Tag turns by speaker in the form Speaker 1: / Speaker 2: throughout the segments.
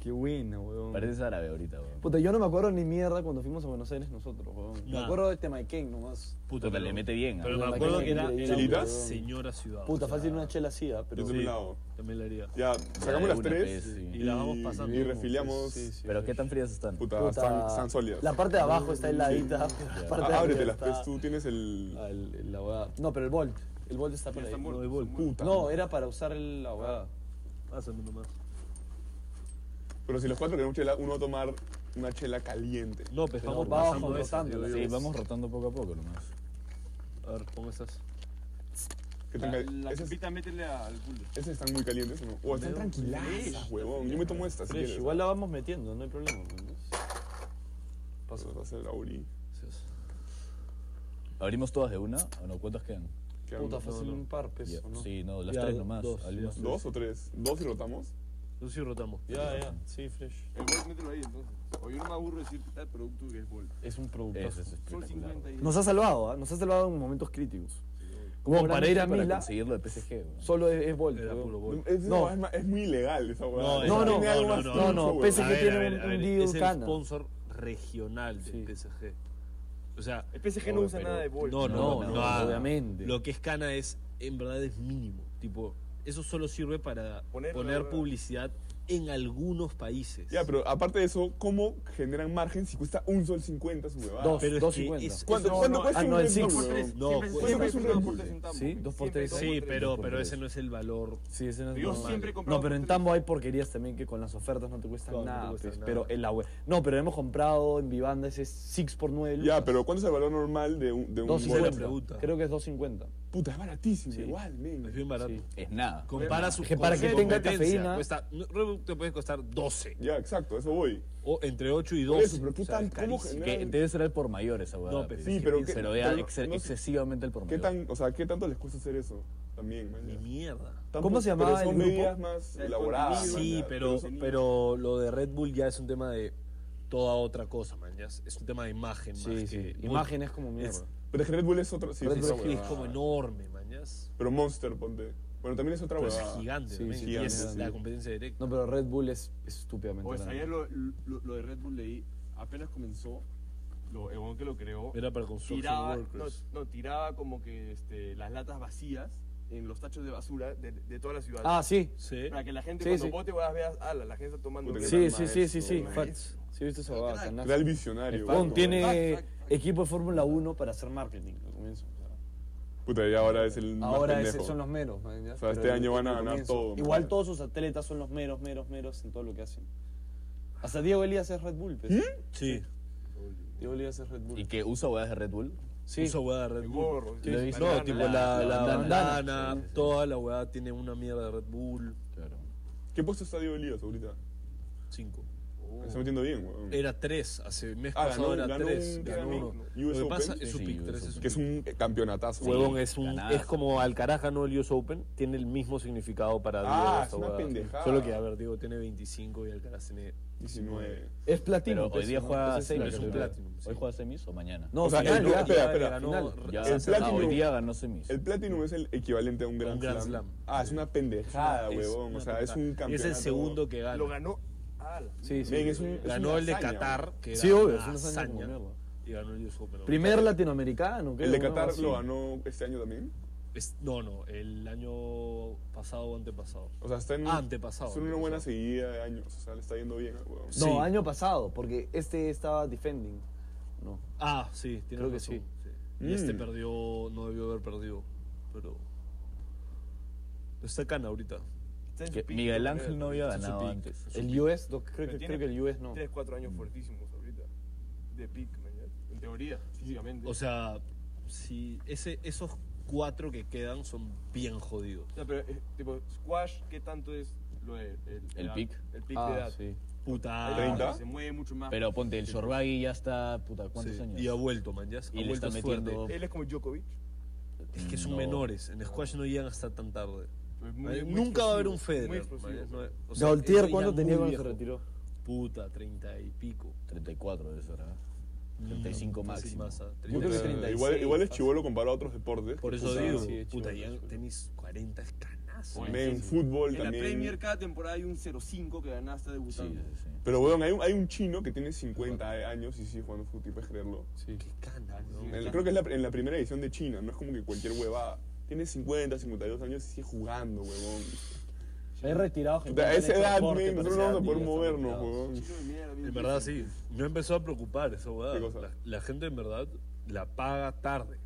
Speaker 1: Qué buena, weón.
Speaker 2: Pareces árabe ahorita, weón.
Speaker 1: Puta, yo no me acuerdo ni mierda cuando fuimos a Buenos Aires nosotros, weón. Me
Speaker 3: Nah.
Speaker 1: acuerdo de Temayquén nomás.
Speaker 3: Puta,
Speaker 2: Puta,
Speaker 3: pero,
Speaker 2: le mete bien. ¿ah?
Speaker 3: pero
Speaker 1: La
Speaker 3: me
Speaker 1: que
Speaker 3: acuerdo
Speaker 1: es
Speaker 3: que era, era
Speaker 1: increíble,
Speaker 3: una
Speaker 4: ¿Chelitas?
Speaker 3: señora ciudad.
Speaker 1: Puta,
Speaker 3: o sea,
Speaker 1: fácil una chela así, ¿ah? pero...
Speaker 3: Sí.
Speaker 4: Yo también la hago.
Speaker 3: También la haría.
Speaker 4: Ya, sacamos
Speaker 2: de
Speaker 4: las
Speaker 2: una,
Speaker 4: tres.
Speaker 2: pues, sí.
Speaker 3: Y la vamos
Speaker 4: y-
Speaker 3: pasando.
Speaker 4: y refiliamos.
Speaker 2: Pero qué tan frías están.
Speaker 4: Puta,
Speaker 1: puta,
Speaker 4: San, San Solias.
Speaker 1: La parte de abajo está heladita. pero la parte de
Speaker 4: Ah, ábretelas,
Speaker 1: arriba
Speaker 4: pues
Speaker 1: está-
Speaker 4: tú tienes el.
Speaker 1: Ah, el- la hueá. No, pero el Volt. El Volt está por ahí.
Speaker 3: No, de bol, puta.
Speaker 1: No, era para usar el- la hueá.
Speaker 3: Pásame nomás.
Speaker 4: Pero si los cuatro queremos chela, uno va a tomar una chela caliente.
Speaker 3: No, pues
Speaker 1: Pero
Speaker 3: vamos
Speaker 1: vamos
Speaker 3: pasando esas,
Speaker 1: rotándolas.
Speaker 3: yo
Speaker 2: Sí,
Speaker 3: digo.
Speaker 2: vamos rotando poco a poco nomás.
Speaker 3: A ver, pon esas.
Speaker 4: Que
Speaker 5: La,
Speaker 4: tenga-
Speaker 5: la
Speaker 4: esas,
Speaker 5: chupita, métele al culo.
Speaker 4: esas están muy calientes o no. O están tranquilas, huevón. Yo me tomo esta si
Speaker 1: Fresh,
Speaker 4: quieres.
Speaker 1: igual la vamos metiendo, no hay problema. pues, ¿no?
Speaker 4: Vas a hacer la Uri.
Speaker 2: ¿Abrimos todas de una o no? ¿Cuántas quedan?
Speaker 4: Quedan
Speaker 1: Puta, fácil
Speaker 3: no.
Speaker 1: un par, peso,
Speaker 2: Ya,
Speaker 1: ¿no?
Speaker 2: Sí, no, las
Speaker 3: Ya,
Speaker 2: tres nomás.
Speaker 3: dos,
Speaker 2: Abrimos-
Speaker 3: ya.
Speaker 4: ¿Dos o tres? ¿Dos y rotamos?
Speaker 3: Entonces sí rotamos.
Speaker 1: Ya, ya, sí, fresh.
Speaker 5: El bol, mételo ahí entonces. O yo no me aburro de decir tal producto que es bol.
Speaker 1: Es un producto.
Speaker 2: Eso es
Speaker 5: Son
Speaker 2: espectacular.
Speaker 5: 50 y.
Speaker 1: Nos ha salvado, ¿ah? Nos ha salvado en momentos críticos. Como para ir a
Speaker 2: Para
Speaker 1: Mila,
Speaker 2: conseguirlo de PSG, weón.
Speaker 1: solo es, ¿ah? es Volt.
Speaker 3: Era
Speaker 1: weón.
Speaker 3: puro bol.
Speaker 4: Es,
Speaker 1: No.
Speaker 4: es ma- es muy ilegal esa huevada.
Speaker 1: No, no,
Speaker 4: Tiene algo
Speaker 3: no,
Speaker 4: más
Speaker 3: no,
Speaker 4: trucho,
Speaker 1: no,
Speaker 4: huevón.
Speaker 1: pese-
Speaker 3: A
Speaker 1: que
Speaker 3: ver,
Speaker 1: tiene
Speaker 3: a ver,
Speaker 1: un-
Speaker 3: a
Speaker 1: un
Speaker 3: ver,
Speaker 1: deal
Speaker 3: Es el
Speaker 1: cana.
Speaker 3: sponsor regional del PSG. O sea,
Speaker 5: El PSG no,
Speaker 2: No,
Speaker 5: usa
Speaker 2: pero-
Speaker 5: nada de bol.
Speaker 3: no, no, no,
Speaker 2: No, no,
Speaker 3: ah,
Speaker 1: obviamente.
Speaker 3: Lo que es cana es, en verdad, es mínimo. Tipo, eso solo sirve para
Speaker 5: Ponerlo,
Speaker 3: poner
Speaker 5: ¿verdad?
Speaker 3: publicidad en algunos países.
Speaker 4: Ya, pero aparte de eso, ¿cómo generan margen si cuesta un sol cincuenta su huevada?
Speaker 1: Dos.
Speaker 3: Pero es que
Speaker 1: 2.50.
Speaker 3: es-
Speaker 4: ¿Cuánto,
Speaker 3: eso-
Speaker 4: cuánto
Speaker 5: no,
Speaker 4: cuesta
Speaker 1: ah,
Speaker 4: un
Speaker 1: no, el
Speaker 4: Red Bull,
Speaker 1: cinco.
Speaker 4: huevón?
Speaker 3: No,
Speaker 5: siempre,
Speaker 3: pues-
Speaker 5: siempre
Speaker 4: es un
Speaker 5: compro
Speaker 4: Red
Speaker 5: por
Speaker 4: Bull.
Speaker 5: 3 centavos.
Speaker 1: Sí, dos por
Speaker 5: Siempre
Speaker 1: tres.
Speaker 5: dos
Speaker 3: Sí,
Speaker 5: por tres.
Speaker 3: pero,
Speaker 2: por
Speaker 3: pero
Speaker 2: tres.
Speaker 3: ese no es el valor.
Speaker 1: Sí, ese no es
Speaker 5: Yo
Speaker 1: normal.
Speaker 5: siempre he comprado
Speaker 1: No, pero en
Speaker 5: por
Speaker 1: Tambo hay porquerías también que con las ofertas no te cuestan
Speaker 3: Claro, no te
Speaker 1: nada.
Speaker 3: cuesta
Speaker 1: pues,
Speaker 3: nada.
Speaker 1: Pero en la web. No, pero hemos comprado en Vivanda ese 6 por 9
Speaker 4: Ya, pero ¿cuánto es el valor normal de un, de un
Speaker 3: esa es la
Speaker 4: bol?
Speaker 1: 2.50.
Speaker 3: pregunta.
Speaker 1: Creo que es 2.50.
Speaker 4: Puta, es baratísimo,
Speaker 1: Sí.
Speaker 4: igual,
Speaker 3: Es
Speaker 4: men.
Speaker 3: bien barato.
Speaker 1: Sí.
Speaker 2: Es nada.
Speaker 3: Compara su
Speaker 1: Es que para
Speaker 3: con
Speaker 1: que
Speaker 3: su
Speaker 1: tenga
Speaker 3: competencia,
Speaker 1: cafeína-
Speaker 3: Cuesta, no, Red Bull te puede costar 12.
Speaker 4: Ya, exacto, eso voy.
Speaker 3: O entre 8 y
Speaker 4: Por
Speaker 3: 12.
Speaker 4: eso, pero
Speaker 3: o sea,
Speaker 4: puta,
Speaker 3: es carísimo.
Speaker 4: ¿cómo generan-
Speaker 2: Que Este debe ser el por mayor esa huevada.
Speaker 3: No, pero-
Speaker 2: pues.
Speaker 4: Sí, pero
Speaker 2: Se
Speaker 4: ¿qué-
Speaker 2: lo vea
Speaker 4: pero
Speaker 2: exe-
Speaker 4: no sé-
Speaker 2: excesivamente el por
Speaker 4: ¿Qué
Speaker 2: mayor.
Speaker 4: tan, o sea, qué tanto les cuesta hacer eso? También, man,
Speaker 3: Ni
Speaker 4: ya.
Speaker 3: mierda.
Speaker 4: Tampoco-
Speaker 1: ¿Cómo se llamaba
Speaker 4: pero son
Speaker 1: el grupo?
Speaker 4: medidas más
Speaker 5: El
Speaker 4: elaboradas.
Speaker 5: contenido.
Speaker 4: man,
Speaker 3: Sí,
Speaker 4: ya,
Speaker 3: pero,
Speaker 4: son-
Speaker 3: pero lo de Red Bull ya es un tema de toda otra cosa, man. ya es, es un tema de imagen.
Speaker 1: Sí,
Speaker 3: más
Speaker 1: sí.
Speaker 3: Que,
Speaker 1: Imagen es como mierda.
Speaker 4: Pero es que Red Bull es otro. Sí,
Speaker 1: Red
Speaker 4: sí,
Speaker 3: es,
Speaker 4: esa
Speaker 1: Bull
Speaker 3: es
Speaker 4: huevada.
Speaker 3: como enorme, man. ya es-
Speaker 4: Pero Monster, ponte. Bueno, también es otra
Speaker 3: pero es
Speaker 4: huevada.
Speaker 3: gigante.
Speaker 1: Sí,
Speaker 3: también,
Speaker 1: sí,
Speaker 3: y
Speaker 4: gigante,
Speaker 3: es
Speaker 4: sí.
Speaker 3: la competencia directa.
Speaker 1: No, pero Red Bull es es estúpidamente
Speaker 5: O sea,
Speaker 1: grande.
Speaker 5: Pues ayer lo, lo, lo de Red Bull leí, apenas comenzó, lo, el huevón que lo creó,
Speaker 3: Era para construction
Speaker 5: tiraba, no,
Speaker 1: pues.
Speaker 3: workers.
Speaker 5: no, tiraba como que este, las latas vacías en los tachos de basura de, de toda la ciudad.
Speaker 1: Ah, sí.
Speaker 3: Sí.
Speaker 5: Para que la gente
Speaker 1: Sí,
Speaker 5: cuando
Speaker 1: sí.
Speaker 5: vote weas, veas, ah, la, la gente está tomando.
Speaker 4: Puta,
Speaker 5: mierda".
Speaker 1: Sí,
Speaker 4: gran
Speaker 1: sí, sí, sí,
Speaker 4: maestro,
Speaker 1: sí.
Speaker 4: gran
Speaker 1: Facts. Sí, he visto esa huevada,
Speaker 5: crack.
Speaker 1: canasta.
Speaker 4: Era el visionario.
Speaker 1: Bon,
Speaker 4: huevón.
Speaker 1: tiene
Speaker 5: Fact, fact, fact.
Speaker 1: equipo de Fórmula 1 para hacer marketing al comienzo. o sea.
Speaker 4: Puta, y ahora es el más
Speaker 1: Ahora ese
Speaker 4: pendejo.
Speaker 1: son los meros. man, ya.
Speaker 4: O sea,
Speaker 1: Pero
Speaker 4: este
Speaker 1: el-
Speaker 4: año van a
Speaker 1: el
Speaker 4: ganar
Speaker 1: comienzo.
Speaker 4: todo, man,
Speaker 1: Igual
Speaker 4: ya.
Speaker 1: todos sus atletas son los meros, meros, meros en todo lo que hacen. Hasta Diego Elías es Red Bull. pues.
Speaker 3: Sí.
Speaker 1: Diego Elías es Red
Speaker 2: Y
Speaker 1: Bull.
Speaker 2: que usa huevadas de Red Bull.
Speaker 1: Sí.
Speaker 3: Usa hueá de Red
Speaker 5: El
Speaker 3: Bull.
Speaker 5: gorro.
Speaker 2: Lo he
Speaker 5: sí,
Speaker 2: visto.
Speaker 3: No,
Speaker 5: banana.
Speaker 3: tipo la, la,
Speaker 1: la
Speaker 3: bandana,
Speaker 1: bandana.
Speaker 3: toda la hueá tiene una mierda de Red Bull.
Speaker 2: Claro.
Speaker 4: ¿Qué puesto está Diego Elías ahorita?
Speaker 3: Oh. 5.
Speaker 4: Se está metiendo bien, huevón.
Speaker 3: Era 3, hace mes
Speaker 4: Ah,
Speaker 3: pasado
Speaker 4: ganó-
Speaker 3: era
Speaker 4: ganó
Speaker 3: 3.
Speaker 4: un-
Speaker 3: Ganó
Speaker 4: ganó
Speaker 3: uno.
Speaker 4: un
Speaker 3: Lo
Speaker 4: US
Speaker 3: que
Speaker 4: Open.
Speaker 3: pasa es
Speaker 2: Sí,
Speaker 3: su
Speaker 2: sí,
Speaker 3: pick
Speaker 2: US
Speaker 3: 3.
Speaker 4: Que es un campeonatazo.
Speaker 3: Huevón, eh. es, un,
Speaker 2: ganazo.
Speaker 3: es como Alcaraz ganó el US Open, tiene el mismo significado para Diego.
Speaker 4: Ah,
Speaker 3: esta
Speaker 4: es una
Speaker 3: huevada.
Speaker 4: pendejada.
Speaker 3: Solo que, a ver, Diego tiene 25 y Alcaraz tiene.
Speaker 4: 19.
Speaker 1: Es platino.
Speaker 2: Pero hoy
Speaker 1: pues,
Speaker 2: día
Speaker 1: ¿no?
Speaker 2: juega
Speaker 1: Entonces,
Speaker 2: semis.
Speaker 3: es un
Speaker 2: ¿no?
Speaker 3: platinum, sí.
Speaker 2: ¿Hoy juega semis o mañana?
Speaker 1: No,
Speaker 4: O sea,
Speaker 1: final,
Speaker 4: el-
Speaker 1: ya.
Speaker 4: espera,
Speaker 3: le
Speaker 4: espera.
Speaker 3: ganó-
Speaker 1: Final.
Speaker 2: Ya,
Speaker 4: El
Speaker 2: se- ah,
Speaker 4: platinum-
Speaker 2: hoy día ganó semis.
Speaker 4: El Platinum es el equivalente a un Grand,
Speaker 3: Grand
Speaker 4: Slam.
Speaker 3: Slam.
Speaker 4: Ah, es una pendejada,
Speaker 3: es
Speaker 4: huevón.
Speaker 3: una
Speaker 4: O sea, es
Speaker 3: pendejada.
Speaker 4: un
Speaker 3: Y
Speaker 4: campeonato.
Speaker 3: Es el segundo que gana.
Speaker 5: Lo ganó. Ah, la-
Speaker 1: Sí, sí.
Speaker 4: Men, es un- es
Speaker 3: ganó
Speaker 4: una
Speaker 3: el de
Speaker 4: hazaña,
Speaker 3: Qatar, que era
Speaker 1: Sí, obvio,
Speaker 3: una
Speaker 1: es una hazaña como
Speaker 3: hazaña.
Speaker 1: mierda.
Speaker 3: Y ganó el US Open.
Speaker 1: Primer latinoamericano. creo,
Speaker 4: El de
Speaker 1: ¿no?
Speaker 4: Qatar
Speaker 1: Así.
Speaker 4: lo ganó este año también.
Speaker 3: Es- no, no, el año pasado o antepasado.
Speaker 4: O sea, está en.
Speaker 3: Ah, antepasado,
Speaker 4: Son una
Speaker 3: antepasado.
Speaker 4: buena seguida de años. O sea, le está yendo bien al huevón.
Speaker 1: No,
Speaker 3: Sí.
Speaker 1: año pasado, porque este estaba defending. No.
Speaker 3: Ah, sí, tiene
Speaker 1: Creo que
Speaker 3: razón,
Speaker 1: sí.
Speaker 3: Y este
Speaker 4: Mm.
Speaker 3: perdió, no debió haber perdido, pero. Está Cana ahorita.
Speaker 5: está en su
Speaker 2: Que
Speaker 5: pico,
Speaker 2: Miguel
Speaker 5: creo.
Speaker 2: Ángel no había
Speaker 3: Ese es su
Speaker 2: ganado
Speaker 3: pick.
Speaker 2: antes.
Speaker 1: El US, no, creo,
Speaker 5: Pero
Speaker 1: que,
Speaker 5: tiene
Speaker 1: creo que el US no.
Speaker 5: Tres, cuatro años fuertísimos ahorita. De pick, man, ya. En teoría, físicamente.
Speaker 3: O sea, si ese, esos cuatro que quedan son bien jodidos.
Speaker 5: O sea, pero, eh, tipo, squash, ¿qué tanto es lo de, el,
Speaker 2: El
Speaker 5: edad?
Speaker 2: pick.
Speaker 5: El pick de
Speaker 1: Ah,
Speaker 5: edad.
Speaker 1: sí.
Speaker 3: Puta. ah,
Speaker 5: Ahí
Speaker 4: ¿Treinta?
Speaker 5: como que Se mueve mucho más.
Speaker 2: Pero ponte, el Shorbagi ya está, puta, ¿cuántos
Speaker 3: Sí,
Speaker 2: años?
Speaker 3: Y ha vuelto, man. Ya ha
Speaker 2: Y le
Speaker 3: vuelto
Speaker 2: está
Speaker 3: fuerte.
Speaker 2: metiendo-
Speaker 5: Él es como Djokovic.
Speaker 3: Es que son
Speaker 2: No.
Speaker 3: menores. En squash no llegan hasta tan tarde.
Speaker 5: Es muy- muy
Speaker 3: Nunca va a haber
Speaker 5: explosivo,
Speaker 3: un
Speaker 5: Muy
Speaker 3: Federer.
Speaker 5: explosivo.
Speaker 3: man, no es- o sea, eso
Speaker 1: Gaultier,
Speaker 3: ya
Speaker 1: ¿cuánto
Speaker 3: muy
Speaker 1: tenía cuando se
Speaker 3: viejo.
Speaker 1: retiró?
Speaker 3: Puta, treinta y pico.
Speaker 2: 34 de eso,
Speaker 3: ¿eh?
Speaker 2: ¿verdad? 35
Speaker 3: Mm, casi
Speaker 2: máximo.
Speaker 3: más, ah,
Speaker 1: Yo creo que
Speaker 3: 36.
Speaker 1: 30.
Speaker 4: Igual, igual es
Speaker 1: 36,
Speaker 4: chivolo comparado a otros deportes.
Speaker 3: Por
Speaker 4: que
Speaker 3: eso
Speaker 4: puta,
Speaker 3: digo,
Speaker 1: sí, es
Speaker 3: puta,
Speaker 1: chulo,
Speaker 3: ya
Speaker 1: es chulo.
Speaker 3: tenis 40 es cana.
Speaker 5: buenazo.
Speaker 4: Men, fútbol
Speaker 5: en la
Speaker 4: también.
Speaker 5: Premier cada temporada hay un 0-5 que ganás, está
Speaker 2: Sí,
Speaker 5: debutando.
Speaker 2: sí, sí.
Speaker 4: Pero, weón, hay un, hay un chino que tiene 50 años y sigue jugando fútbol, puedes creerlo.
Speaker 6: Sí.
Speaker 5: Cana, ¿no?
Speaker 4: En- creo que es la- en la primera edición de China, no es como que cualquier huevada. Tiene 50, 52 años y sigue jugando, huevón.
Speaker 6: He retirado gente.
Speaker 4: A
Speaker 6: que
Speaker 4: esa
Speaker 6: han hecho
Speaker 4: edad,
Speaker 6: deporte,
Speaker 4: men, nosotros no vamos a poder
Speaker 6: parecía Andy,
Speaker 4: movernos,
Speaker 6: ya estamos
Speaker 4: huevón.
Speaker 5: Chino de mierda, bien
Speaker 3: En verdad,
Speaker 5: difícil.
Speaker 3: sí. Me empezó a preocupar esa huevada.
Speaker 4: ¿Qué cosa?
Speaker 3: La, la gente, en verdad, la paga tarde.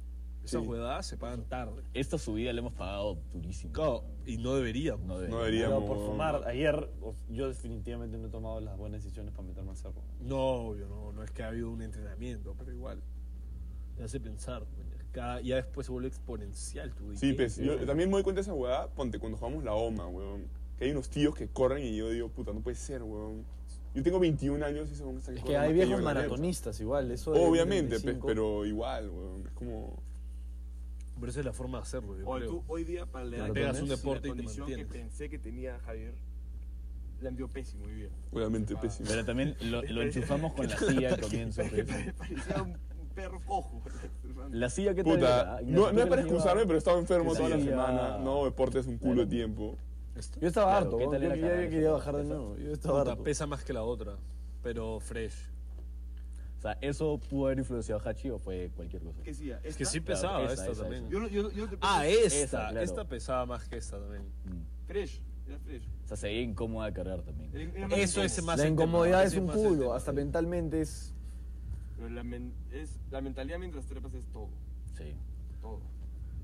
Speaker 3: Esas
Speaker 4: Sí.
Speaker 3: huevadas se pagan tarde.
Speaker 2: Esta subida la hemos pagado durísimo.
Speaker 3: Claro, y no deberíamos.
Speaker 2: No
Speaker 4: No
Speaker 2: debería.
Speaker 6: Pero
Speaker 4: deberíamos.
Speaker 6: por
Speaker 4: huevón.
Speaker 6: fumar, ayer o- yo definitivamente no he tomado las buenas decisiones para meterme al cerro.
Speaker 3: No, obvio, no, no es que ha habido un entrenamiento, pero igual. Te hace pensar, maña. Cada- ya después se vuelve exponencial tu
Speaker 4: Sí,
Speaker 3: dinero.
Speaker 4: pues, yo también me doy cuenta de esa huevada, ponte, cuando jugamos la OMA, huevón. Que hay unos tíos que corren y yo digo, puta, no puede ser, huevón. Yo tengo 21 años y ese huevón está
Speaker 6: Es que
Speaker 4: corre más
Speaker 6: hay
Speaker 4: yo
Speaker 6: viejos
Speaker 4: en la mierda.
Speaker 6: maratonistas igual, eso de
Speaker 4: Obviamente, pues,
Speaker 6: 35.
Speaker 4: pero igual, huevón. Es como...
Speaker 3: Pero esa es la forma de hacerlo, yo
Speaker 5: O
Speaker 3: creo.
Speaker 5: tú, hoy día, para la edad
Speaker 6: Claro,
Speaker 5: que
Speaker 6: pegas
Speaker 5: tenés,
Speaker 6: un
Speaker 3: deporte y
Speaker 5: la
Speaker 3: te
Speaker 5: condición que
Speaker 3: mantienes.
Speaker 5: pensé que tenía Javier, la envió pésimo hoy día.
Speaker 4: Obviamente,
Speaker 5: Ah.
Speaker 4: pésimo.
Speaker 2: Pero también lo, lo enchufamos con la silla al comienzo.
Speaker 5: Pare- Parecía un un perro cojo.
Speaker 2: La silla que
Speaker 6: Ah,
Speaker 4: Puta, no, no es para excusarme, pero he estado enfermo
Speaker 2: que
Speaker 4: toda la
Speaker 2: salía-
Speaker 4: semana. No, deporte es un culo de tiempo.
Speaker 6: Yo estaba
Speaker 2: Claro,
Speaker 6: harto,
Speaker 2: ¿qué
Speaker 6: ¿no?
Speaker 2: tal
Speaker 6: yo
Speaker 2: era
Speaker 6: que- ya
Speaker 2: cargar
Speaker 6: quería
Speaker 2: esa
Speaker 6: bajar de
Speaker 2: cosa?
Speaker 6: nuevo. Yo estaba
Speaker 3: Puta,
Speaker 6: harto.
Speaker 3: pesa más que la otra, pero fresh.
Speaker 2: O sea, ¿eso pudo haber influenciado a Hachi o fue cualquier cosa?
Speaker 5: ¿Qué decía?
Speaker 3: Es que
Speaker 5: Esta-
Speaker 3: sí pesaba
Speaker 2: esa,
Speaker 3: esta
Speaker 2: esa,
Speaker 3: también.
Speaker 2: esa.
Speaker 5: Yo no, yo, no- yo no te
Speaker 3: Ah,
Speaker 5: pensé-
Speaker 3: esta.
Speaker 2: Esa, claro.
Speaker 3: Esta pesaba más que esta también.
Speaker 2: Mm.
Speaker 5: Fresh, era fresh.
Speaker 2: O sea, se veía incómoda de cargar también.
Speaker 5: Era- era más
Speaker 3: Eso es más
Speaker 5: incómodo.
Speaker 6: la
Speaker 3: el tema,
Speaker 6: incomodidad
Speaker 3: ese
Speaker 6: es un
Speaker 3: más el
Speaker 6: culo,
Speaker 3: tema.
Speaker 6: hasta mentalmente es...
Speaker 5: Pero la, men- es, la mentalidad mientras trepas es todo.
Speaker 2: Sí.
Speaker 5: Todo.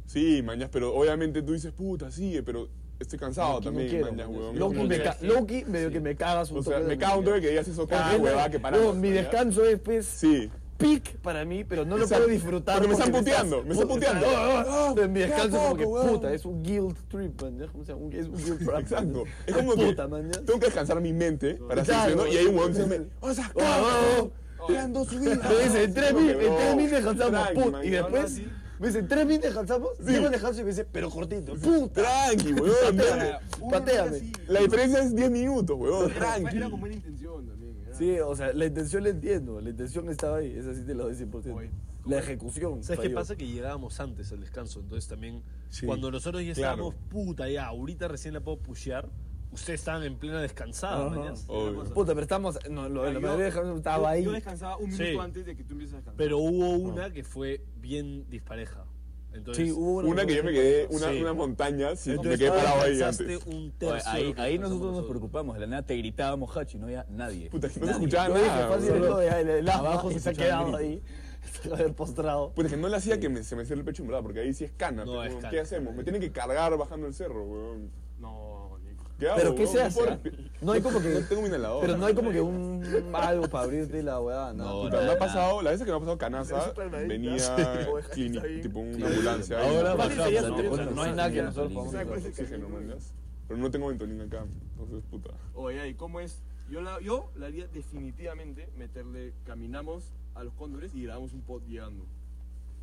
Speaker 4: Sí, mañas, pero obviamente tú dices, puta, sigue, pero estoy cansado
Speaker 6: Aquí no
Speaker 4: también,
Speaker 6: quiero,
Speaker 4: mañas,
Speaker 6: man.
Speaker 4: huevón.
Speaker 6: Loki
Speaker 4: Como
Speaker 6: me
Speaker 4: que-
Speaker 6: ca- Loki medio que me cagas un
Speaker 4: O sea,
Speaker 6: toque
Speaker 4: me
Speaker 6: de
Speaker 4: cago un toque que digas eso con
Speaker 6: Porque
Speaker 4: huevada
Speaker 6: no-
Speaker 4: que paramos.
Speaker 6: no, mi
Speaker 4: ¿ya?
Speaker 6: descanso es pues
Speaker 4: Sí.
Speaker 6: pic para mí, pero no lo
Speaker 4: Exacto.
Speaker 6: puedo disfrutar.
Speaker 4: Porque me están
Speaker 6: estás-
Speaker 4: puteando, me están puteando.
Speaker 6: Ah, ah, ah, en mi
Speaker 4: Ya
Speaker 6: descanso es como que
Speaker 4: poco, weón.
Speaker 6: puta, es un guilt trip, man, ¿ya? O sea, un- es un guilt trip.
Speaker 4: Exacto. Es como que
Speaker 6: puta, man, ¿ya?
Speaker 4: tengo que descansar mi mente para seguir
Speaker 6: Claro.
Speaker 4: siendo, y hay un huevón que se me, o sea,
Speaker 6: oh,
Speaker 4: cago,
Speaker 5: oh.
Speaker 4: dando su vida. "Oh,
Speaker 6: Me dice, en tres mil, en tres mil descansamos,
Speaker 4: Tranqui,
Speaker 6: puta.
Speaker 4: man,
Speaker 6: Y
Speaker 4: ya.
Speaker 6: después
Speaker 5: sí.
Speaker 6: me dice, en tres mil descansamos, llego al descanso y me dice, pero cortito, puta.
Speaker 4: Tranqui, huevón.
Speaker 5: Ahora,
Speaker 4: dale.
Speaker 5: uno no era
Speaker 6: Pateame.
Speaker 5: así.
Speaker 4: La diferencia es 10 minutos, huevón.
Speaker 5: Era-
Speaker 4: Tranqui.
Speaker 5: Era con buena intención también. era-
Speaker 6: Sí, o sea, la intención la entiendo, la intención estaba ahí, esa sí te la doy 100%.
Speaker 5: Oye,
Speaker 6: La ejecución.
Speaker 3: ¿Sabes qué
Speaker 6: falló.
Speaker 3: pasa? Que llegábamos antes al descanso, entonces también
Speaker 4: Sí,
Speaker 3: cuando nosotros ya
Speaker 4: claro.
Speaker 3: estábamos, puta, ya, ahorita recién la puedo pushear, ustedes estaban en plena descansada,
Speaker 6: Ajá.
Speaker 3: mañana.
Speaker 4: Obvio.
Speaker 5: cosa.
Speaker 6: Puta, pero estamos, no, lo de la
Speaker 5: Yo-
Speaker 6: mayoría de Javier
Speaker 5: yo-
Speaker 6: estaba ahí.
Speaker 5: Yo descansaba un
Speaker 3: Sí.
Speaker 5: minuto antes de que tú empieces a descansar.
Speaker 3: Pero hubo una que fue bien dispareja. Entonces,
Speaker 6: Sí, hubo
Speaker 4: Una que yo me quedé, una,
Speaker 3: Sí.
Speaker 4: una montaña, sí, me
Speaker 3: entonces
Speaker 6: ah,
Speaker 4: quedé
Speaker 3: tú
Speaker 4: parado ahí
Speaker 3: descansaste
Speaker 4: antes.
Speaker 3: un tercio
Speaker 2: Oye,
Speaker 3: de
Speaker 2: ahí
Speaker 3: lo que
Speaker 2: ahí
Speaker 3: descansamos
Speaker 2: nosotros nos preocupamos. De la nada te gritábamos Hachi, no había nadie.
Speaker 4: Puta, que no se
Speaker 2: Nadie.
Speaker 4: escuchaba
Speaker 6: Yo dije,
Speaker 4: nada.
Speaker 6: fácil
Speaker 4: bro.
Speaker 6: es lo de el, el asma,
Speaker 2: Abajo se
Speaker 6: y se ha
Speaker 2: escuchaba el
Speaker 6: quedado ahí.
Speaker 2: grito.
Speaker 6: Se va a haber postrado.
Speaker 4: Puta, Pues que no le hacía que me, se me cierre el pecho, en verdad, porque ahí sí es cana.
Speaker 3: No,
Speaker 4: pero,
Speaker 3: es
Speaker 4: weón,
Speaker 3: cana.
Speaker 4: ¿Qué hacemos? Me tienen que cargar bajando el cerro, weón.
Speaker 5: No, Nico.
Speaker 4: ¿Qué hago,
Speaker 6: Pero ¿qué
Speaker 4: weón?
Speaker 6: se
Speaker 4: No
Speaker 6: hace?
Speaker 4: puedo
Speaker 6: ah?
Speaker 4: respirar.
Speaker 6: No hay como que.
Speaker 4: No tengo mi inhalador.
Speaker 6: Pero no hay como que un algo para abrirte la weá, no.
Speaker 2: No,
Speaker 4: Puta, me
Speaker 2: nada,
Speaker 4: ha pasado, la vez que me ha pasado canaza,
Speaker 5: Supermanita.
Speaker 4: venía
Speaker 5: Oveja,
Speaker 4: clini-
Speaker 5: está bien.
Speaker 4: tipo una ambulancia. y
Speaker 2: Ahora
Speaker 4: una-
Speaker 6: Aparte,
Speaker 2: bajamos.
Speaker 6: ya
Speaker 2: ¿no?
Speaker 6: subimos,
Speaker 2: O sea,
Speaker 6: no hay
Speaker 2: sí,
Speaker 6: nada que
Speaker 2: sí,
Speaker 6: nosotros
Speaker 2: sí,
Speaker 6: podamos
Speaker 2: sí.
Speaker 5: hacer.
Speaker 4: con oxígeno, mangas. Pero no tengo ventolina acá, entonces puta.
Speaker 5: Oye, ¿y cómo es? Yo la, yo la haría definitivamente meterle, caminamos a los cóndores y grabamos un pod llegando.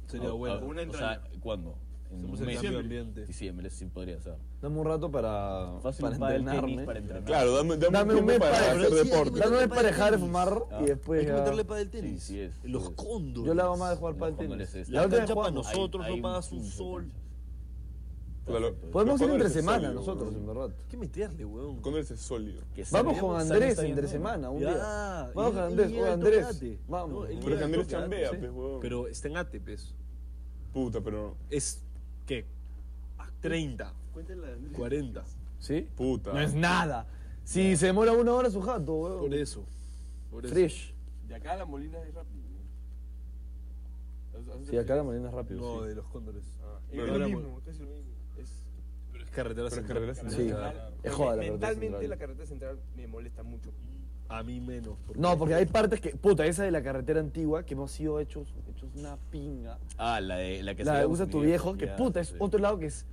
Speaker 3: Sería
Speaker 2: O-
Speaker 3: bueno.
Speaker 2: o-
Speaker 5: Una
Speaker 2: O
Speaker 5: entraña.
Speaker 2: sea, ¿cuándo? En un
Speaker 3: Hacemos el
Speaker 2: mes.
Speaker 3: cambio de ambiente.
Speaker 2: Diciembre, sí podría ser.
Speaker 6: Dame un rato para,
Speaker 2: Fácil
Speaker 6: para
Speaker 2: un pádel tenis
Speaker 6: entrenarme.
Speaker 2: para entrenar.
Speaker 4: Claro, dame, dame,
Speaker 6: Dame
Speaker 4: un tiempo para,
Speaker 6: pero
Speaker 4: hacer
Speaker 6: sí,
Speaker 4: deporte.
Speaker 6: Dame para dejar de fumar
Speaker 2: Ah.
Speaker 6: y después.
Speaker 3: Hay que
Speaker 6: ya-
Speaker 3: meterle para el tenis.
Speaker 2: Sí, sí es.
Speaker 3: Los
Speaker 2: Sí es.
Speaker 3: cóndores.
Speaker 6: Yo la hago más de jugar
Speaker 2: No,
Speaker 6: para el
Speaker 2: cuando
Speaker 6: tenis.
Speaker 2: les-
Speaker 6: La
Speaker 3: La
Speaker 6: otra vez
Speaker 3: cancha para
Speaker 6: jugamos.
Speaker 2: Hay-
Speaker 3: nosotros
Speaker 2: hay
Speaker 3: no pagas un
Speaker 2: quince
Speaker 3: sol.
Speaker 2: canchas.
Speaker 4: Puta, lo-
Speaker 6: Podemos
Speaker 4: los
Speaker 6: ir entre
Speaker 4: cóndores es
Speaker 6: semana
Speaker 4: sólido,
Speaker 6: nosotros,
Speaker 4: weón.
Speaker 6: en verdad.
Speaker 3: ¿Qué meterle, weón?
Speaker 4: El cóndor es sólido.
Speaker 2: Que
Speaker 6: Vamos
Speaker 2: salíamos-
Speaker 6: con
Speaker 2: sale-
Speaker 6: Andrés
Speaker 2: sale
Speaker 6: entre
Speaker 2: todo.
Speaker 6: semana, un
Speaker 3: Ya,
Speaker 6: día.
Speaker 3: y-
Speaker 6: Vamos con
Speaker 3: y
Speaker 6: Andrés,
Speaker 3: llega
Speaker 6: con
Speaker 3: el
Speaker 6: Andrés.
Speaker 3: tocate. No,
Speaker 6: Vamos.
Speaker 3: el-
Speaker 4: Pero
Speaker 3: Ya,
Speaker 4: que Andrés
Speaker 3: toque,
Speaker 4: chambea,
Speaker 3: sí.
Speaker 4: pues, weón.
Speaker 3: Pero está en Atepes.
Speaker 4: Puta, pero.
Speaker 3: Es, ¿qué? 30,
Speaker 5: Cuéntale a Andrés.
Speaker 3: 40.
Speaker 6: ¿Sí?
Speaker 4: Puta.
Speaker 6: No es nada. Si se demora una hora su jato,
Speaker 3: Por
Speaker 6: weón.
Speaker 3: eso. Por eso.
Speaker 6: Fresh.
Speaker 5: De acá a la Molina es rápido. ¿no?
Speaker 6: Sí, acá la mañana es rápido.
Speaker 3: No,
Speaker 6: sí.
Speaker 3: de los cóndores.
Speaker 5: Ah,
Speaker 4: Pero
Speaker 5: es
Speaker 4: la
Speaker 5: lo
Speaker 3: Mol-
Speaker 5: mismo, casi lo mismo. Es,
Speaker 3: Pero es carretera
Speaker 4: Pero es
Speaker 3: central.
Speaker 4: carretera
Speaker 6: Sí.
Speaker 4: central.
Speaker 6: Es joda la carretera
Speaker 5: Mentalmente
Speaker 6: central.
Speaker 5: la carretera central me molesta mucho.
Speaker 3: A mí menos. Porque
Speaker 6: No, porque hay partes que. Puta, esa de la carretera antigua que hemos sido hechos, hechos una pinga.
Speaker 2: Ah, la de la que
Speaker 6: la de
Speaker 2: salíamos
Speaker 6: usa
Speaker 2: con
Speaker 6: tu
Speaker 2: mi
Speaker 6: viejo, que
Speaker 2: ya,
Speaker 6: puta, es
Speaker 2: sí.
Speaker 6: otro lado que es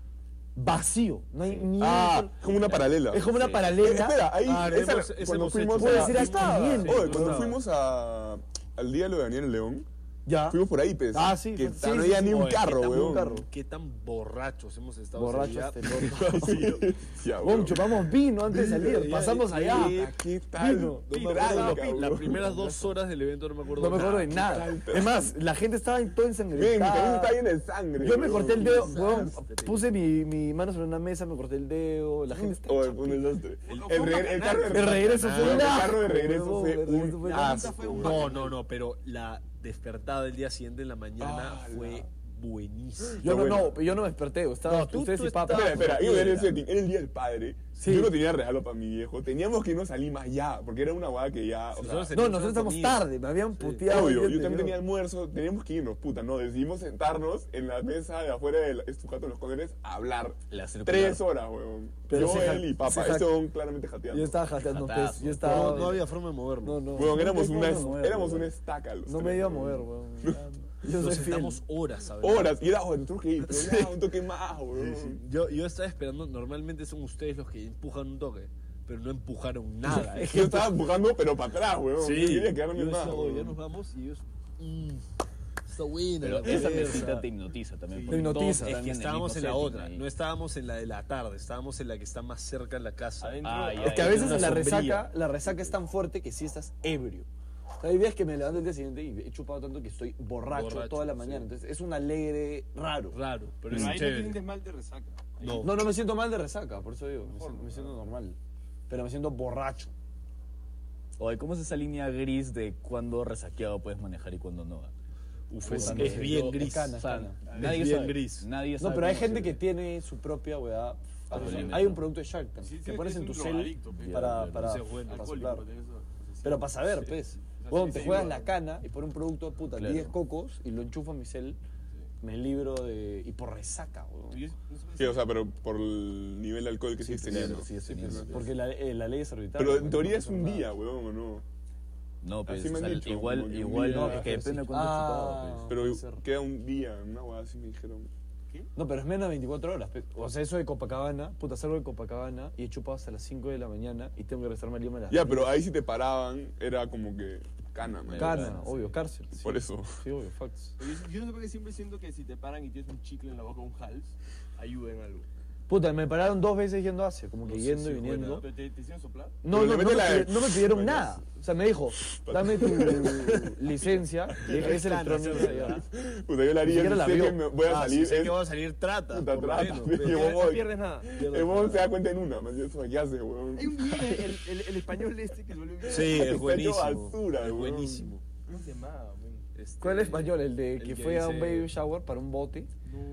Speaker 6: vacío. No hay ni un
Speaker 4: Ah,
Speaker 6: solo-
Speaker 4: es como una paralela.
Speaker 6: Es como una
Speaker 2: Sí.
Speaker 4: Eh,
Speaker 6: paralela.
Speaker 4: Espera, ahí.
Speaker 3: Ah,
Speaker 4: esa,
Speaker 3: hemos- ese
Speaker 4: cuando
Speaker 3: hemos
Speaker 4: fuimos
Speaker 3: hecho.
Speaker 6: Puede
Speaker 4: a-
Speaker 6: ser hasta
Speaker 3: Estaba.
Speaker 6: bien.
Speaker 3: Sí.
Speaker 4: Oye,
Speaker 3: no
Speaker 4: cuando
Speaker 3: estaba.
Speaker 4: fuimos a, al día de lo de Daniel León,
Speaker 1: Ya.
Speaker 4: Fuimos por ahí, pues.
Speaker 1: Ah, sí,
Speaker 4: Que
Speaker 1: fue-
Speaker 4: ta-
Speaker 1: sí,
Speaker 4: no
Speaker 1: sí,
Speaker 4: había
Speaker 1: sí.
Speaker 4: ni un
Speaker 1: Oye,
Speaker 4: carro,
Speaker 1: qué tan-
Speaker 4: weón.
Speaker 1: un carro.
Speaker 3: ¿Qué tan borrachos hemos estado
Speaker 1: Borrachos
Speaker 3: ese día?
Speaker 1: telones.
Speaker 4: Ya,
Speaker 1: Weón,
Speaker 4: weón.
Speaker 1: chupamos vino antes de
Speaker 3: Vino,
Speaker 1: salir.
Speaker 3: ya,
Speaker 1: Pasamos
Speaker 3: ya,
Speaker 1: allá.
Speaker 4: Puta, ¿Qué tal?
Speaker 1: Vino.
Speaker 4: No me
Speaker 3: Pita,
Speaker 4: acuerdo,
Speaker 3: pita,
Speaker 4: cabrón.
Speaker 3: Las primeras dos horas del evento no me acuerdo
Speaker 1: No me acuerdo de
Speaker 3: nada.
Speaker 1: nada. Es más, la gente estaba en todo
Speaker 4: Ven, mi camisa
Speaker 1: ensangrentada.
Speaker 4: está llena de sangre.
Speaker 1: Yo me
Speaker 4: weón.
Speaker 1: corté el dedo,
Speaker 3: Desastre.
Speaker 1: weón. Puse mi, mi mano sobre una mesa, me corté el dedo. La gente está.
Speaker 4: Mm, Oye, fue un desastre. El, re- el carro de
Speaker 1: El regreso fue
Speaker 4: Ah, El
Speaker 1: un
Speaker 4: carro de
Speaker 1: asco,
Speaker 4: regreso
Speaker 1: huevón,
Speaker 4: fue
Speaker 1: el regreso
Speaker 4: un
Speaker 1: fue un
Speaker 4: asco.
Speaker 5: fue un-
Speaker 3: No, no, no, pero la despertada del día siguiente en la mañana
Speaker 4: Ah,
Speaker 3: fue buenísima.
Speaker 1: Yo
Speaker 4: Qué
Speaker 1: no,
Speaker 4: bueno.
Speaker 1: no, yo no me desperté. Estaba
Speaker 3: No, tú-
Speaker 1: ustedes
Speaker 3: tú
Speaker 1: y papá.
Speaker 4: Espera, espera, iba a
Speaker 1: Mira.
Speaker 4: decir eso de ti. Era el día del padre. Yo no tenía regalo para mi viejo. Teníamos que irnos a Lima ya, porque era una guada que ya. o sea,
Speaker 3: Nosotros
Speaker 1: No,
Speaker 3: teníamos
Speaker 1: nosotros
Speaker 3: una
Speaker 1: estamos
Speaker 3: comida.
Speaker 1: tarde. Me habían puteado.
Speaker 4: Obvio,
Speaker 1: el
Speaker 4: yo
Speaker 1: día
Speaker 4: también tenía
Speaker 1: anterior.
Speaker 4: almuerzo, teníamos que irnos, puta, no, decidimos sentarnos en la mesa de afuera del estucato de los condenes a hablar.
Speaker 2: La circular.
Speaker 4: Tres horas, weón.
Speaker 1: Pero
Speaker 4: yo,
Speaker 1: se ja-
Speaker 4: él y papá,
Speaker 1: se ja-
Speaker 4: este weón claramente jateando.
Speaker 1: Yo estaba jateando
Speaker 2: Jatazo.
Speaker 1: pues, Yo estaba.
Speaker 3: No, no había forma de movernos.
Speaker 1: No, no.
Speaker 4: Weón,
Speaker 1: No
Speaker 4: éramos,
Speaker 1: me
Speaker 4: una,
Speaker 1: iba a mover,
Speaker 4: éramos
Speaker 1: weón.
Speaker 4: una estaca. los
Speaker 1: No
Speaker 4: tres,
Speaker 1: me iba a
Speaker 4: weón.
Speaker 1: mover, weón. Yo
Speaker 3: Nos
Speaker 1: soy fiel.
Speaker 3: sentamos horas a ver.
Speaker 4: Horas, y era, oh, tengo que ir, pero ya, un toque más, weón.
Speaker 3: Yo, yo estaba esperando, normalmente son ustedes los que empujan un toque, pero no empujaron nada.
Speaker 4: Yo estaba empujando, pero para atrás, weón. Yo quería quedarme
Speaker 3: yo
Speaker 4: más.
Speaker 3: decía, "Oh, ya
Speaker 4: weón.
Speaker 3: nos vamos y ellos. mm, está buena.
Speaker 2: Pero
Speaker 3: la
Speaker 2: esa
Speaker 3: conversa".
Speaker 2: mesita te hipnotiza también.
Speaker 1: Te
Speaker 2: porque todos
Speaker 1: hipnotiza.
Speaker 2: están
Speaker 1: Es
Speaker 3: Es que
Speaker 2: el
Speaker 3: estábamos en
Speaker 2: mismo
Speaker 3: la
Speaker 2: setting
Speaker 3: otra,
Speaker 2: ahí.
Speaker 3: no estábamos en la de la tarde, estábamos en la que está más cerca de la casa.
Speaker 5: Adentro.
Speaker 2: Ah, ya,
Speaker 1: Es que a
Speaker 2: ya.
Speaker 1: veces
Speaker 2: Una
Speaker 1: la
Speaker 2: sombría.
Speaker 1: resaca, la resaca es tan fuerte que sí estás ebrio. O sea, hay días que me levanto el día siguiente y he chupado tanto que estoy borracho,
Speaker 3: Borracho,
Speaker 1: toda la
Speaker 3: sí.
Speaker 1: mañana. Entonces es un alegre raro.
Speaker 3: Raro, pero,
Speaker 5: Pero ahí
Speaker 3: es
Speaker 5: no te
Speaker 3: chévere.
Speaker 5: sientes mal de resaca.
Speaker 3: No.
Speaker 1: No, no me siento mal de resaca, por eso digo. Me siento, me siento normal. Pero me siento borracho.
Speaker 2: Oye, ¿cómo es esa línea gris de cuándo resaqueado puedes manejar y cuándo no?
Speaker 3: Uf,
Speaker 2: Puta,
Speaker 3: es,
Speaker 2: no
Speaker 3: es
Speaker 2: sé.
Speaker 3: bien
Speaker 2: Yo-
Speaker 3: gris.
Speaker 1: es cana.
Speaker 2: O sea,
Speaker 1: Cana.
Speaker 2: nadie
Speaker 3: Es bien
Speaker 2: sabe.
Speaker 3: gris.
Speaker 2: Nadie
Speaker 1: No,
Speaker 2: sabe
Speaker 1: pero hay
Speaker 2: cómo
Speaker 1: gente
Speaker 2: se
Speaker 1: que
Speaker 2: ve.
Speaker 1: tiene su propia weá.
Speaker 2: Autolimit,
Speaker 1: Hay
Speaker 2: ¿no?
Speaker 1: un producto de Shark Tank
Speaker 5: Sí,
Speaker 1: que
Speaker 5: tienes
Speaker 1: pones
Speaker 5: que
Speaker 1: en tu
Speaker 5: ser un
Speaker 1: cel
Speaker 5: drogadicto, pe.
Speaker 1: para,
Speaker 3: Ya,
Speaker 1: para,
Speaker 3: no seas bueno.
Speaker 1: para
Speaker 5: Alcohólico,
Speaker 1: soplar.
Speaker 5: tenés eso, asesino.
Speaker 1: Pero para saber, pues.
Speaker 5: sea,
Speaker 1: Weón,
Speaker 5: sí,
Speaker 1: te
Speaker 5: sí,
Speaker 1: juegas
Speaker 5: sí,
Speaker 1: la
Speaker 5: sí.
Speaker 1: cana y por un producto, puta,
Speaker 2: Claro.
Speaker 1: 10 cocos y lo enchufa mi cel, me libro de. y por resaca, weón.
Speaker 5: Yo- no sé,
Speaker 4: Sí, o sea, pero por el nivel de alcohol que sigues teniendo.
Speaker 2: Claro, sí, es genial.
Speaker 1: Porque la, eh, la ley es arbitraria.
Speaker 4: Pero
Speaker 1: weón,
Speaker 4: en teoría
Speaker 1: no
Speaker 4: es
Speaker 1: pasa
Speaker 4: un
Speaker 1: nada.
Speaker 4: día, weón, o no.
Speaker 2: No, pues,
Speaker 4: Así me han
Speaker 2: o sea,
Speaker 4: dicho, como
Speaker 2: igual,
Speaker 4: que
Speaker 2: igual,
Speaker 4: un día,
Speaker 2: es que
Speaker 1: pero
Speaker 2: depende
Speaker 1: sí.
Speaker 2: de cuánto
Speaker 1: Ah.
Speaker 2: chupado, pues.
Speaker 4: Pero
Speaker 1: Puede ser.
Speaker 4: queda un día, una guada así me dijeron.
Speaker 1: No, pero es menos de 24 horas. pe. O sea, eso de Copacabana, puta, salgo de Copacabana y he chupado hasta las 5 de la mañana y tengo que regresarme a Lima a las
Speaker 4: Ya,
Speaker 1: 10.
Speaker 4: pero ahí si te paraban, era como que cana, man.
Speaker 1: Cana, obvio, cárcel. sí.
Speaker 4: Por eso.
Speaker 1: Sí, obvio, facts.
Speaker 5: Yo, yo no sé por qué siempre siento que si te paran y tienes un chicle en la boca, un hals, ayuda en algo.
Speaker 1: Puta, me pararon dos veces yendo hacia, como que
Speaker 3: No sé
Speaker 1: yendo
Speaker 3: si
Speaker 1: y
Speaker 3: es
Speaker 1: viniendo.
Speaker 5: ¿Pero te, te hicieron soplar?
Speaker 1: No,
Speaker 4: Pero
Speaker 1: no,
Speaker 4: le
Speaker 1: no,
Speaker 4: mete
Speaker 1: me,
Speaker 4: la-
Speaker 1: pidieron- no me pidieron
Speaker 4: Bueno,
Speaker 1: nada. O sea, me dijo, dame tu licencia. Y dije, es electrónico. ya".
Speaker 4: Puta, yo la
Speaker 1: Ni
Speaker 4: haría,
Speaker 1: siquiera
Speaker 4: sé
Speaker 1: la vio.
Speaker 4: que me voy a
Speaker 3: Ah,
Speaker 4: salir.
Speaker 3: sí, sé
Speaker 4: es-
Speaker 3: que va a salir trata.
Speaker 4: puta,
Speaker 3: por lo
Speaker 4: trata,
Speaker 3: menos,
Speaker 4: pe,
Speaker 3: pero-
Speaker 4: yo
Speaker 5: Ya,
Speaker 4: voy.
Speaker 5: No pierdes nada.
Speaker 4: El huevón se da cuenta en una, man. Eso, ¿qué hace, weón?
Speaker 5: Hay un video del el, el, el español este que se volvió bien.
Speaker 3: Sí,
Speaker 4: Está
Speaker 3: es
Speaker 4: hecho
Speaker 3: buenísimo.
Speaker 4: basura,
Speaker 3: es
Speaker 4: weón.
Speaker 3: buenísimo.
Speaker 5: ¿Cómo se llamaba, men?
Speaker 3: Este,
Speaker 1: ¿Cuál español? El de que
Speaker 3: que
Speaker 1: fue a un
Speaker 3: dice-
Speaker 1: baby shower para un bote.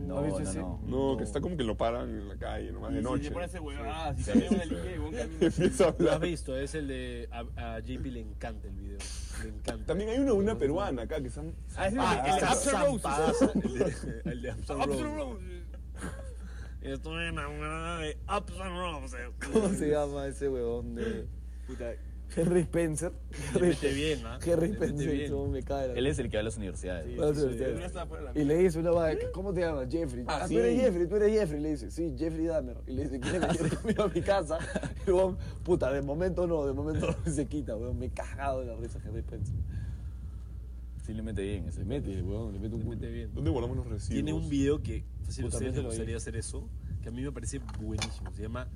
Speaker 2: No,
Speaker 1: ¿Has visto
Speaker 2: no,
Speaker 1: ese?
Speaker 2: no.
Speaker 4: No, que está como que lo paran en la calle, nomás de
Speaker 5: Y
Speaker 4: noche.
Speaker 5: Si te pones ese huevada, si cambias una línea y un camino.
Speaker 4: Empieza a
Speaker 3: Lo has
Speaker 4: hablar.
Speaker 3: visto, es el de. A, a JP le encanta el video. Le encanta.
Speaker 4: También hay una, una peruana acá que están.
Speaker 5: Ah, ese
Speaker 3: Ah,
Speaker 5: es el
Speaker 3: el
Speaker 5: de After Rose.
Speaker 3: zampadaza, el de- El de Upson
Speaker 5: After
Speaker 3: Rose.
Speaker 5: Rose.
Speaker 3: Estoy enamorada de Upson Rose.
Speaker 1: ¿Cómo se llama ese huevón de
Speaker 5: Puta,
Speaker 1: Henry Spencer?
Speaker 3: Le mete bien, ¿ah?
Speaker 1: Henry
Speaker 3: Le mete
Speaker 1: Spencer,
Speaker 3: bien.
Speaker 1: cómo me cae la-
Speaker 2: Él es el que va a las universidades.
Speaker 5: Sí.
Speaker 1: Para hacer
Speaker 5: el
Speaker 1: ustedes.
Speaker 5: uno estaba fuera de la
Speaker 1: Y le dice una vaga, ¿cómo te llamas? Jeffrey.
Speaker 4: Ah,
Speaker 1: Ah,
Speaker 4: sí.
Speaker 1: tú eres Jeffrey, tú eres Jeffrey. Le dice, sí, Jeffrey Dahmer. Y le dice, ¿quieres venir conmigo a mi casa? Y el huevón, puta, de momento no, de momento no se quita, weón. Me he cagado de la risa Henry Spencer.
Speaker 2: Sí, le mete bien ese.
Speaker 1: Mete, weón, le mete un
Speaker 3: Le mete bien.
Speaker 4: ¿Dónde volamos los residuos?
Speaker 3: Tiene un video que, si a
Speaker 1: Puta,
Speaker 3: ustedes les
Speaker 1: mételo ahí.
Speaker 3: gustaría hacer eso, que a mí me parece buenísimo. Se llama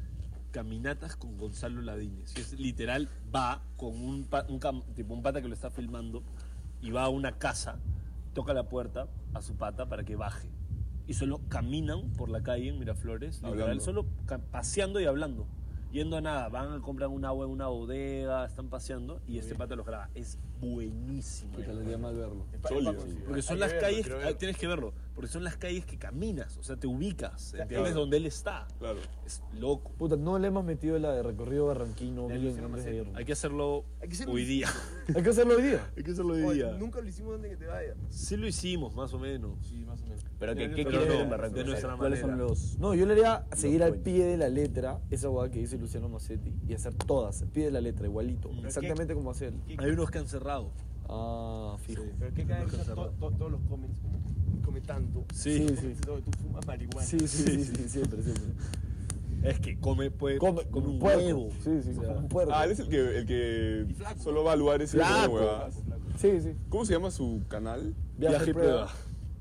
Speaker 3: Caminatas con Gonzalo Ladines. Y es literal, va con un, pa- un cam- tipo, un pata que lo está filmando y va a una casa, toca la puerta a su pata para que baje. Y solo caminan por la calle en Miraflores, literal,
Speaker 4: Hablando.
Speaker 3: solo ca- paseando y hablando. Yendo a nada, van a comprar un agua en una bodega, están paseando y este pata los graba. Es buenísimo.
Speaker 1: Puta, le haría mal verlo.
Speaker 4: Sólido.
Speaker 3: Porque son
Speaker 5: Hay
Speaker 3: las
Speaker 5: que verlo,
Speaker 3: calles,
Speaker 5: quiero
Speaker 3: ah,
Speaker 5: verlo.
Speaker 3: tienes que verlo, porque son las calles que caminas, o sea, te ubicas, entiendes
Speaker 4: claro.
Speaker 3: donde él está.
Speaker 4: Claro.
Speaker 3: Es loco.
Speaker 1: Puta, no le hemos metido la de recorrido barranquino
Speaker 5: La
Speaker 1: bien
Speaker 5: Luciana
Speaker 1: antes de
Speaker 5: Maceta.
Speaker 1: irnos.
Speaker 3: Hay que hacerlo
Speaker 5: Hay que hacerlo.
Speaker 3: hoy día.
Speaker 1: Hay que hacerlo hoy día.
Speaker 3: Hay que hacerlo
Speaker 5: Oye, Nunca lo hicimos donde que te vaya.
Speaker 3: Sí lo hicimos, más o menos.
Speaker 5: Sí, más o menos.
Speaker 2: Pero ¿qué, qué
Speaker 5: Pero
Speaker 2: quieres
Speaker 3: no,
Speaker 2: ver en Barranco?
Speaker 3: de nuestra
Speaker 2: ¿Cuáles son
Speaker 3: manera.
Speaker 2: los...?
Speaker 1: No, yo le haría seguir al
Speaker 2: points.
Speaker 1: pie de la letra esa hueá que dice Luciano Massetti y hacer todas, al pie de la letra, igualito.
Speaker 3: Mm.
Speaker 1: Exactamente como hace él.
Speaker 3: Hay unos que han cerrado.
Speaker 1: Ah, fijo.
Speaker 3: Sí.
Speaker 5: Pero que cada vez to- to- todos los comments como, come tanto.
Speaker 1: Sí, sí.
Speaker 5: Todo, Tú fumas marihuana.
Speaker 1: Sí, sí, sí, sí, siempre, siempre.
Speaker 3: Es que come, puede,
Speaker 1: Come,
Speaker 3: come un
Speaker 1: puerco.
Speaker 3: huevo.
Speaker 1: Sí, sí, como un puerco.
Speaker 4: Ah, él es el que, el que
Speaker 5: flaco.
Speaker 4: solo va a lugares y
Speaker 3: Flaco.
Speaker 4: huevadas.
Speaker 5: Flaco.
Speaker 1: Sí, sí.
Speaker 4: ¿Cómo se llama su canal?
Speaker 1: Viaje,
Speaker 3: Viaje y
Speaker 1: prueba.
Speaker 3: prueba.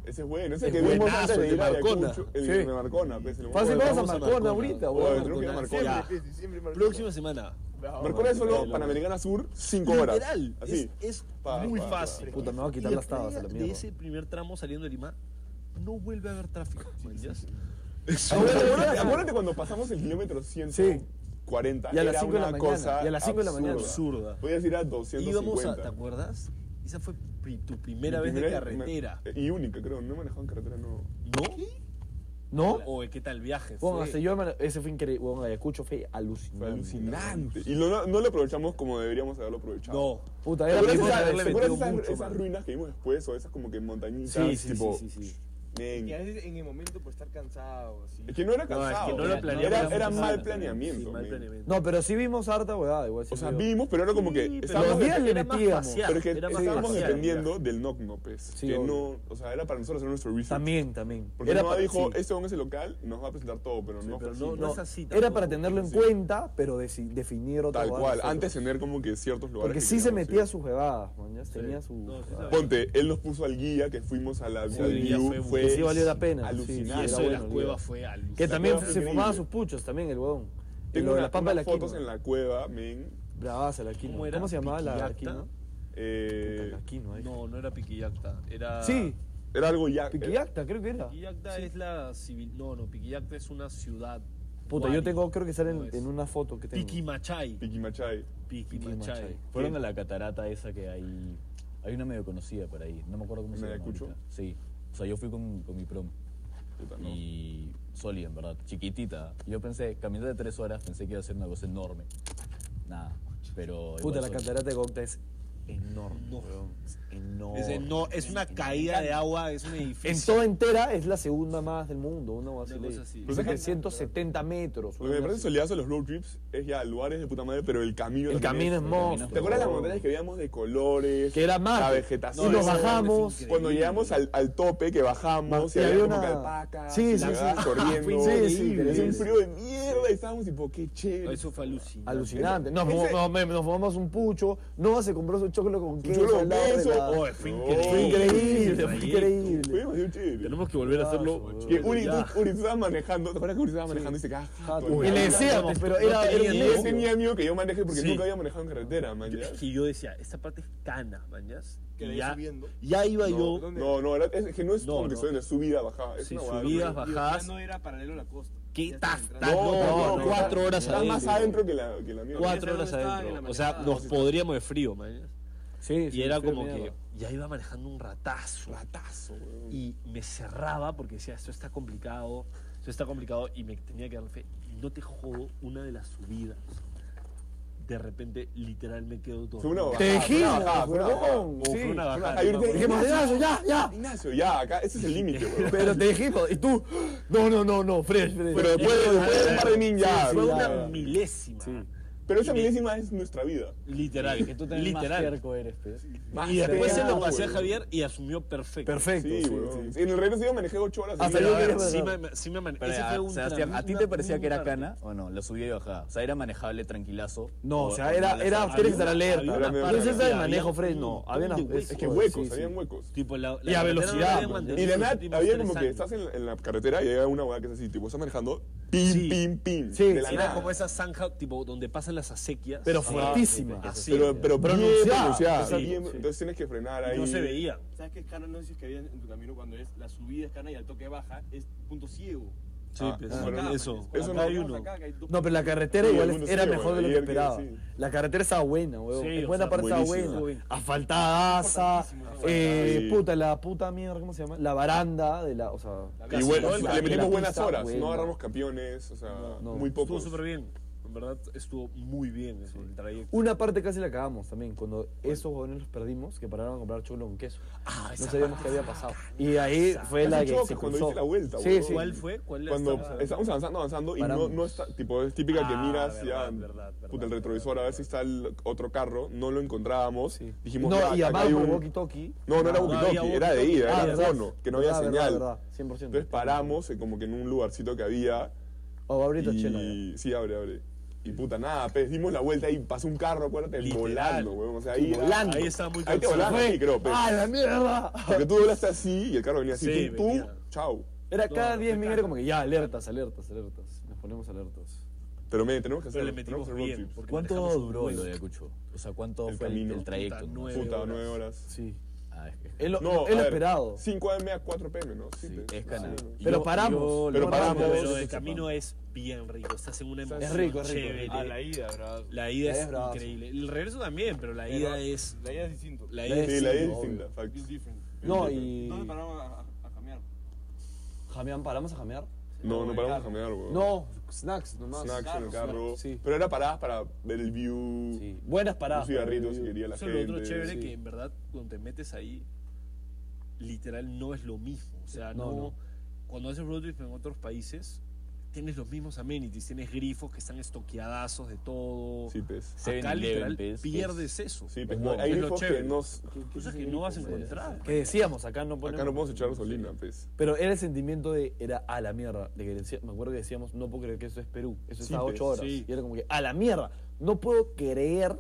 Speaker 4: Ese es bueno, ese
Speaker 1: Es
Speaker 4: que vimos
Speaker 1: buenazo,
Speaker 4: antes de
Speaker 1: el de
Speaker 4: ir a
Speaker 1: Marcona.
Speaker 4: Ayacucho. El
Speaker 1: Sí.
Speaker 4: de Marcona, pues. el-
Speaker 1: Fácil,
Speaker 4: Oye,
Speaker 1: vamos a
Speaker 3: vamos a
Speaker 1: Marcona
Speaker 3: Marcona.
Speaker 1: ahorita,
Speaker 4: Oye,
Speaker 1: weón.
Speaker 4: tenemos que ir a
Speaker 3: Siempre,
Speaker 4: Marcona.
Speaker 5: Pesi, siempre Marcona.
Speaker 3: Próxima semana.
Speaker 4: Marcona es solo Panamericana Sur, 5 horas.
Speaker 3: Literal.
Speaker 4: Así.
Speaker 3: Es, es
Speaker 4: Pa,
Speaker 3: muy
Speaker 4: pa, pa.
Speaker 3: fácil.
Speaker 1: Puta, me voy a quitar
Speaker 3: Y
Speaker 1: las tabas a la
Speaker 3: después
Speaker 1: mierda.
Speaker 3: De ese primer tramo saliendo de Lima, no vuelve a haber tráfico. man, ¿ya?
Speaker 4: Acuérdate, acuérdate- Ah, acuérdate cuando pasamos el kilómetro 140.
Speaker 1: Y a las
Speaker 4: era
Speaker 1: cinco de la
Speaker 4: una
Speaker 1: mañana,
Speaker 4: cosa
Speaker 1: y a las cinco de la mañana.
Speaker 4: Absurda.
Speaker 3: Absurda.
Speaker 4: Podías ir a 250.
Speaker 3: Íbamos a, ¿te acuerdas? Esa fue pri- tu primera vez de
Speaker 4: Primera-
Speaker 3: carretera.
Speaker 4: Y única, creo. No he manejado en carretera, no.
Speaker 3: ¿No?
Speaker 1: ¿No?
Speaker 3: ¿O qué tal viaje?
Speaker 1: Weón,
Speaker 3: fue?
Speaker 1: hasta yo, hermano, ese fue increíble. Weón, Ayacucho fue alucinante.
Speaker 4: Fue alucinante. Y lo- no, no lo aprovechamos como deberíamos haberlo aprovechado.
Speaker 3: No.
Speaker 1: Puta,
Speaker 4: ¿Te
Speaker 1: era
Speaker 4: acuerdas
Speaker 1: mi-
Speaker 4: esas-
Speaker 3: haberle
Speaker 4: te acuerdas
Speaker 3: metido
Speaker 4: esas,
Speaker 3: mucho,
Speaker 4: esas
Speaker 3: man.
Speaker 4: ruinas que vimos después o esas como que montañitas?
Speaker 3: Sí, sí,
Speaker 4: tipo,
Speaker 3: sí, sí, sí.
Speaker 4: men.
Speaker 5: Y a veces en el momento por estar cansado, así.
Speaker 4: Es que no era
Speaker 3: No, es
Speaker 4: cansado.
Speaker 3: que no lo planeamos.
Speaker 4: era, era
Speaker 3: Sí,
Speaker 4: mal planeamiento.
Speaker 3: sí, mal
Speaker 4: men.
Speaker 3: planeamiento.
Speaker 1: No, pero sí vimos harta weá, igual. sí
Speaker 4: O sea,
Speaker 1: veo.
Speaker 4: vimos, pero era como que.
Speaker 3: Sí, pero
Speaker 4: estábamos
Speaker 1: los
Speaker 4: de-
Speaker 1: días le
Speaker 3: era más
Speaker 1: metíamos.
Speaker 3: facial,
Speaker 4: Pero es que
Speaker 3: era más
Speaker 4: estábamos
Speaker 3: facial.
Speaker 4: dependiendo del knock knock, pues.
Speaker 1: Sí,
Speaker 4: que
Speaker 1: obvio.
Speaker 4: no, o sea, era para nosotros hacer nuestro research.
Speaker 1: También, también.
Speaker 4: Porque
Speaker 1: era
Speaker 4: no
Speaker 1: para,
Speaker 4: dijo,
Speaker 1: sí.
Speaker 4: este hombre es el local, nos va a presentar todo, pero no fue
Speaker 3: pero
Speaker 4: así.
Speaker 3: no-
Speaker 4: ¿no?
Speaker 3: es así
Speaker 1: era
Speaker 3: tampoco,
Speaker 1: para tenerlo en
Speaker 4: sí.
Speaker 1: cuenta, pero deci- definir otra
Speaker 4: Tal
Speaker 1: huevada
Speaker 4: cual,
Speaker 1: nosotros.
Speaker 4: antes tener como que ciertos lugares.
Speaker 1: Porque
Speaker 4: que
Speaker 1: sí se
Speaker 4: queríamos
Speaker 1: metía
Speaker 4: ir.
Speaker 1: sus bebadas, man. ya Tenía su.
Speaker 3: No, sí
Speaker 1: ah,
Speaker 3: sabía.
Speaker 4: Ponte, él nos puso al guía que fuimos a la
Speaker 3: el guía
Speaker 4: view,
Speaker 3: fue
Speaker 4: fue
Speaker 1: que sí valió la pena.
Speaker 3: Y
Speaker 4: alucinante.
Speaker 1: Sí,
Speaker 3: eso
Speaker 1: era
Speaker 3: de las
Speaker 1: bueno,
Speaker 3: cuevas
Speaker 1: digo.
Speaker 3: fue alucinante.
Speaker 1: que también
Speaker 4: cueva
Speaker 1: se
Speaker 4: fue
Speaker 1: fumaba
Speaker 4: increíble.
Speaker 1: sus puchos también, el huevón. Y
Speaker 4: Tengo
Speaker 1: lo de
Speaker 4: una-
Speaker 1: la papa de la
Speaker 4: unas fotos
Speaker 1: quinoa.
Speaker 4: en la cueva, men.
Speaker 1: Bravas a la quinoa.
Speaker 3: ¿Cómo
Speaker 1: ¿Cómo,
Speaker 3: era?
Speaker 1: se llamaba la- la
Speaker 3: Piquillacta.
Speaker 1: quinoa? Puta,
Speaker 4: Eh,
Speaker 1: la quinoa, eh.
Speaker 3: No, no era Piquillacta. Era...
Speaker 1: Sí,
Speaker 4: era algo
Speaker 3: Ah,
Speaker 4: ya.
Speaker 1: piquillacta, creo que era.
Speaker 3: Piquillacta es la civil... No, no, Piquillacta es una ciudad.
Speaker 1: Puta, yo
Speaker 3: Guari.
Speaker 1: tengo, creo que sale
Speaker 3: No
Speaker 1: en,
Speaker 3: es.
Speaker 1: en una foto que tengo.
Speaker 3: Piquimachay.
Speaker 4: Piquimachay.
Speaker 3: Piquimachay.
Speaker 2: Fueron a la catarata esa que hay. Hay una medio conocida por ahí. No me acuerdo cómo se
Speaker 4: ¿En
Speaker 2: llama.
Speaker 4: Ayacucho?
Speaker 2: ahorita. Sí. O sea, yo fui con, con mi prom.
Speaker 4: Puta, no.
Speaker 2: Y. Soli, en verdad. Chiquitita. Yo pensé, caminando de tres horas, pensé que iba a ser una cosa enorme. Nada. Pero.
Speaker 1: Puta,
Speaker 2: igual
Speaker 1: la
Speaker 2: Soli.
Speaker 1: catarata de Gocta es enorme,
Speaker 3: No.
Speaker 1: weón. Es enorme.
Speaker 3: Es, no, es una caída de agua, es un
Speaker 1: En
Speaker 3: edificio.
Speaker 1: toda entera es la segunda más del mundo, una o así.
Speaker 3: Una
Speaker 1: le
Speaker 3: cosa
Speaker 1: digo.
Speaker 3: así.
Speaker 1: Creo
Speaker 4: Pero
Speaker 1: que
Speaker 4: es que-
Speaker 1: 170 metros.
Speaker 4: Lo que me
Speaker 1: una
Speaker 4: parece
Speaker 1: así.
Speaker 4: solidazo de los road trips es ya lugares de puta madre, pero el camino
Speaker 1: El
Speaker 4: también
Speaker 1: camino es monstruo.
Speaker 4: ¿Te acuerdas las montañas que veíamos de colores?
Speaker 1: Que era mar.
Speaker 4: La
Speaker 1: Y
Speaker 4: vegetación.
Speaker 1: nos
Speaker 3: No, esa-
Speaker 1: bajamos.
Speaker 3: es
Speaker 4: Cuando llegamos al, al tope, que bajamos, y,
Speaker 1: Y
Speaker 4: había
Speaker 1: había
Speaker 4: como
Speaker 1: una-
Speaker 4: que alpacas,
Speaker 1: Sí,
Speaker 4: y
Speaker 1: sí,
Speaker 4: la
Speaker 1: sí.
Speaker 4: verdad, corriendo,
Speaker 1: Sí, sí,
Speaker 4: y
Speaker 1: sí,
Speaker 4: un
Speaker 1: sí.
Speaker 4: frío de mierda, y estábamos tipo, qué chévere.
Speaker 3: Eso fue alucinante.
Speaker 1: Alucinante. Nos,
Speaker 4: Ese-
Speaker 1: nos- me- nos fumamos un pucho. No, se compró su chocolate con queso. al
Speaker 4: chocolate con
Speaker 1: lado de
Speaker 4: queso.
Speaker 1: la-
Speaker 4: Oh,
Speaker 3: fue
Speaker 4: No.
Speaker 1: Fue
Speaker 3: increíble.
Speaker 1: increíble, fue
Speaker 3: Trayecto.
Speaker 4: Fue
Speaker 1: increíble.
Speaker 4: demasiado chévere.
Speaker 3: Tenemos que volver a hacerlo.
Speaker 4: Ah, Que
Speaker 3: chicos,
Speaker 4: Uri,
Speaker 3: ya.
Speaker 4: tú, Uri, tú estabas manejando, ¿te acuerdas que Uri estaba manejando y se cagaba? jato,
Speaker 1: Y
Speaker 4: man?
Speaker 1: le decíamos, pero era. era un
Speaker 3: pues, no
Speaker 4: Y
Speaker 3: teníamos.
Speaker 1: loco.
Speaker 4: ese mi amigo que yo manejé porque
Speaker 3: Sí.
Speaker 4: nunca había manejado en carretera, man.
Speaker 3: Yo-
Speaker 4: ya.
Speaker 3: es que yo decía, esta parte es cana, mañas.
Speaker 5: Que la
Speaker 3: Y
Speaker 5: iba
Speaker 3: Ya,
Speaker 5: subiendo.
Speaker 3: ya iba yo.
Speaker 5: ¿dónde?
Speaker 4: No, no, era- es que no es
Speaker 3: No,
Speaker 4: como que
Speaker 3: no.
Speaker 4: suena, es subida, bajada. Es
Speaker 3: Sí,
Speaker 4: una huevada,
Speaker 3: subidas,
Speaker 4: man.
Speaker 5: Y, o sea,
Speaker 3: bajadas.
Speaker 5: no era paralelo a la costa.
Speaker 3: ¿Qué
Speaker 5: Ya
Speaker 3: ta-
Speaker 5: estás
Speaker 3: ta-
Speaker 5: entrando.
Speaker 4: No, no,
Speaker 3: No,
Speaker 4: no,
Speaker 3: cuatro horas
Speaker 4: Está más
Speaker 3: adentro.
Speaker 4: adentro que la, que la mía.
Speaker 5: Esa
Speaker 3: Cuatro
Speaker 5: no
Speaker 3: horas
Speaker 5: estaba en la
Speaker 3: adentro. O sea,
Speaker 5: manejada.
Speaker 3: nos podríamos de frío, mañas.
Speaker 1: Sí, sí,
Speaker 3: Y era
Speaker 1: fue
Speaker 3: como
Speaker 1: mierda.
Speaker 3: que ya iba manejando un ratazo.
Speaker 4: Ratazo, weón.
Speaker 3: Y me cerraba porque decía, esto está complicado, esto está complicado. Y me tenía que dar fe. No te jodo, una de las subidas. De repente, literal, me quedo todo.
Speaker 4: Fue una bajada.
Speaker 1: Te dijimos,
Speaker 4: fue una bajada, fue una bajada.
Speaker 1: huevón.
Speaker 3: fue
Speaker 1: Sí.
Speaker 3: una bajada.
Speaker 4: Ahí ahorita-
Speaker 1: Dijimos, Ignacio, ya, ya.
Speaker 4: Ignacio, ya, acá, ese es el límite, weón.
Speaker 1: Pero te dijimos, y tú, no, no, no, no, Fred, Fred.
Speaker 4: Pero después, después de un par de min, ya.
Speaker 3: Fue
Speaker 4: ya,
Speaker 3: una
Speaker 4: ya.
Speaker 3: milésima.
Speaker 4: Pero esa milésima es nuestra vida.
Speaker 3: Literal.
Speaker 2: Que tú también más
Speaker 3: literal.
Speaker 2: terco eres, pues.
Speaker 3: Y después se lo
Speaker 4: Weón.
Speaker 3: pasé a Javier y asumió perfecto.
Speaker 1: Perfecto.
Speaker 4: Sí,
Speaker 1: sí,
Speaker 4: weón.
Speaker 1: sí.
Speaker 4: En el regreso yo manejé 8 horas.
Speaker 1: Hasta
Speaker 4: seguidas.
Speaker 3: Pero a
Speaker 1: yo
Speaker 3: ver,
Speaker 1: quería
Speaker 3: sí
Speaker 1: pasar.
Speaker 3: me, sí me mane-
Speaker 2: Pero,
Speaker 3: Ese fue un
Speaker 2: Sebastián,
Speaker 3: tran-
Speaker 2: ¿a ti
Speaker 3: una-
Speaker 2: te parecía
Speaker 3: un
Speaker 2: que era
Speaker 3: parte.
Speaker 2: cana o no? La subida y bajada. O sea, era manejable, tranquilito.
Speaker 1: No, o sea, era, era, tienes que estar
Speaker 3: había
Speaker 1: alerta.
Speaker 4: una
Speaker 1: Pero
Speaker 4: parte
Speaker 1: ese es
Speaker 4: que
Speaker 1: de
Speaker 3: había
Speaker 1: manejo,
Speaker 3: un
Speaker 1: Fred, no.
Speaker 3: montón
Speaker 1: Había
Speaker 3: de
Speaker 1: una,
Speaker 3: huecos.
Speaker 4: Es que
Speaker 1: sí,
Speaker 4: huecos,
Speaker 1: sí.
Speaker 4: habían huecos.
Speaker 3: Tipo,
Speaker 1: Y
Speaker 3: la,
Speaker 1: a
Speaker 3: carretera no
Speaker 1: velocidad,
Speaker 3: habían
Speaker 1: man.
Speaker 3: mantenido
Speaker 4: Y de
Speaker 3: los
Speaker 4: nada,
Speaker 3: últimos
Speaker 4: había
Speaker 3: tres
Speaker 4: como que
Speaker 3: años.
Speaker 4: estás en, en la carretera y había una hueá que es así, tipo, estás manejando pim,
Speaker 3: Sí.
Speaker 4: pim, pim.
Speaker 1: Sí,
Speaker 4: de la
Speaker 1: sí,
Speaker 3: Era
Speaker 4: nada.
Speaker 3: como esa zanja, tipo, donde pasan las acequias.
Speaker 1: Pero
Speaker 3: Sí. eh,
Speaker 1: fuertísima.
Speaker 3: Así.
Speaker 4: Pero, pero bien
Speaker 1: Pronunciada.
Speaker 4: pronunciada.
Speaker 1: Sí,
Speaker 4: bien-
Speaker 1: sí.
Speaker 4: Entonces tienes que frenar ahí.
Speaker 3: no se veía.
Speaker 5: ¿Sabes qué es caro? No sé si es que había en tu camino cuando es la subida es cana y al toque baja, es punto ciego.
Speaker 3: Sí, pues,
Speaker 4: ah,
Speaker 3: bueno,
Speaker 5: Acá,
Speaker 3: eso.
Speaker 5: pues,
Speaker 4: eso
Speaker 5: acá
Speaker 4: no-
Speaker 5: vamos
Speaker 3: uno.
Speaker 5: acá, que hay dos-
Speaker 1: No, pero la carretera
Speaker 4: Sí,
Speaker 1: igual
Speaker 4: algunos
Speaker 1: era
Speaker 4: sí,
Speaker 1: mejor
Speaker 4: weón,
Speaker 1: de lo que
Speaker 4: ayer que
Speaker 1: esperaba.
Speaker 4: sí.
Speaker 1: La carretera estaba buena, weón.
Speaker 3: Sí, o
Speaker 1: buena
Speaker 3: sea,
Speaker 1: parte estaba
Speaker 4: buenísima.
Speaker 1: buena. Asfaltadaza. Eh,
Speaker 4: Sí.
Speaker 1: Puta, la puta mierda, ¿cómo se llama? La baranda de la. O sea.
Speaker 4: Y
Speaker 1: casi
Speaker 4: bueno,
Speaker 1: toda la-
Speaker 4: le
Speaker 1: de la
Speaker 4: metimos buenas
Speaker 1: pista,
Speaker 4: horas.
Speaker 1: weón.
Speaker 4: No agarramos campeones, o sea,
Speaker 1: no.
Speaker 4: muy
Speaker 3: Estuvo
Speaker 4: pocos.
Speaker 3: súper bien. En verdad, estuvo muy bien eso, el trayecto.
Speaker 1: Una parte casi la cagamos también, cuando esos jóvenes los perdimos, que pararon a comprar chocolate con queso.
Speaker 4: Ah,
Speaker 1: no sabíamos qué había pasado. Y ahí fue
Speaker 4: Casi
Speaker 1: la que
Speaker 4: chocas
Speaker 1: se
Speaker 4: cuando
Speaker 1: cruzó.
Speaker 4: hice la vuelta,
Speaker 1: Sí,
Speaker 4: weón.
Speaker 1: sí.
Speaker 3: ¿Cuál fue? ¿Cuál era
Speaker 4: Cuando
Speaker 3: esta-
Speaker 4: estamos avanzando, avanzando, y no,
Speaker 1: Paramos.
Speaker 4: no está, tipo, es típica que
Speaker 3: Ah,
Speaker 4: miras
Speaker 3: verdad,
Speaker 4: ya,
Speaker 3: verdad, verdad,
Speaker 4: puta, el retrovisor, a ver si está el otro carro, no lo encontrábamos,
Speaker 1: Sí.
Speaker 4: dijimos,
Speaker 1: no,
Speaker 4: "Ya,
Speaker 1: y
Speaker 4: acá
Speaker 1: además
Speaker 4: hay
Speaker 1: por
Speaker 4: un-
Speaker 1: walkie-talkie.
Speaker 4: No, no era
Speaker 3: No, no
Speaker 4: walkie-talkie,
Speaker 3: había
Speaker 4: era de ida,
Speaker 1: Ah,
Speaker 4: era
Speaker 1: verdad.
Speaker 4: fono, que no había
Speaker 1: Verdad,
Speaker 4: señal.
Speaker 1: Verdad, verdad, 100%.
Speaker 4: Entonces paramos eh, como que en un lugarcito que había
Speaker 1: O ahorita chela. ya.
Speaker 4: y... Sí, abre, abre. Y puta, nada, pues, dimos la vuelta y pasó un carro, acuérdate,
Speaker 3: Literal.
Speaker 4: volando, weón. O sea, ahí, era-
Speaker 3: Volando. Ahí estaba muy
Speaker 4: Ahí te
Speaker 3: cansado.
Speaker 4: volando,
Speaker 3: Fue-
Speaker 4: sí, creo, pues.
Speaker 1: ¡Ah, la mierda!
Speaker 4: Porque tú doblaste así y el carro venía así,
Speaker 3: Sí,
Speaker 4: pum, pum,
Speaker 3: venía.
Speaker 4: chau.
Speaker 1: Era cada
Speaker 3: Claro,
Speaker 1: 10
Speaker 3: te
Speaker 1: minutos
Speaker 3: cago.
Speaker 1: como que ya, alertas, alertas, alertas. Nos ponemos alertas.
Speaker 4: Pero me, tenemos que hacer
Speaker 3: Pero le metimos bien. porque
Speaker 2: ¿Cuánto
Speaker 3: manejamos un
Speaker 2: duró el
Speaker 3: huevo.
Speaker 2: Ayacucho? O sea, ¿cuánto
Speaker 4: El
Speaker 2: fue el,
Speaker 4: camino.
Speaker 2: el trayecto?
Speaker 3: Puta,
Speaker 2: no?
Speaker 3: nueve.
Speaker 4: Puta,
Speaker 3: horas.
Speaker 4: nueve horas.
Speaker 1: Sí.
Speaker 2: Ah, es que-
Speaker 1: Es lo,
Speaker 4: No,
Speaker 1: es lo
Speaker 4: a ver,
Speaker 1: esperado.
Speaker 4: 5 AM a 4 PM, ¿no? Sí,
Speaker 2: sí,
Speaker 4: pues.
Speaker 2: es cana.
Speaker 4: Sí.
Speaker 2: Y
Speaker 1: Pero
Speaker 2: yo-
Speaker 1: paramos.
Speaker 2: yo-
Speaker 4: Pero
Speaker 2: yo-
Speaker 4: paramos.
Speaker 2: yo-
Speaker 3: Pero
Speaker 2: yo-
Speaker 3: el camino es bien rico. Estás en una emoción
Speaker 1: Es rico, es rico.
Speaker 3: chévere.
Speaker 5: A la ida, bravo.
Speaker 3: La ida
Speaker 1: La
Speaker 3: es,
Speaker 1: ida es brava,
Speaker 3: increíble. El regreso también, pero la
Speaker 5: Pero-
Speaker 3: ida es.
Speaker 5: La ida es distinto.
Speaker 3: La
Speaker 1: La
Speaker 3: ida
Speaker 4: Sí,
Speaker 3: es.
Speaker 4: la idea es
Speaker 1: obvio.
Speaker 4: distinta, facts.
Speaker 5: It's different.
Speaker 1: No, y.
Speaker 5: ¿Dónde paramos a, a- a cambiar?
Speaker 1: Jamean, ¿paramos a jamear?
Speaker 4: No,
Speaker 5: No,
Speaker 4: no
Speaker 5: el
Speaker 4: paramos a
Speaker 5: carro.
Speaker 4: jamear, weón.
Speaker 1: No, snacks nomás.
Speaker 4: Snacks en el
Speaker 5: Carros,
Speaker 4: carro.
Speaker 1: sí.
Speaker 4: Pero era paradas para ver el view,
Speaker 1: Sí. Buenas
Speaker 4: un
Speaker 1: paradas.
Speaker 4: cigarrito si
Speaker 1: pero-
Speaker 4: quería la
Speaker 3: Eso es lo
Speaker 4: gente.
Speaker 3: otro chévere
Speaker 1: sí.
Speaker 3: que en verdad cuando te metes ahí, literal no es lo mismo. O sea,
Speaker 1: No,
Speaker 3: no,
Speaker 1: no.
Speaker 3: cuando haces road trip en otros países, tienes los mismos amenities, tienes grifos que están estoqueadazos de todo.
Speaker 4: Sí, pues.
Speaker 3: Acá
Speaker 2: 7-Eleven,
Speaker 3: literal
Speaker 2: pues,
Speaker 3: pierdes eso.
Speaker 4: Sí, pues.
Speaker 2: Es
Speaker 4: no,
Speaker 2: lo-
Speaker 4: hay
Speaker 3: es lo
Speaker 4: grifos que
Speaker 3: chévere.
Speaker 4: no...
Speaker 3: Cosas que no vas a encontrar.
Speaker 1: Que decíamos, acá no ponemos.
Speaker 4: Acá no podemos echar gasolina, pues.
Speaker 1: Pero era el sentimiento de, era a la mierda. De que decía- me acuerdo que decíamos, no puedo creer que eso es Perú. Eso está a
Speaker 4: pues,
Speaker 1: 8 horas.
Speaker 3: sí.
Speaker 1: Y era como que, a la mierda. No puedo creer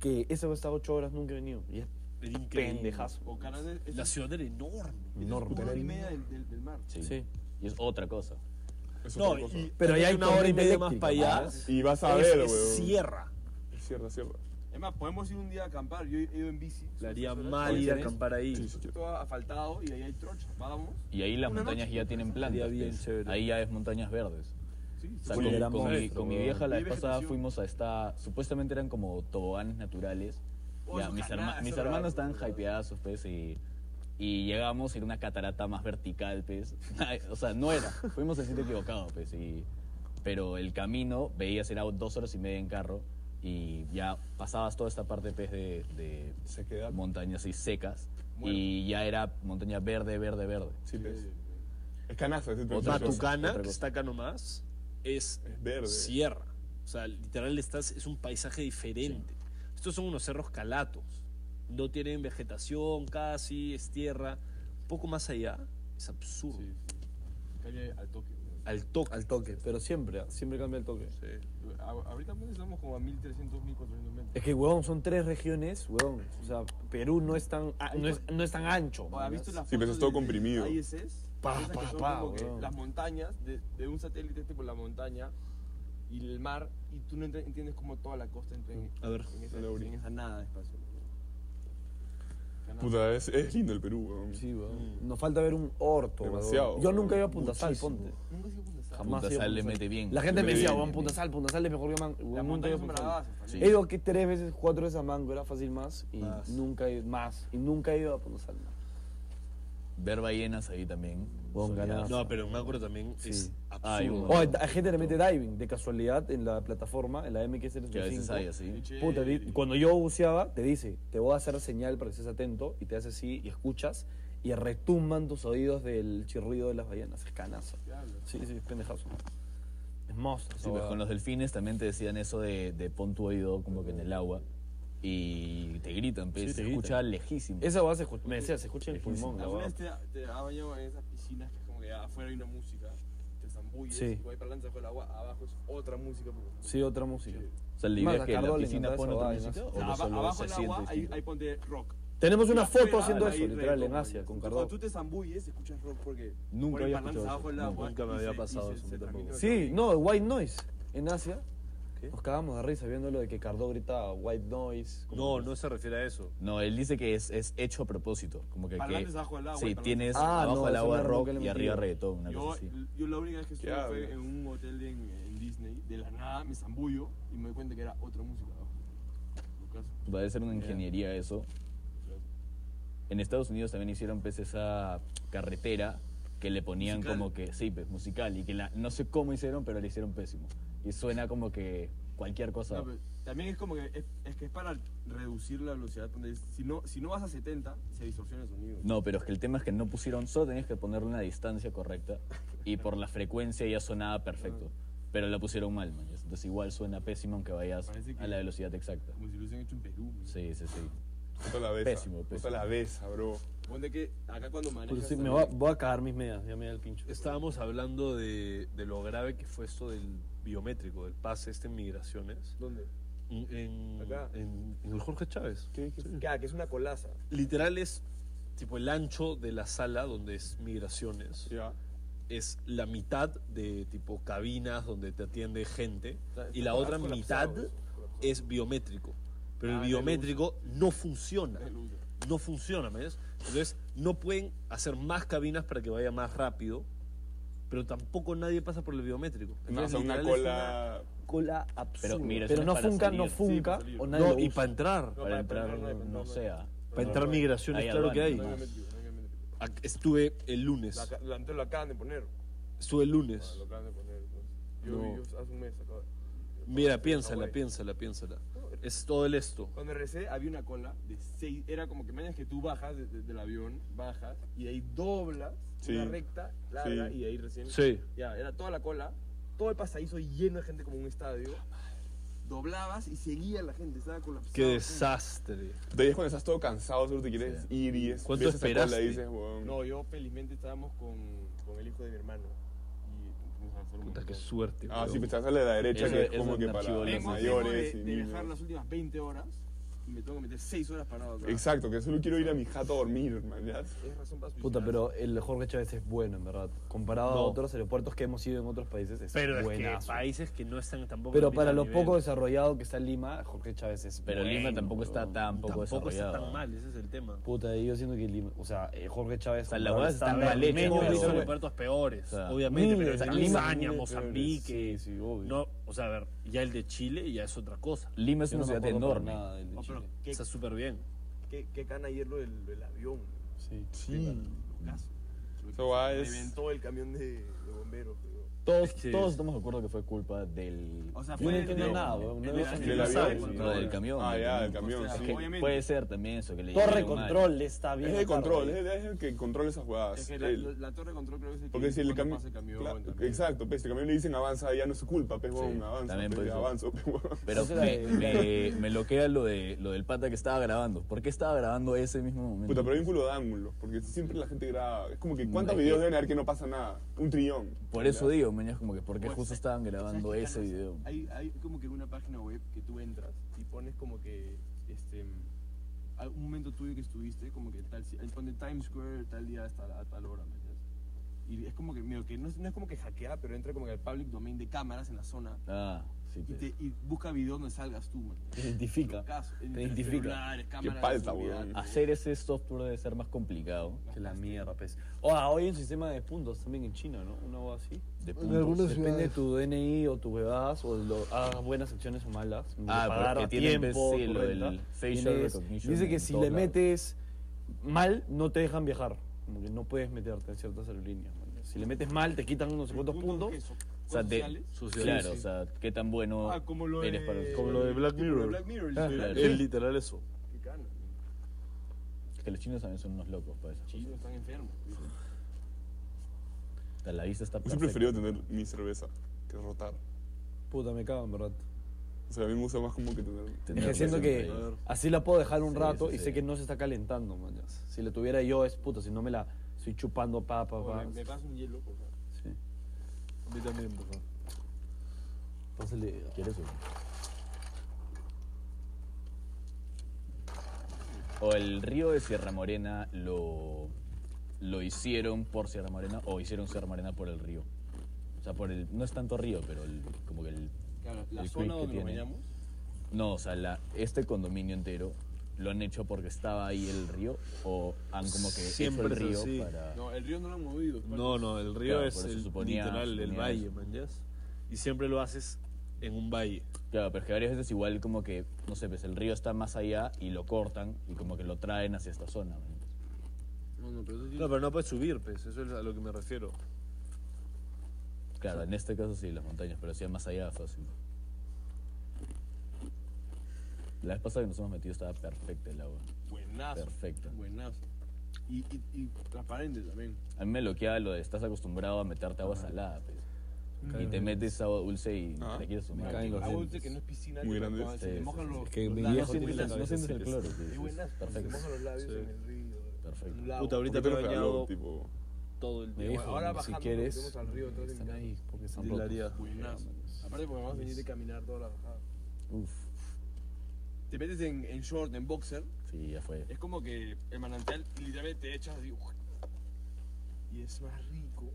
Speaker 1: que eso está a 8 horas, nunca he venido. Y es
Speaker 3: Es increíble.
Speaker 1: pendejazo.
Speaker 5: O Canadá es
Speaker 3: La ciudad era enorme.
Speaker 1: Enorme.
Speaker 5: una hora y media del, del, del mar.
Speaker 2: Sí.
Speaker 1: Sí.
Speaker 2: Y es otra cosa.
Speaker 4: Es
Speaker 3: No,
Speaker 4: otra cosa.
Speaker 3: y-
Speaker 1: Pero ahí hay
Speaker 3: una hora y media más para
Speaker 1: eléctrica,
Speaker 3: allá.
Speaker 1: ¿no?
Speaker 4: Y vas a
Speaker 3: es-
Speaker 4: ver,
Speaker 3: es
Speaker 4: weón.
Speaker 3: sierra.
Speaker 4: Cierra, cierra.
Speaker 5: Es más, podemos ir un día a acampar. Yo he ido en bici.
Speaker 3: Le
Speaker 5: son
Speaker 3: haría
Speaker 5: tres horas.
Speaker 3: mal ir a acampar ahí.
Speaker 4: Sí, sí, quiero.
Speaker 5: Todo asfaltado y ahí hay trocha. Vamos.
Speaker 2: Y ahí las
Speaker 5: Una
Speaker 2: montañas
Speaker 5: noche.
Speaker 2: ya tienen plantas.
Speaker 3: bien
Speaker 2: pues.
Speaker 3: chévere.
Speaker 2: Ahí ya es montañas verdes.
Speaker 5: Sí,
Speaker 2: O sea,
Speaker 1: Uy,
Speaker 2: con,
Speaker 1: era
Speaker 2: con mi,
Speaker 1: monstruo,
Speaker 2: con mi
Speaker 1: weón.
Speaker 2: vegetación. vieja la
Speaker 5: Y
Speaker 2: vez pasada
Speaker 5: vegetación.
Speaker 2: fuimos a esta. Supuestamente eran como toboganes naturales.
Speaker 5: Oh,
Speaker 2: Ya,
Speaker 5: eso
Speaker 2: mis,
Speaker 5: ojalá,
Speaker 2: herma-
Speaker 5: eso
Speaker 2: mis
Speaker 5: era
Speaker 2: hermanos
Speaker 5: bárbaro,
Speaker 2: estaban
Speaker 5: bárbaro.
Speaker 2: hypeados, pues, y, y llegamos y era una catarata más vertical, pues. o sea, no era. Fuimos al sitio equivocado, pues. Y, pero el camino, veías, era dos horas y media en carro. Y ya pasabas toda esta parte, pues, de, de
Speaker 4: Se queda.
Speaker 2: montañas y secas.
Speaker 5: Muerto.
Speaker 2: Y ya era montaña verde, verde, verde.
Speaker 4: Sí, pues. Es canaza, ese
Speaker 2: Otra cosa.
Speaker 3: Batucana,
Speaker 2: otra
Speaker 3: que
Speaker 2: cosa.
Speaker 3: está acá nomás, es
Speaker 4: Es verde.
Speaker 3: sierra. O sea, literal estás, es un paisaje diferente. Estos son unos cerros calatos. No tienen vegetación casi, es tierra. Un poco más allá, es absurdo.
Speaker 5: Sí, Calle al toque. güey.
Speaker 3: Al toque.
Speaker 1: Al toque, pero siempre, ¿ah? siempre cambia el toque.
Speaker 5: A- Ahorita pues estamos como a 1300, 1400 metros.
Speaker 1: Es que, huevón, son tres regiones, huevón. O sea, Perú no es tan, a- no es, no es tan ancho.
Speaker 5: ¿Has visto las
Speaker 4: Sí, pero
Speaker 5: fotos
Speaker 4: es todo
Speaker 5: de- de
Speaker 4: comprimido.
Speaker 5: ISS?
Speaker 1: Pa,
Speaker 5: Esas que
Speaker 1: pa,
Speaker 5: son
Speaker 1: pa,
Speaker 5: como que
Speaker 1: weón.
Speaker 5: Las montañas, de, de un satélite este por la montaña y el mar, y tú no ent- entiendes cómo toda la costa entra en,
Speaker 3: A ver.
Speaker 5: en esa,
Speaker 4: Dale, Uri.
Speaker 5: en esa nada de espacio. Canadá.
Speaker 4: Puta, es, es lindo el Perú, weón.
Speaker 1: Sí,
Speaker 2: Mm.
Speaker 1: huevón. Nos falta ver un orto, huevón.
Speaker 4: Demasiado,
Speaker 1: Yo
Speaker 4: huevón.
Speaker 1: nunca iba a Punta Sal, ponte.
Speaker 5: Nunca he sido Punta Sal.
Speaker 1: Jamás
Speaker 2: Punta
Speaker 1: he ido a
Speaker 2: Sal le mete bien.
Speaker 1: La gente
Speaker 4: Le
Speaker 1: me
Speaker 4: mete
Speaker 1: decía,
Speaker 4: bien,
Speaker 1: huevón,
Speaker 2: le
Speaker 1: Punta
Speaker 2: mete
Speaker 1: Sal, Punta Sal es mejor que Man.
Speaker 5: Las
Speaker 1: Huevón, nunca iba a
Speaker 5: montañas son
Speaker 1: Punta Sal.
Speaker 5: bravas.
Speaker 2: Sí.
Speaker 1: He ido que tres veces, cuatro veces a Mango, era fácil más. Y
Speaker 3: Más.
Speaker 1: nunca he más. Y nunca he ido a Punta Sal. no.
Speaker 2: Ver ballenas ahí también.
Speaker 1: Huevón,
Speaker 2: Soleadas.
Speaker 1: ganadas.
Speaker 3: No, pero en Macro también es
Speaker 1: Sí.
Speaker 2: Ay,
Speaker 3: absurdo.
Speaker 2: bueno.
Speaker 1: O la Oh, gente le mete diving, de casualidad, en la plataforma, en la
Speaker 2: Que a veces hay
Speaker 1: MX-05.
Speaker 2: así.
Speaker 5: Che,
Speaker 1: Puta, di- cuando yo buceaba, te dice, te voy a hacer señal para que estés atento, y te hace así, y escuchas, y retumban tus oídos del chirrido de las ballenas. Es canazo.
Speaker 5: ¿qué hablas?
Speaker 1: Sí, sí, es pendejazo. Es monstruo. esa
Speaker 2: Sí, pues
Speaker 1: huevada.
Speaker 2: con los delfines también te decían eso de, de pon tu oído como que en el agua y te gritan, pues,
Speaker 1: Sí, te
Speaker 2: se
Speaker 1: gritan.
Speaker 2: escucha lejísimo.
Speaker 1: Esa hueá se escu- me decía, se escucha en el pulmón. la
Speaker 5: Alguna
Speaker 1: hueá.
Speaker 5: vez te, te has bañado en esas piscinas que es como que afuera hay una música, te zambulles,
Speaker 1: Sí.
Speaker 5: y hay parlantes bajo el agua, abajo es otra música. porque-
Speaker 1: este- Sí, otra música.
Speaker 2: O sea, la idea
Speaker 1: Más
Speaker 2: es que en la
Speaker 1: Cardo le
Speaker 2: piscina
Speaker 1: encantaba
Speaker 2: pone
Speaker 1: esa
Speaker 2: otra
Speaker 1: vaina.
Speaker 2: música
Speaker 5: O
Speaker 2: o
Speaker 5: sea,
Speaker 2: no
Speaker 5: aba-
Speaker 2: solo
Speaker 5: abajo
Speaker 2: se
Speaker 5: del
Speaker 2: siente
Speaker 5: agua hay,
Speaker 2: distinto.
Speaker 5: hay ponte rock.
Speaker 1: Tenemos una
Speaker 5: Y
Speaker 1: foto
Speaker 5: afuera
Speaker 1: haciendo
Speaker 5: hay
Speaker 1: eso, literal,
Speaker 5: reggaetón,
Speaker 1: en Asia,
Speaker 5: güey.
Speaker 1: con
Speaker 5: Cuando tú
Speaker 1: Cardo.
Speaker 5: te zambulles, escuchas rock porque
Speaker 2: Nunca
Speaker 5: por el
Speaker 2: había
Speaker 5: parlante
Speaker 2: escuchado
Speaker 5: abajo del
Speaker 2: eso.
Speaker 5: agua
Speaker 3: Nunca me
Speaker 5: y
Speaker 3: había
Speaker 5: se-
Speaker 3: pasado
Speaker 5: y se-
Speaker 3: eso,
Speaker 5: se
Speaker 3: yo tampoco.
Speaker 5: transmite
Speaker 1: Sí,
Speaker 5: otra
Speaker 1: no, White Noise, en Asia. Nos cagamos de risa viendo lo de que Cardo gritaba White Noise.
Speaker 3: No, no se refiere a eso.
Speaker 2: No, él dice que es, es hecho a propósito. Como que, que
Speaker 5: Parlantes abajo del agua,
Speaker 2: sí,
Speaker 5: parlantes-
Speaker 2: tienes
Speaker 1: Ah,
Speaker 2: abajo
Speaker 1: no,
Speaker 2: del
Speaker 1: eso
Speaker 2: agua
Speaker 1: no,
Speaker 2: rock
Speaker 1: nunca le
Speaker 2: y arriba
Speaker 1: metí.
Speaker 2: reggaetón, una
Speaker 5: Yo,
Speaker 2: cosa así.
Speaker 5: yo la única vez que estuve
Speaker 4: ¿Qué
Speaker 5: fue
Speaker 4: hablas?
Speaker 5: en un hotel en, en Disney, de la nada me zambullo y me doy cuenta que era otra música abajo. Lucas,
Speaker 2: Va a ser una ingeniería eso. En Estados Unidos también hicieron pues esa carretera que le ponían
Speaker 5: Musical.
Speaker 2: como que, sí, pues musical, y que la, no sé cómo hicieron, pero la hicieron pésimo. Y suena como que cualquier cosa.
Speaker 5: No, pues. pero también es como que es, es que es para reducir la velocidad. donde es- Si no, si no vas a 70, se distorsiona el sonido.
Speaker 2: No, pero es que el tema es que no pusieron, solo tenías que ponerle una distancia correcta y por la frecuencia ya sonaba perfecto. Pero la pusieron mal, man. Entonces igual suena pésimo aunque vayas
Speaker 5: Parece que-
Speaker 2: a la velocidad exacta.
Speaker 5: Como si lo hubiesen hecho en Perú. güey.
Speaker 2: Sí, sí, sí.
Speaker 4: Puta la besa.
Speaker 2: Pésimo,
Speaker 4: Puta
Speaker 2: pésimo.
Speaker 4: la besa, bro.
Speaker 5: Ponte que acá cuando manejas.
Speaker 6: Pero sí, me
Speaker 5: también-
Speaker 6: voy a, voy a cagar mis medias, ya me da el pincho.
Speaker 3: Estábamos hablando de, de lo grave que fue esto del biométrico, del pase este en migraciones.
Speaker 5: ¿Dónde?
Speaker 3: En, en-
Speaker 5: Acá.
Speaker 3: en- en el Jorge Chávez.
Speaker 5: Que, ah, que es una colaza.
Speaker 3: Literal es tipo el ancho de la sala donde es migraciones.
Speaker 4: Ya.
Speaker 3: Es la mitad de tipo cabinas donde te atiende gente.
Speaker 5: sea,
Speaker 3: y la
Speaker 5: está
Speaker 3: otra mitad
Speaker 5: colapsado,
Speaker 3: es biométrico. Pero
Speaker 5: Ah,
Speaker 3: el
Speaker 5: de luz.
Speaker 3: biométrico no funciona.
Speaker 5: De luz.
Speaker 3: No funciona, ¿me ves? Entonces, no pueden hacer más cabinas para que vaya más rápido, pero tampoco nadie pasa por el biométrico.
Speaker 4: No, o
Speaker 3: Entonces,
Speaker 4: sea, una
Speaker 3: literal es
Speaker 4: cola.
Speaker 1: Cola absurda.
Speaker 2: migraciones
Speaker 1: Pero no
Speaker 2: para
Speaker 1: funca,
Speaker 2: salir.
Speaker 1: no
Speaker 2: Sí,
Speaker 1: funca.
Speaker 5: para salir.
Speaker 1: o
Speaker 3: una-
Speaker 1: nadie
Speaker 3: No,
Speaker 1: lo
Speaker 3: y
Speaker 1: usa.
Speaker 3: para entrar,
Speaker 5: No,
Speaker 2: Para entrar,
Speaker 5: no, no,
Speaker 2: no,
Speaker 5: no, no.
Speaker 2: sea.
Speaker 3: para entrar migraciones,
Speaker 2: Hay
Speaker 3: claro que hay.
Speaker 5: No hay
Speaker 2: aduanas.
Speaker 5: biométrico, no hay biométrico.
Speaker 3: Ac- Estuve el lunes,
Speaker 5: La, la- entonces lo acaban de poner.
Speaker 3: estuve el
Speaker 5: Ah,
Speaker 3: lunes.
Speaker 5: Lo acaban de poner. ¿no? Yo,
Speaker 3: No.
Speaker 5: yo hace un mes acabo-
Speaker 3: Mira,
Speaker 5: Hawaii.
Speaker 3: piénsala, piénsala, piénsala. Es todo el esto.
Speaker 5: Cuando regresé había una cola de seis. Era como que mañas que tú bajas de- de- del avión, bajas, y de ahí doblas
Speaker 4: Sí.
Speaker 5: una recta larga,
Speaker 4: Sí.
Speaker 5: y de ahí recién.
Speaker 3: Sí.
Speaker 5: Ya, era toda la cola, todo el pasadizo lleno de gente como un estadio. Doblabas y seguía la gente, estaba colapsado.
Speaker 3: Qué desastre.
Speaker 4: Te es cuando estás todo cansado, solo te quieres ir y es.
Speaker 3: ¿Cuánto
Speaker 4: ves esa cola
Speaker 3: esperaste?
Speaker 4: Y dices, weón.
Speaker 5: No, yo felizmente estábamos con, con el hijo de mi hermano. Y fuimos a hacer un
Speaker 3: Puta, qué
Speaker 5: montón.
Speaker 3: suerte.
Speaker 4: Ah,
Speaker 3: weón.
Speaker 4: sí, pues estás a la de la derecha,
Speaker 2: Eso-
Speaker 4: que es
Speaker 2: eso
Speaker 4: como
Speaker 2: es
Speaker 4: que
Speaker 2: un
Speaker 4: para
Speaker 2: archivo
Speaker 5: Tengo
Speaker 4: los
Speaker 2: lindo.
Speaker 5: tiempo
Speaker 4: mayores.
Speaker 5: de,
Speaker 4: y
Speaker 5: de
Speaker 4: niños.
Speaker 5: viajar las últimas 20 horas y me tengo que meter 6 horas parado acá.
Speaker 4: Exacto, que solo quiero ir a mi jato a dormir, man. ya.
Speaker 5: Es razón para
Speaker 1: Puta,
Speaker 5: suicidarse.
Speaker 1: pero el Jorge Chávez es bueno, en verdad. Comparado a
Speaker 3: No.
Speaker 1: otros aeropuertos que hemos ido en otros países, es
Speaker 3: Pero es que
Speaker 1: buenazo.
Speaker 3: países que no están tampoco.
Speaker 1: Pero
Speaker 3: al
Speaker 1: para lo
Speaker 3: mismo nivel.
Speaker 1: poco desarrollado que está Lima, Jorge Chávez es
Speaker 2: Pero
Speaker 1: bueno,
Speaker 2: Lima tampoco está
Speaker 1: weón.
Speaker 2: tan poco
Speaker 3: Tampoco está
Speaker 2: desarrollado.
Speaker 3: tan mal, ese es el tema.
Speaker 1: Puta, yo siento que Lima... O sea, eh, Jorge Chávez...
Speaker 2: O sea, la
Speaker 1: comparado
Speaker 2: hueá
Speaker 1: a
Speaker 2: está
Speaker 1: Stanley,
Speaker 2: mal hecha,
Speaker 1: Lima,
Speaker 3: Hemos
Speaker 2: pero-
Speaker 3: visto
Speaker 1: Venezuela,
Speaker 3: aeropuertos peores,
Speaker 2: O sea,
Speaker 3: obviamente, pero
Speaker 1: miles
Speaker 3: el
Speaker 1: de
Speaker 3: de
Speaker 1: miles, miles
Speaker 3: Tanzania,
Speaker 1: de peores. Sí,
Speaker 3: Mozambique.
Speaker 1: sí, obvio.
Speaker 3: No, o sea, a ver, ya el de Chile ya es otra cosa.
Speaker 2: Lima es
Speaker 1: yo no
Speaker 2: una
Speaker 1: me
Speaker 2: ciudad
Speaker 1: acuerdo para
Speaker 2: enorme.
Speaker 1: nada del de
Speaker 5: No, pero
Speaker 1: Chile.
Speaker 5: qué,
Speaker 3: Está súper bien.
Speaker 5: qué, qué cana ayer lo del, del avión.
Speaker 1: Sí.
Speaker 4: Sí.
Speaker 5: Caso.
Speaker 4: Esa guay es-
Speaker 5: Reventó el camión de, de bomberos. creo.
Speaker 2: Todos,
Speaker 3: Sí.
Speaker 2: todos estamos de acuerdo que fue culpa del.
Speaker 5: O sea,
Speaker 2: del
Speaker 1: Yo no
Speaker 5: fue
Speaker 1: entiendo
Speaker 5: del-
Speaker 1: nada, weón. No
Speaker 5: del-
Speaker 1: veo
Speaker 5: del-
Speaker 1: sentido.
Speaker 4: Del
Speaker 5: No
Speaker 4: avión.
Speaker 5: sabe
Speaker 4: sí,
Speaker 5: cuánto
Speaker 2: no,
Speaker 4: ahora.
Speaker 2: del camión.
Speaker 4: Ah, ya,
Speaker 2: del
Speaker 4: del camión,
Speaker 5: O sea,
Speaker 4: sí.
Speaker 2: que
Speaker 5: obviamente.
Speaker 2: puede ser también eso. Que le
Speaker 1: Torre
Speaker 2: llegaron mal.
Speaker 1: Control está bien.
Speaker 4: Es de
Speaker 1: tarde.
Speaker 4: control, es, es el que controla esas jugadas.
Speaker 5: Es que la,
Speaker 4: Él.
Speaker 5: la- la torre de control creo que es el que
Speaker 4: Porque si el,
Speaker 5: cuando
Speaker 4: cami-
Speaker 5: pasa el camión.
Speaker 4: Cla-
Speaker 5: también.
Speaker 4: Exacto, pues, si el camión le dicen avanza, ya no es su culpa, pues, weón, avanza,
Speaker 2: también
Speaker 4: pues,
Speaker 2: puede ser.
Speaker 4: avanza, pues, weón.
Speaker 2: Pero
Speaker 1: Esa
Speaker 2: me,
Speaker 1: es la
Speaker 2: me, me loquea lo, de, lo del pata que estaba grabando. ¿Por qué estaba grabando ese mismo momento?
Speaker 4: Puta, pero hay un culo de ángulos, porque siempre la gente graba. Es como que,
Speaker 2: Es
Speaker 4: ¿cuántos
Speaker 2: que-
Speaker 4: videos deben haber que no pasa nada? Un trillón.
Speaker 2: Por eso digo, meñas, como que ¿por qué
Speaker 5: Pues,
Speaker 2: justo estaban grabando
Speaker 5: ¿Sabes qué,
Speaker 2: ese
Speaker 5: Carlos?
Speaker 2: video?
Speaker 5: Hay, hay como que una página web que tú entras y pones como que este a- un momento tuyo que estuviste, como que tal, si- ahí pone Times Square tal día hasta la- a tal hora, ¿me entiendes? Y es como que, medio que no, es, no es como que hackea, pero entra como que al public domain de cámaras en la zona
Speaker 2: Ah, sí.
Speaker 5: y,
Speaker 2: pues.
Speaker 5: te, y busca videos donde salgas tú, man.
Speaker 1: Identifica.
Speaker 5: Caso, en-
Speaker 1: Te
Speaker 5: en
Speaker 1: identifica.
Speaker 5: celulares, cámaras de
Speaker 4: palta,
Speaker 5: seguridad. ah,
Speaker 4: weón.
Speaker 2: Hacer ese software debe ser más complicado.
Speaker 1: Que la mierda, pues. O, ah, hoy hay un sistema de puntos también en China, ¿no? Una voz así.
Speaker 2: De
Speaker 7: En algunas
Speaker 2: puntos.
Speaker 1: Depende Pues, de
Speaker 7: ciudades.
Speaker 1: tu DNI o tus bebadas, o lo- hagas buenas acciones o malas.
Speaker 2: Ah,
Speaker 1: pagar
Speaker 2: porque
Speaker 1: a
Speaker 2: tienen, pues,
Speaker 1: tiempo,
Speaker 2: sí,
Speaker 1: tu
Speaker 2: lo
Speaker 1: renta.
Speaker 2: del facial
Speaker 1: Tienes-
Speaker 2: recognition
Speaker 1: Dice que
Speaker 2: en
Speaker 1: si
Speaker 2: todos
Speaker 1: le
Speaker 2: lados.
Speaker 1: metes mal, no te dejan viajar. Como que no puedes meterte en ciertas aerolíneas. man. Si le metes mal, te quitan unos cuantos puntos.
Speaker 5: que son
Speaker 2: O sea, de-
Speaker 5: sociales.
Speaker 2: claro, o sea, qué tan bueno
Speaker 5: Ah, como lo
Speaker 2: eres para
Speaker 5: de,
Speaker 2: los-
Speaker 3: como lo de Black
Speaker 5: tipo lo de
Speaker 3: Mirror.
Speaker 5: Black Mirror, el
Speaker 2: Ah,
Speaker 5: celular.
Speaker 2: claro.
Speaker 3: Es literal eso.
Speaker 5: Qué cana, man.
Speaker 2: Que los chinos también son unos locos para eso.
Speaker 5: Chinos están enfermos.
Speaker 2: O sea, La vista está
Speaker 4: Yo siempre he preferido tener mi cerveza que rotar.
Speaker 1: Puta, me cago, en verdad.
Speaker 4: O sea, a mí me gusta más como que tener.
Speaker 1: Es que
Speaker 2: Tenerlo
Speaker 1: siento que
Speaker 2: siempre.
Speaker 1: así la puedo dejar un
Speaker 2: Sí,
Speaker 1: rato
Speaker 2: sí,
Speaker 1: y
Speaker 2: sí.
Speaker 1: sé que no se está calentando, man. Si la tuviera yo, es puta, si no me la estoy chupando pa, pa,
Speaker 5: Oye,
Speaker 1: pa.
Speaker 5: me, me pasa un hielo, por favor.
Speaker 1: Sí.
Speaker 3: Yo también, por favor.
Speaker 1: Pásale.
Speaker 2: ¿Quieres uno? O el río de Sierra Morena lo, lo hicieron por Sierra Morena o hicieron Sierra Morena por el río. O sea, por el, no es tanto río, pero el- como que el...
Speaker 5: Claro, la
Speaker 2: El creek
Speaker 5: zona
Speaker 2: que
Speaker 5: donde nos
Speaker 2: tiene.
Speaker 5: bañamos.
Speaker 2: No, o sea, la- este condominio entero lo han hecho porque estaba ahí el río o han como que
Speaker 3: Siempre
Speaker 2: hecho
Speaker 3: es
Speaker 2: el río
Speaker 3: así.
Speaker 2: para...
Speaker 5: No, el río no lo han movido. es parte
Speaker 3: No, no, el río
Speaker 2: Claro,
Speaker 3: es
Speaker 2: por eso
Speaker 3: el
Speaker 2: suponía-
Speaker 3: literal, el
Speaker 2: suponía
Speaker 3: valle,
Speaker 2: eso.
Speaker 3: man, ¿yas? Y siempre lo haces en un valle.
Speaker 2: Claro, pero es que varias veces igual como que, no sé, pues el río está más allá y lo cortan y como que lo traen hacia esta zona. ¿me entiendes?
Speaker 5: No, no, pero eso sí.
Speaker 3: No, pero no puedes subir, pues, eso es a lo que me refiero.
Speaker 2: Claro, en este caso sí, las montañas, pero sí más allá fácil. La vez pasada que nos hemos metido estaba perfecta el agua.
Speaker 5: Buenazo.
Speaker 2: Perfecto.
Speaker 5: Buenazo. Y, y, y transparente también.
Speaker 2: A mí me loqueaba lo de estás acostumbrado a meterte agua salada, pues. y te metes agua dulce y
Speaker 4: Ah.
Speaker 2: te quieres sumar.
Speaker 1: Mm. caen los
Speaker 5: Agua dulce
Speaker 1: dientes.
Speaker 5: que no es piscina.
Speaker 4: Muy
Speaker 5: que
Speaker 4: grande.
Speaker 5: cuando Se
Speaker 2: Sí,
Speaker 5: te
Speaker 2: sí,
Speaker 5: mojan
Speaker 2: sí.
Speaker 5: los...
Speaker 1: Es que mi
Speaker 5: los labios,
Speaker 2: No
Speaker 1: viejo
Speaker 5: se te
Speaker 1: tiene la
Speaker 2: sientes,
Speaker 5: mojan-
Speaker 2: no
Speaker 1: cabeza
Speaker 2: sientes el cloro. sí,
Speaker 5: Es
Speaker 2: sí,
Speaker 5: buenazo, Se te
Speaker 2: Perfecto.
Speaker 5: mojan los labios
Speaker 3: Sí.
Speaker 5: en el río. en
Speaker 2: Perfecto.
Speaker 5: un lago.
Speaker 3: Puta,
Speaker 4: ¿Por qué
Speaker 3: ahorita
Speaker 4: te
Speaker 3: me he
Speaker 4: refieres al
Speaker 3: bañado
Speaker 4: olor, tipo?
Speaker 3: todo el
Speaker 1: Mi
Speaker 3: día.
Speaker 1: viejo,
Speaker 5: Ahora
Speaker 1: Eh, si
Speaker 5: bajando, nos
Speaker 1: quieres,
Speaker 5: vemos al río, atrás de mi
Speaker 1: están
Speaker 5: casa.
Speaker 1: ahí porque están
Speaker 3: Del área.
Speaker 1: rotos.
Speaker 5: Buenazo. Aparte porque vamos a venir de caminar toda la bajada.
Speaker 1: Uf.
Speaker 5: Te metes en, en short, en boxer,
Speaker 2: Sí, ya fue.
Speaker 5: es como que el manantial literalmente te echas así, uf, y es más rico.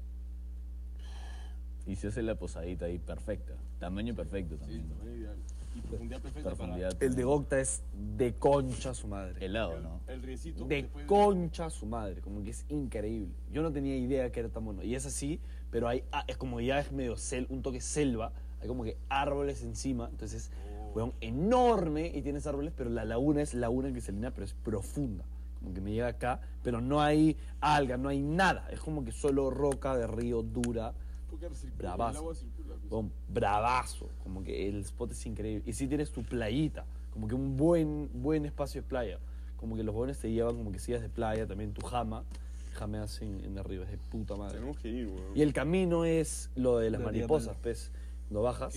Speaker 2: Y se hace la posadita ahí perfecta. Tamaño perfecto
Speaker 5: Sí,
Speaker 2: también.
Speaker 5: tamaño ideal. Y profundidad perfecta
Speaker 2: Profundidad.
Speaker 1: El de Octa es de concha su madre.
Speaker 2: Helado,
Speaker 5: para
Speaker 2: ¿no?
Speaker 5: el, el riecito.
Speaker 1: De
Speaker 5: después
Speaker 1: concha su madre, como que es increíble. Yo no tenía idea que era tan bueno. Y es así, pero hay, ah, es como ya es medio sel, un toque selva, hay como que árboles encima, entonces es weón, enorme y tienes árboles, pero la laguna es laguna cristalina, pero es profunda. Como que me llega acá, pero no hay alga, no hay nada. Es como que solo roca de río dura.
Speaker 5: Porque circula, el
Speaker 1: Bravazo.
Speaker 5: agua circula. pues.
Speaker 1: Weón, bravazo. Como que el spot es increíble. Y sí tienes tu playita, como que un buen, buen espacio de playa. Como que los jóvenes te llevan como que sillas de playa, también tu jama. Jameas en, en arriba, es de puta madre.
Speaker 4: Tenemos que ir, weón.
Speaker 1: Y el camino es lo de las
Speaker 3: La
Speaker 1: mariposas, pues. Cuando bajas,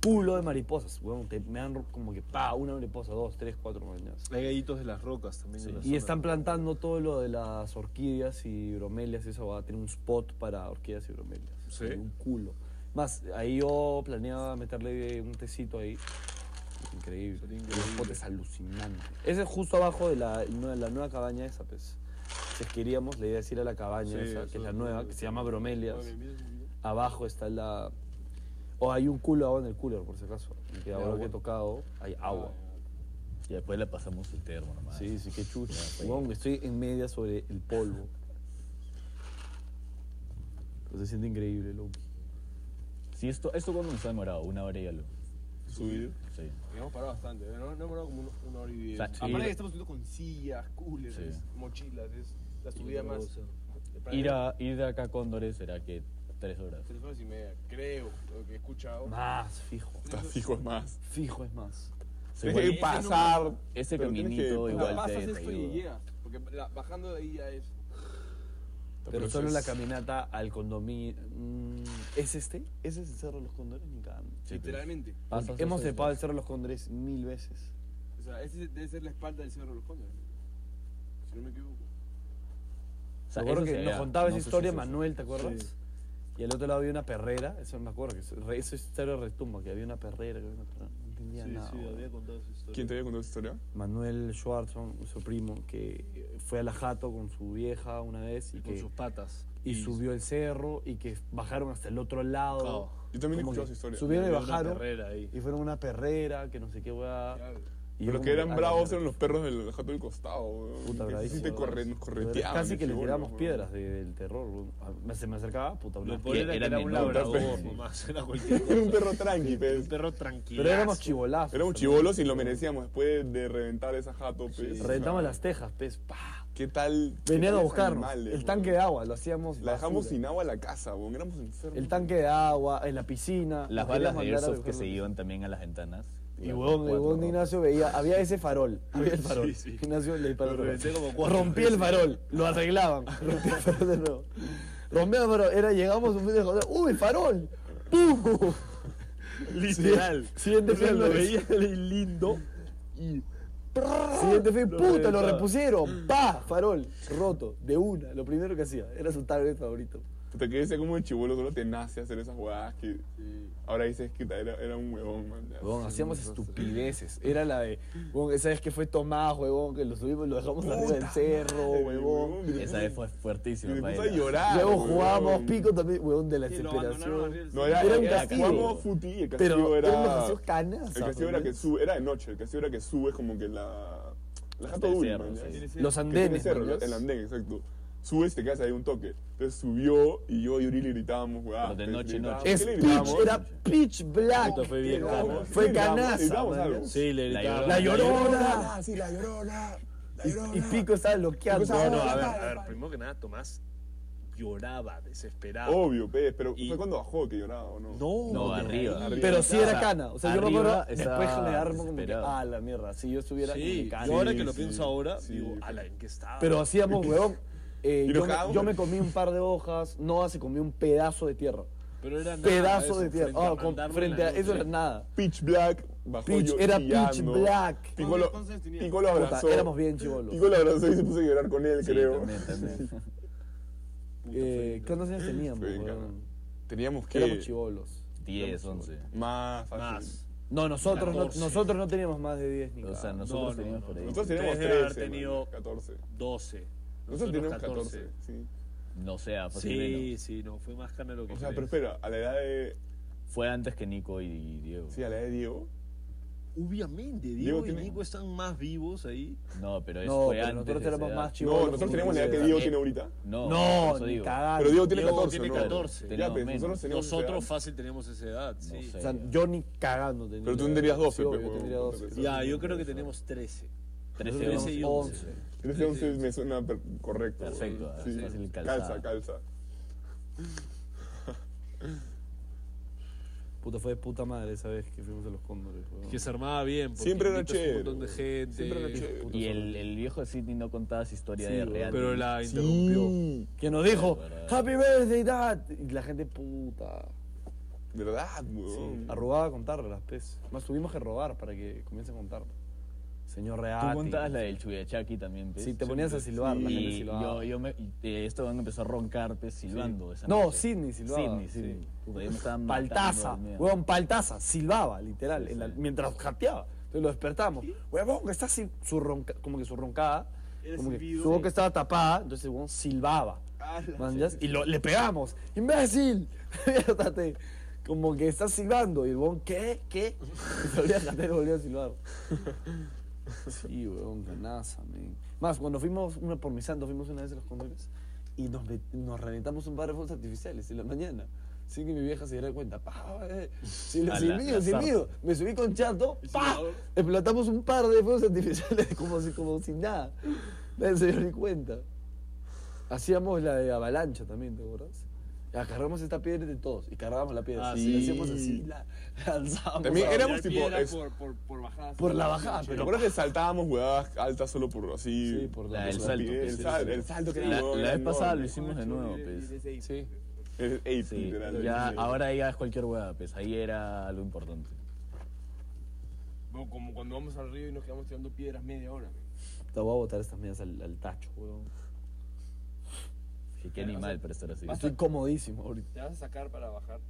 Speaker 1: pulo de mariposas, weón. Te, me dan como que, pa, una mariposa, dos, tres, cuatro mariposas.
Speaker 3: Hay gallitos de las rocas también. en la
Speaker 1: Y
Speaker 3: zona.
Speaker 1: están plantando todo lo de las orquídeas y bromelias y esa va a tener un spot para orquídeas y bromelias.
Speaker 3: Sí.
Speaker 1: Un culo. Más, ahí yo planeaba meterle un tecito ahí. Increíble.
Speaker 3: Sería
Speaker 1: El spot
Speaker 3: increíble.
Speaker 1: es alucinante. Ese es justo abajo de la, nue- la nueva cabaña esa, pues. Si es que iríamos, la idea es ir a la cabaña
Speaker 3: Sí,
Speaker 1: esa,
Speaker 3: eso
Speaker 1: que es la
Speaker 3: es-
Speaker 1: nueva, que se llama Bromelias.
Speaker 5: Oye, mira, mira.
Speaker 1: Abajo está la... O hay un culo agua en el cooler, por si acaso. Que ahora
Speaker 3: agua.
Speaker 1: que he tocado, hay agua.
Speaker 2: Y después la pasamos el termo nomás.
Speaker 1: Sí, sí, qué chucha.
Speaker 2: Ya, pues.
Speaker 1: Huevón, estoy en media sobre el polvo. Pero se siente increíble, loco.
Speaker 2: Sí, esto, esto cuando nos ha demorado, una hora y algo.
Speaker 4: Subir.
Speaker 2: Sí.
Speaker 5: Y hemos parado bastante, ¿eh? ¿no? no hemos parado como una, una hora y diez.
Speaker 2: O sea, ir-
Speaker 5: Aparte que estamos subiendo con sillas, coolers,
Speaker 2: Sí.
Speaker 5: es- mochilas, es la subida más.
Speaker 2: Ir, a, ir de acá a Cóndores será que tres horas.
Speaker 5: Tres horas y media, creo, lo que he escuchado.
Speaker 1: Más, fijo.
Speaker 4: Está fijo, es más.
Speaker 1: Fijo es más.
Speaker 2: Sí,
Speaker 4: Tienes que
Speaker 2: igual,
Speaker 4: pasar.
Speaker 2: ese
Speaker 4: pero tienes que-
Speaker 2: caminito
Speaker 4: puta,
Speaker 5: O sea,
Speaker 2: igual
Speaker 5: pasas
Speaker 2: te
Speaker 5: esto y
Speaker 2: ayuda.
Speaker 5: llegas, porque la- bajando de ahí ya es.
Speaker 1: Pero solo
Speaker 4: es-
Speaker 1: la caminata al condominio. mm, ¿Es este? ¿Ese es el Cerro de los Condores? Ni cagando.
Speaker 2: Sí,
Speaker 5: literalmente.
Speaker 2: Pasas
Speaker 1: Porque
Speaker 2: eso
Speaker 1: Hemos
Speaker 2: y
Speaker 1: trepado el
Speaker 2: después.
Speaker 1: Cerro de los Condores mil veces.
Speaker 5: O sea, ese debe ser la espalda del Cerro de los Cóndores. Si no me equivoco.
Speaker 2: O
Speaker 1: ¿Te
Speaker 2: sea,
Speaker 1: acuerdas
Speaker 2: eso
Speaker 1: que
Speaker 2: se
Speaker 1: nos
Speaker 2: vea.
Speaker 1: contaba
Speaker 2: No
Speaker 1: esa
Speaker 2: sé si
Speaker 1: historia
Speaker 2: es eso.
Speaker 1: Manuel, ¿te acuerdas? Y al otro lado había una perrera, eso me acuerdo, que es- re- eso es historia retumba, que había una perrera, que había una perrera, no entendía
Speaker 3: Sí,
Speaker 1: nada.
Speaker 3: sí,
Speaker 1: huevón.
Speaker 3: había contado esa historia.
Speaker 4: ¿Quién te había contado esa historia?
Speaker 1: Manuel Schwarzman, su primo, que fue a la jato con su vieja una vez y,
Speaker 3: Y
Speaker 1: que,
Speaker 3: con sus patas.
Speaker 1: y subió el cerro y que bajaron hasta el otro lado.
Speaker 3: Claro.
Speaker 4: Yo también he
Speaker 1: Como
Speaker 4: escuchado
Speaker 1: que
Speaker 4: esa historia.
Speaker 1: Subieron y
Speaker 3: Había una
Speaker 1: bajaron
Speaker 3: perrera ahí.
Speaker 1: y fueron a una perrera, que no sé qué weá.
Speaker 5: Claro.
Speaker 1: y yo
Speaker 4: Pero los
Speaker 1: como
Speaker 4: que eran
Speaker 1: "A la
Speaker 4: bravos
Speaker 1: mierda".
Speaker 4: eran los perros del jato del costado, weón.
Speaker 1: Puta,
Speaker 4: Que
Speaker 1: bravísimo,
Speaker 4: sí te corre-
Speaker 1: weón.
Speaker 4: nos correteaban.
Speaker 1: Casi
Speaker 4: de
Speaker 1: que le
Speaker 4: chibolo,
Speaker 1: tiramos
Speaker 4: weón.
Speaker 1: piedras de- del terror. weón. A- me- Se me acercaba, puta, una
Speaker 3: Lo peor Ah, era que
Speaker 2: era
Speaker 3: era un
Speaker 2: menor.
Speaker 3: labrador,
Speaker 2: Sí.
Speaker 3: nomás. Era cualquier
Speaker 4: Era un
Speaker 3: cosa.
Speaker 4: perro tranqui, pues.
Speaker 3: Un
Speaker 4: pez.
Speaker 3: perro tranquilo.
Speaker 1: Pero éramos chivolazos.
Speaker 4: Éramos chivolos y lo merecíamos después de- de reventar esa jato, pez. O sea,
Speaker 1: Reventamos las tejas, pez. pa.
Speaker 4: ¿Qué tal?
Speaker 1: Venían a
Speaker 4: esos
Speaker 1: buscarnos.
Speaker 4: animales,
Speaker 1: el
Speaker 4: weón?
Speaker 1: tanque de agua, lo hacíamos.
Speaker 4: La dejamos
Speaker 1: basura.
Speaker 4: sin agua a la casa, weón. Éramos enfermos.
Speaker 1: El tanque de agua, en la piscina. nos querían
Speaker 2: Las balas de
Speaker 1: mandar a
Speaker 2: Airsoft que
Speaker 1: recoger-
Speaker 2: se iban también a las ventanas.
Speaker 1: Y
Speaker 2: Las
Speaker 1: huevón, el
Speaker 2: cuatro
Speaker 1: huevón de
Speaker 2: rojas.
Speaker 1: Ignacio veía, había ese farol, había el farol.
Speaker 3: Sí, sí.
Speaker 1: Ignacio le disparó.
Speaker 3: Lo
Speaker 1: el
Speaker 3: reventé
Speaker 1: farol.
Speaker 3: como cuatro
Speaker 1: Rompí el farol, lo arreglaban. Rompí el farol de nuevo. Rompí el farol, era, llegamos un fin de joder, ¡uh, el farol! ¡Pum!
Speaker 3: Literal.
Speaker 1: Siguiente
Speaker 3: O sea,
Speaker 1: film,
Speaker 3: lo
Speaker 1: lo
Speaker 3: veía lindo.
Speaker 1: Siguiente fin,
Speaker 3: Lo
Speaker 1: puta, lo
Speaker 3: reventaba.
Speaker 1: repusieron, pa, farol, roto, de una, lo primero que hacía, era su target favorito.
Speaker 4: Te quedé como el chibolo, solo te nace hacer esas jugadas que
Speaker 5: Sí.
Speaker 4: ahora dices que era, era un huevón, man. ya.
Speaker 1: Huevón, hacíamos estupideces. Era la de, huevón, esa vez que fue Tomás, huevón, que lo subimos y lo dejamos arriba del cerro,
Speaker 4: Ay,
Speaker 1: huevón.
Speaker 4: y te
Speaker 2: Esa vez fue fuertísima.
Speaker 4: puso- y te
Speaker 2: para
Speaker 4: puso a
Speaker 2: ella.
Speaker 4: llorar.
Speaker 1: Luego
Speaker 4: weón.
Speaker 1: jugábamos pico también, huevón, de la
Speaker 5: Sí, lo abandonaron
Speaker 1: desesperación.
Speaker 5: arriba del
Speaker 4: No,
Speaker 5: cerro.
Speaker 4: era,
Speaker 1: Era un
Speaker 4: era-
Speaker 1: castigo.
Speaker 4: Jugábamos futi y el castigo
Speaker 1: Pero
Speaker 4: era.
Speaker 1: eran demasiado canas.
Speaker 4: El castigo era que sube, era de noche, el castigo era que subes como que la. La jato
Speaker 2: del
Speaker 4: dulce,
Speaker 2: cerro, sí.
Speaker 4: Que
Speaker 1: Los
Speaker 4: tiene
Speaker 1: andenes.
Speaker 4: cerro,
Speaker 1: mañas.
Speaker 4: el andén, exacto. Subes y te quedas ahí un toque. Entonces subió y yo y Uri le gritábamos, weón.
Speaker 2: Pero de noche, noche.
Speaker 1: Es pitch, era pitch black.
Speaker 3: Esto fue bien caro.
Speaker 1: Fue canaza.
Speaker 4: Gritábamos algo.
Speaker 1: mañas.
Speaker 3: Sí, le
Speaker 2: La
Speaker 3: gritaba.
Speaker 1: La llorona.
Speaker 4: Ah, sí, la llorona. La llorona.
Speaker 1: Y, y Pico estaba bloqueando.
Speaker 3: No, no, a ver, a ver, primero que nada, Tomás lloraba, desesperado.
Speaker 4: Obvio, pe, pero
Speaker 3: Y-
Speaker 4: fue cuando bajó que lloraba, ¿o no?
Speaker 2: No,
Speaker 3: No, no,
Speaker 2: arriba.
Speaker 4: arriba.
Speaker 1: Pero sí era
Speaker 2: O sea,
Speaker 1: cana. O sea, yo me acuerdo,
Speaker 2: arriba
Speaker 1: después
Speaker 2: estaba
Speaker 1: le armo como que,
Speaker 2: desesperado.
Speaker 1: ah, la mierda, si yo estuviera en
Speaker 3: Sí,
Speaker 1: mi cana.
Speaker 3: yo ahora
Speaker 4: Sí,
Speaker 3: que lo
Speaker 4: sí,
Speaker 3: pienso ahora,
Speaker 4: sí.
Speaker 3: digo, ala, ¿en qué estaba?
Speaker 1: Pero hacíamos, huevón. eh,
Speaker 4: Y
Speaker 1: yo,
Speaker 4: nos
Speaker 1: me,
Speaker 4: cagábamos
Speaker 1: yo
Speaker 4: de-
Speaker 1: me comí un par de hojas, Noah se comió un pedazo de tierra.
Speaker 3: Pero era nada,
Speaker 1: pedazo
Speaker 3: eso,
Speaker 1: de tierra.
Speaker 3: Ah, frente a
Speaker 1: Oh, con-
Speaker 3: mandarlo
Speaker 1: frente a
Speaker 3: en la eh.
Speaker 1: eso era
Speaker 3: nube.
Speaker 1: nada.
Speaker 4: Pitch Black, bajó
Speaker 1: Pitch,
Speaker 4: yo
Speaker 1: era
Speaker 4: chillando.
Speaker 1: Pitch Black.
Speaker 4: Piccolo,
Speaker 5: ¿Cuántos años tenía?
Speaker 4: Piccolo
Speaker 1: Puta,
Speaker 4: abrazó.
Speaker 1: éramos bien chivolos.
Speaker 4: Piccolo abrazó y se puso a llorar con él,
Speaker 2: Sí,
Speaker 4: creo.
Speaker 2: también, también.
Speaker 1: Eh, ¿Cuántos años teníamos?
Speaker 4: Fue bien
Speaker 1: weón?
Speaker 4: caro. Teníamos que.
Speaker 1: Éramos chivolos.
Speaker 2: 10, 11.
Speaker 4: Más fácil.
Speaker 3: Más.
Speaker 1: No, nosotros no,
Speaker 3: 14.
Speaker 1: nosotros no teníamos más de 10 ni
Speaker 2: O sea,
Speaker 1: cagando.
Speaker 2: nosotros
Speaker 3: No, no,
Speaker 2: teníamos
Speaker 3: no,
Speaker 2: por ahí.
Speaker 4: Nosotros teníamos
Speaker 3: Ustedes deben haber
Speaker 4: 13. man,
Speaker 3: tenido-
Speaker 4: 14.
Speaker 3: 12.
Speaker 4: Nosotros teníamos 14. sí.
Speaker 2: No sé, ah, fácil
Speaker 3: Sí,
Speaker 2: menos.
Speaker 3: sí, no, fue más cana lo que
Speaker 4: O sea, pero
Speaker 3: crees.
Speaker 4: espera, a la edad de.
Speaker 2: Fue antes que Nico y Diego.
Speaker 4: Sí, a la edad de Diego.
Speaker 3: Obviamente,
Speaker 4: Diego
Speaker 3: Diego, y
Speaker 4: tiene-
Speaker 3: Nico están más vivos ahí.
Speaker 2: No, pero eso
Speaker 1: No,
Speaker 2: fue
Speaker 1: pero
Speaker 2: antes.
Speaker 1: nosotros
Speaker 2: de esa
Speaker 1: éramos
Speaker 2: edad.
Speaker 1: más
Speaker 4: No,
Speaker 1: chivolos.
Speaker 4: nosotros teníamos la edad que Diego tiene ahorita.
Speaker 2: No, por
Speaker 1: No,
Speaker 2: eso
Speaker 1: ni
Speaker 2: digo.
Speaker 1: cagando.
Speaker 4: Pero Diego tiene
Speaker 3: Diego
Speaker 4: 14.
Speaker 3: tiene
Speaker 4: ¿no?
Speaker 3: 14.
Speaker 4: Ya,
Speaker 2: Teníamos
Speaker 4: pues,
Speaker 2: menos.
Speaker 4: nosotros teníamos. esa
Speaker 3: Nosotros
Speaker 4: edad.
Speaker 3: fácil teníamos esa edad,
Speaker 2: No
Speaker 3: sí.
Speaker 2: sé.
Speaker 1: O sea, yo ni cagando tenía.
Speaker 4: Pero tú tendrías 12,
Speaker 1: Sí, obvio,
Speaker 4: pues,
Speaker 1: yo
Speaker 4: huevón,
Speaker 1: tendría
Speaker 4: entonces,
Speaker 1: 12.
Speaker 3: Ya, yo creo que tenemos 13.
Speaker 2: 13,
Speaker 3: Nosotros
Speaker 2: 11.
Speaker 3: y
Speaker 1: Teníamos 11.
Speaker 4: Tienes 11 me suena per- correcto.
Speaker 2: Perfecto,
Speaker 4: weón.
Speaker 2: ah, fácil
Speaker 4: calza,
Speaker 2: calzada.
Speaker 4: calza.
Speaker 1: Puta, fue de puta madre esa vez que fuimos a los cóndores. weón.
Speaker 3: Que se armaba bien. porque
Speaker 4: Siempre era
Speaker 3: invitas un
Speaker 4: chévere,
Speaker 3: montón de
Speaker 4: güey.
Speaker 3: gente.
Speaker 4: Siempre era chévere.
Speaker 2: Y el, el viejo de Sidney no contaba su historia de real.
Speaker 3: Pero la
Speaker 4: Sí.
Speaker 3: interrumpió.
Speaker 1: Que nos dijo, Happy Birthday, Dad. Y la gente puta.
Speaker 4: ¿Verdad, weón?
Speaker 1: Arrugaba a contarla las pez. Más tuvimos que robar para que comience a contarla. Señor
Speaker 2: Tú
Speaker 1: Real.
Speaker 2: contabas la del Chuyachaki también, ¿ves?
Speaker 1: Sí, te ponías a silbar, la gente
Speaker 2: Y
Speaker 1: silbaba.
Speaker 2: yo, yo me, y, eh, este weón empezó a roncar, pues, silbando. Esa
Speaker 1: No,
Speaker 2: noche.
Speaker 1: Sidney silbaba,
Speaker 2: Sidney,
Speaker 1: sí.
Speaker 2: Sidney. Puta, yo me estaba matando
Speaker 1: Paltaza,
Speaker 2: de miedo.
Speaker 1: huevón, paltaza, silbaba, literal,
Speaker 2: Sí,
Speaker 1: en la-
Speaker 2: sí.
Speaker 1: mientras jateaba. Entonces lo despertamos. Huevón, que está así, su ronca- como que su roncada,
Speaker 5: Era
Speaker 1: como que
Speaker 5: silbido.
Speaker 1: su boca estaba tapada, entonces el huevón silbaba.
Speaker 5: Ala.
Speaker 1: ¿manjas? Y lo- le pegamos, ¡imbécil! Despiértate. como que está silbando. Y el huevón, ¿qué? ¿Qué? Y se volvió a jatear y volvió a silbar. Sí, huevón, ganaza, men. Más, cuando fuimos, una, por mi santo, fuimos una vez a los condores y nos, met- nos reventamos un par de fuegos artificiales en la mañana. Sin que mi vieja se diera cuenta. ¡Pah! eh, Si lo
Speaker 2: A la-
Speaker 1: silbido,
Speaker 2: la
Speaker 1: silbido. Me subí con chato. ¡Pah! Explotamos un par de fuegos artificiales como si, como sin nada. Nadie se dio ni cuenta. Hacíamos la de avalancha también, ¿te acuerdas? Agarramos esta piedra de todos y cargábamos la piedra.
Speaker 3: Ah,
Speaker 1: así,
Speaker 3: sí.
Speaker 1: la hacíamos así, la la alzábamos.
Speaker 4: También
Speaker 1: a-
Speaker 4: éramos
Speaker 5: Tirar
Speaker 4: tipo.
Speaker 5: piedra
Speaker 4: es-
Speaker 5: por, por, por bajadas.
Speaker 1: Por la bajada,
Speaker 4: ¿Te
Speaker 1: pero
Speaker 4: acuerdas que saltábamos huevadas altas solo por así?
Speaker 1: Sí, por
Speaker 2: La
Speaker 1: la,
Speaker 2: del
Speaker 4: Los
Speaker 2: salto.
Speaker 4: pies,
Speaker 2: pues,
Speaker 4: el,
Speaker 2: sí,
Speaker 4: sal-
Speaker 2: sí.
Speaker 4: el salto que
Speaker 2: La,
Speaker 4: era
Speaker 2: la vez pasada lo
Speaker 4: enorme.
Speaker 2: hicimos de nuevo, pues.
Speaker 1: Sí.
Speaker 4: El 80,
Speaker 2: Sí,
Speaker 4: literal.
Speaker 2: ya,
Speaker 4: Sí.
Speaker 2: ahora ya es cualquier hueá, pues. Ahí era lo importante.
Speaker 5: Como, como cuando vamos al río y nos quedamos tirando piedras media hora. men.
Speaker 1: Te voy a botar estas medias al, al tacho, weón.
Speaker 2: Que qué animal para estar así.
Speaker 1: Estoy comodísimo ahorita.
Speaker 5: Te vas a sacar para bajar.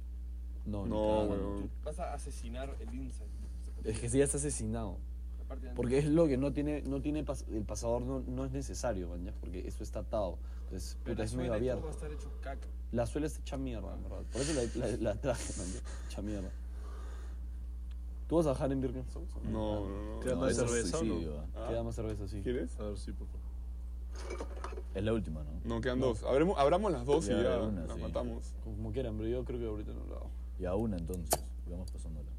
Speaker 1: No, ni
Speaker 4: No,
Speaker 1: cagando.
Speaker 4: weón.
Speaker 5: Vas a asesinar el inside.
Speaker 1: Es que si ya está asesinado.
Speaker 5: La parte de
Speaker 1: Porque es lo que no tiene, no tiene pas- el pasador no, no es necesario, man, ya, porque eso está atado. Entonces,
Speaker 5: Pero
Speaker 1: puta, es
Speaker 5: suena
Speaker 1: medio
Speaker 5: y todo
Speaker 1: abierto.
Speaker 5: Va a estar hecho caca.
Speaker 1: La suela está hecha mierda, en verdad. Por eso la, la- la traje, man, ya, hecha mierda. ¿Tú vas a bajar en Birkenstocks? o
Speaker 4: No, no, no.
Speaker 3: Quedando de
Speaker 2: eso es
Speaker 3: cerveza. ¿o no?
Speaker 2: suicidio, ah.
Speaker 1: Queda más cerveza, sí.
Speaker 4: ¿Quieres?
Speaker 3: A ver, sí, por favor.
Speaker 2: Es la última, ¿no?
Speaker 4: No, quedan dos. Abremos- abramos las dos y
Speaker 2: Ya,
Speaker 4: ya
Speaker 2: de una,
Speaker 4: las
Speaker 2: sí.
Speaker 4: matamos.
Speaker 1: Como quieran, pero yo creo que ahorita no lo hago.
Speaker 2: Y a una entonces. Vamos pasándola.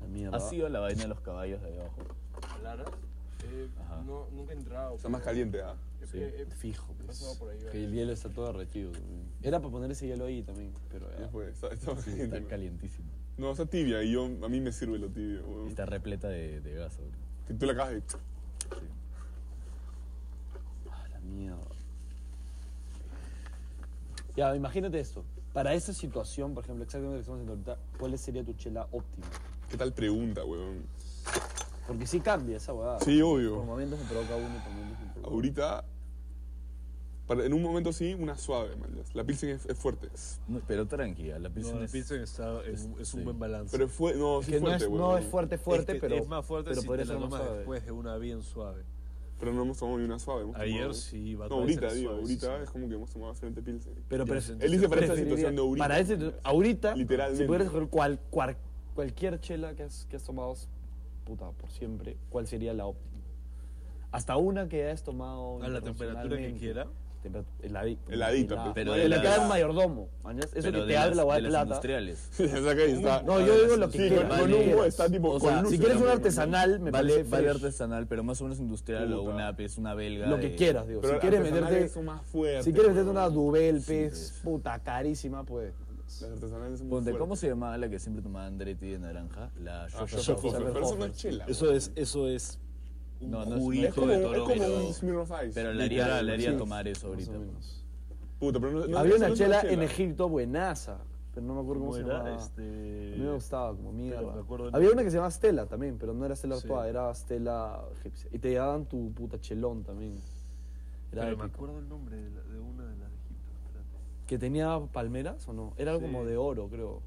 Speaker 1: La mierda.
Speaker 2: Ha sido la vaina de los caballos de ahí abajo.
Speaker 5: Laras. Eh,
Speaker 2: Ajá.
Speaker 5: no, nunca he entrado.
Speaker 4: Está más caliente, ¿ah?
Speaker 5: He-
Speaker 2: sí.
Speaker 5: he- he
Speaker 1: Fijo,
Speaker 5: pasado
Speaker 1: pues.
Speaker 5: Eh, por ahí.
Speaker 1: Que el hielo está todo arrechido. también. Era para poner ese hielo ahí también, pero
Speaker 4: Ya
Speaker 1: ya.
Speaker 4: fue, está, está más caliente.
Speaker 2: Está calientísima.
Speaker 4: No, está tibia y yo, a mí me sirve lo tibio. weón.
Speaker 2: Está repleta de, de gas. ahora.
Speaker 4: Que tú la acabas de...
Speaker 1: Ah, la mierda. Ya, imagínate esto. Para esa situación, por ejemplo, exactamente lo que estamos haciendo ahorita, ¿cuál sería tu chela óptima?
Speaker 4: ¿Qué tal pregunta, weón?
Speaker 1: Porque sí cambia esa huevada.
Speaker 4: Sí,
Speaker 1: Por
Speaker 4: obvio.
Speaker 1: momentos me provoca uno y por momentos me provoca
Speaker 4: Ahorita... para- en un momento sí, una suave, man. ya. La pilsen es, es fuerte.
Speaker 2: No, pero tranquila, la
Speaker 3: No,
Speaker 2: pilsen
Speaker 3: la
Speaker 2: es-
Speaker 3: Pilsen está, es,
Speaker 2: es-
Speaker 3: es
Speaker 2: sí.
Speaker 3: un buen balance.
Speaker 4: Pero fue, no,
Speaker 1: Es
Speaker 4: sí
Speaker 1: que no
Speaker 4: fuerte,
Speaker 1: es,
Speaker 4: weón.
Speaker 1: no es fuerte, fuerte,
Speaker 3: Es que
Speaker 1: pero.
Speaker 3: Es más fuerte
Speaker 1: pero
Speaker 3: si
Speaker 1: podría
Speaker 3: te la
Speaker 1: ser más
Speaker 3: tomas
Speaker 1: suave.
Speaker 3: después de una bien suave.
Speaker 4: Pero no hemos tomado ni una suave. hemos
Speaker 3: Ayer
Speaker 4: tomado-
Speaker 3: sí,
Speaker 4: No,
Speaker 3: Bud Weiser
Speaker 4: ahorita,
Speaker 3: es
Speaker 4: digo,
Speaker 3: suave,
Speaker 4: ahorita
Speaker 3: sí,
Speaker 4: es como que hemos tomado frente pilsen.
Speaker 1: Pero,
Speaker 3: Ya
Speaker 1: pero
Speaker 3: se
Speaker 4: Él dice para esa
Speaker 1: preferiría-
Speaker 4: situación de ahorita.
Speaker 1: Para ese,
Speaker 4: man, ya.
Speaker 1: ahorita,
Speaker 4: Literalmente.
Speaker 1: si pudieras escoger cual- cual- cualquier chela que has, que has tomado, puta, por siempre, ¿cuál sería la óptima? Hasta una que has tomado.
Speaker 3: A la temperatura que
Speaker 1: internacionalmente.
Speaker 3: quiera.
Speaker 1: Tempera- heladita.
Speaker 4: Heladita,
Speaker 1: helada.
Speaker 2: pero
Speaker 1: Madre,
Speaker 2: de
Speaker 1: la que
Speaker 2: las-
Speaker 1: da un mayordomo. mañas. Eso
Speaker 2: pero
Speaker 1: que
Speaker 2: de
Speaker 1: te abre
Speaker 2: las-
Speaker 1: la
Speaker 2: de
Speaker 1: hueá de
Speaker 2: las
Speaker 1: plata.
Speaker 2: industriales.
Speaker 4: Se saca y está...
Speaker 1: No, yo digo lo que
Speaker 4: Sí,
Speaker 1: quieras.
Speaker 4: con- con
Speaker 1: lo que
Speaker 4: humo
Speaker 1: quieras.
Speaker 4: está tipo...
Speaker 1: O
Speaker 4: con
Speaker 1: sea,
Speaker 4: luz
Speaker 1: si
Speaker 4: en
Speaker 1: quieres
Speaker 4: la
Speaker 1: una
Speaker 4: mano,
Speaker 1: artesanal, me
Speaker 2: vale,
Speaker 1: parece
Speaker 2: vale
Speaker 1: fresh.
Speaker 2: artesanal, pero más o menos industrial o
Speaker 4: Puta.
Speaker 2: una, pues, una belga.
Speaker 1: Lo que
Speaker 2: de-
Speaker 1: quieras, digo. Si quieres
Speaker 4: artesanales
Speaker 1: meterte.
Speaker 4: son más fuertes,
Speaker 1: Si quieres
Speaker 4: weón.
Speaker 1: meterte una Dubel, pez,
Speaker 2: pues.
Speaker 1: puta, carísima, pues.
Speaker 4: Las artesanales son más
Speaker 2: Ponte,
Speaker 4: fuertes.
Speaker 2: ¿cómo se llamaba la que siempre tomaba Andretti de naranja? La
Speaker 4: Ah,
Speaker 2: Shock
Speaker 4: Shot of Coffee, Pero eso no es chela.
Speaker 3: Eso es, eso es un
Speaker 2: No, no es-
Speaker 3: juguito
Speaker 4: Es como,
Speaker 3: de
Speaker 4: es
Speaker 3: toro.
Speaker 4: como
Speaker 2: pero-
Speaker 4: un Smirnoff Ice.
Speaker 2: Pero le haría,
Speaker 3: Literal,
Speaker 2: le haría
Speaker 3: sí.
Speaker 2: tomar eso ahorita.
Speaker 1: Más o menos.
Speaker 4: Puta, pero no, no-
Speaker 1: Había
Speaker 4: esa
Speaker 1: una
Speaker 4: no es
Speaker 1: chela en Egipto buenaza, pero no me acuerdo cómo,
Speaker 3: ¿Cómo
Speaker 1: se
Speaker 3: era?
Speaker 1: llamaba.
Speaker 3: Este...
Speaker 1: A mí me gustaba como mierda.
Speaker 3: me acuerdo de-
Speaker 1: Había una que se llamaba Stella también, pero no era Stella
Speaker 3: Sí.
Speaker 1: Artois, era Stella egipcia. Y te daban tu puta chelón también. Era
Speaker 3: Pero me
Speaker 1: épico.
Speaker 3: acuerdo el nombre de, la- de una de las de Egipto. espérate.
Speaker 1: ¿Que tenía palmeras o no? Era algo como
Speaker 3: Sí.
Speaker 1: de oro, creo.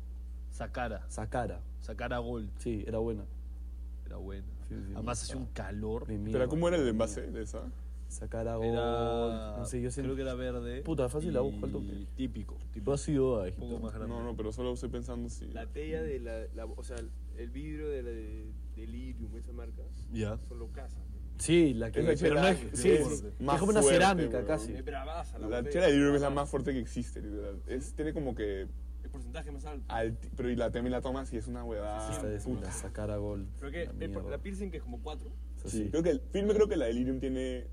Speaker 3: Saqqara.
Speaker 1: Sakara.
Speaker 3: Saqqara Gold.
Speaker 1: Sí, era buena.
Speaker 3: Era buena.
Speaker 1: Sí, sí,
Speaker 3: Además hacía un calor.
Speaker 1: Mi mierda.
Speaker 4: Pero ¿cómo era el envase de esa?
Speaker 1: Sakara Gold.
Speaker 3: Era,
Speaker 1: No sé, yo
Speaker 3: creo
Speaker 1: siempre.
Speaker 3: que era verde.
Speaker 1: Puta, fácil la busco al toque.
Speaker 3: y Típico,
Speaker 2: ¿Tú
Speaker 3: típico.
Speaker 2: has ido a
Speaker 3: Un
Speaker 2: Egipto?
Speaker 3: poco más grande.
Speaker 4: No, no, pero solo estoy pensando si.
Speaker 5: La botella de la, la- O sea, el vidrio de, la, de, de Lirium, esa marca,
Speaker 3: Ya.
Speaker 5: solo casa.
Speaker 1: Sí, la que.
Speaker 4: Es la
Speaker 1: pero
Speaker 4: chela
Speaker 1: no es.
Speaker 4: que
Speaker 1: Sí, es,
Speaker 4: es más
Speaker 1: es como una
Speaker 4: fuerte,
Speaker 1: cerámica
Speaker 4: weón.
Speaker 1: casi.
Speaker 5: Es bravaza la,
Speaker 4: La
Speaker 5: botella,
Speaker 4: chela de Irving es la
Speaker 5: bravaza.
Speaker 4: más fuerte que existe, literal. Es, tiene como que.
Speaker 5: El porcentaje más alto.
Speaker 4: alti- pero y la también la tomas y es una huevada.
Speaker 1: Esta es
Speaker 4: puta.
Speaker 1: la Sakara Gold.
Speaker 5: Creo que
Speaker 1: la
Speaker 5: el por-
Speaker 1: mierda.
Speaker 5: la piercing que es como 4.
Speaker 1: Es así.
Speaker 4: Sí. Creo que el filme, creo que la Delirium tiene.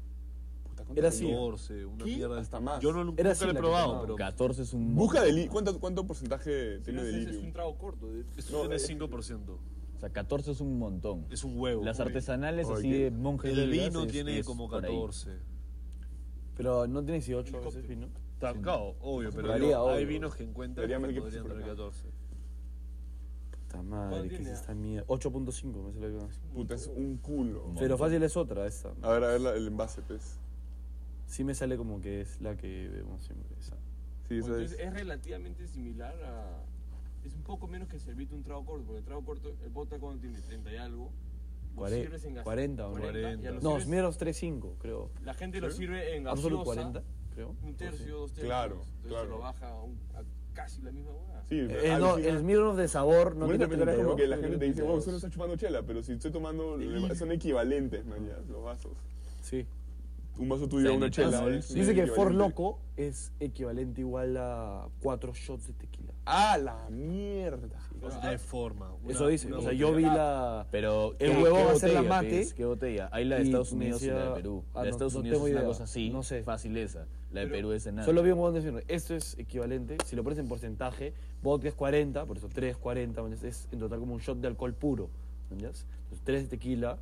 Speaker 4: Puta, ¿cuánto
Speaker 1: Era así.
Speaker 4: tenía?
Speaker 3: 14, una
Speaker 4: ¿Qué?
Speaker 3: mierda.
Speaker 4: Hasta más.
Speaker 3: Yo no, nunca
Speaker 1: Era así
Speaker 3: lo he
Speaker 1: la que
Speaker 3: probado,
Speaker 1: tomaba.
Speaker 3: pero
Speaker 2: 14 es un...
Speaker 4: Busca
Speaker 2: montón.
Speaker 4: Delirium. ¿Cuánto, ¿Cuánto porcentaje tiene
Speaker 5: es un
Speaker 4: Delirium?
Speaker 5: trago corto. de-
Speaker 3: es
Speaker 4: No,
Speaker 3: tiene
Speaker 4: eh.
Speaker 3: 5%.
Speaker 2: O sea, 14 es un montón.
Speaker 3: Es un huevo.
Speaker 2: Las
Speaker 3: Uy.
Speaker 2: artesanales así
Speaker 4: Oye.
Speaker 2: de monjes
Speaker 3: El
Speaker 2: belgas
Speaker 3: vino
Speaker 2: es-
Speaker 3: tiene
Speaker 2: es
Speaker 3: como
Speaker 2: por ahí.
Speaker 3: 14.
Speaker 1: Pero no tiene 18 a veces vino.
Speaker 3: Está, claro, obvio, pero
Speaker 1: Varía,
Speaker 3: digo, hay
Speaker 1: obvio.
Speaker 3: vinos que encuentran
Speaker 4: Debería haber
Speaker 3: que
Speaker 4: que
Speaker 3: podrían
Speaker 4: por
Speaker 3: tener
Speaker 4: acá.
Speaker 3: 14.
Speaker 1: Puta madre, ¿qué es
Speaker 5: tiene?
Speaker 1: esta mierda? 8.5 me salió acá.
Speaker 4: Puta, es un culo.
Speaker 1: Pero fácil es otra esta.
Speaker 4: A ver, a ver la- el envase, pues.
Speaker 1: Sí me sale como que es la que vemos siempre. esa.
Speaker 4: Sí, esa
Speaker 5: Entonces
Speaker 4: es.
Speaker 5: es relativamente similar a. Es un poco menos que servirte un trago corto, porque el trago corto, el vodka cuando tiene 30 y algo, lo
Speaker 1: Cuare-
Speaker 5: sirves en gas-
Speaker 1: 40 o no.
Speaker 5: 40, ya lo
Speaker 1: No,
Speaker 5: sirves-
Speaker 1: Smirnoff 3.5 creo.
Speaker 5: La gente lo sirve en
Speaker 1: Absolute
Speaker 5: gaseosa,
Speaker 1: 40 creo.
Speaker 3: Mm.
Speaker 4: Eh,
Speaker 5: un tercio, dos tercios.
Speaker 4: Claro,
Speaker 5: entonces
Speaker 4: claro.
Speaker 5: se lo baja a, un- a casi la misma hueá.
Speaker 4: Sí,
Speaker 1: Eh,
Speaker 4: pero
Speaker 1: eh, no,
Speaker 4: alucina-
Speaker 1: el Smirnoff de sabor no
Speaker 4: Como
Speaker 1: tiene
Speaker 4: interpretar es
Speaker 1: 32,
Speaker 4: como que la
Speaker 1: creo
Speaker 4: gente te
Speaker 1: tiene
Speaker 4: dice, wow, usted no
Speaker 1: 32.
Speaker 4: está chupando chela, pero si estoy tomando, son equivalentes, man, ya, los vasos.
Speaker 1: Sí.
Speaker 4: Un vaso tuyo a una chela.
Speaker 2: Cenitazol.
Speaker 4: es
Speaker 1: Dice que For
Speaker 4: equivalente.
Speaker 1: Loco es equivalente igual a 4 shots de tequila.
Speaker 4: ¡Ah, la mierda!
Speaker 3: O
Speaker 5: ah,
Speaker 3: sea, de forma. una-
Speaker 1: Eso dice.
Speaker 3: una Ah.
Speaker 1: O sea, yo vi la.
Speaker 2: Pero
Speaker 1: El
Speaker 2: ¿qué-
Speaker 1: huevo
Speaker 2: qué
Speaker 1: va a ser la
Speaker 2: botella,
Speaker 1: mate.
Speaker 2: pues? ¿Qué botella? Hay la de
Speaker 1: Y
Speaker 2: Estados
Speaker 1: me
Speaker 2: Unidos y la
Speaker 1: decía-
Speaker 2: de Perú.
Speaker 1: Ah,
Speaker 2: la de
Speaker 1: no-
Speaker 2: Estados
Speaker 1: no
Speaker 2: Unidos
Speaker 1: tengo
Speaker 2: es una
Speaker 1: idea.
Speaker 2: cosa así,
Speaker 1: No sé.
Speaker 2: fácil esa. La de Perú es nada.
Speaker 1: Solo vi un huevón decir, esto es equivalente, si lo pones en porcentaje, vodka es 40, por eso 3, 40, ¿me entiendes? es en total como un shot de alcohol puro, ¿me entiendes? Entonces 3 de tequila,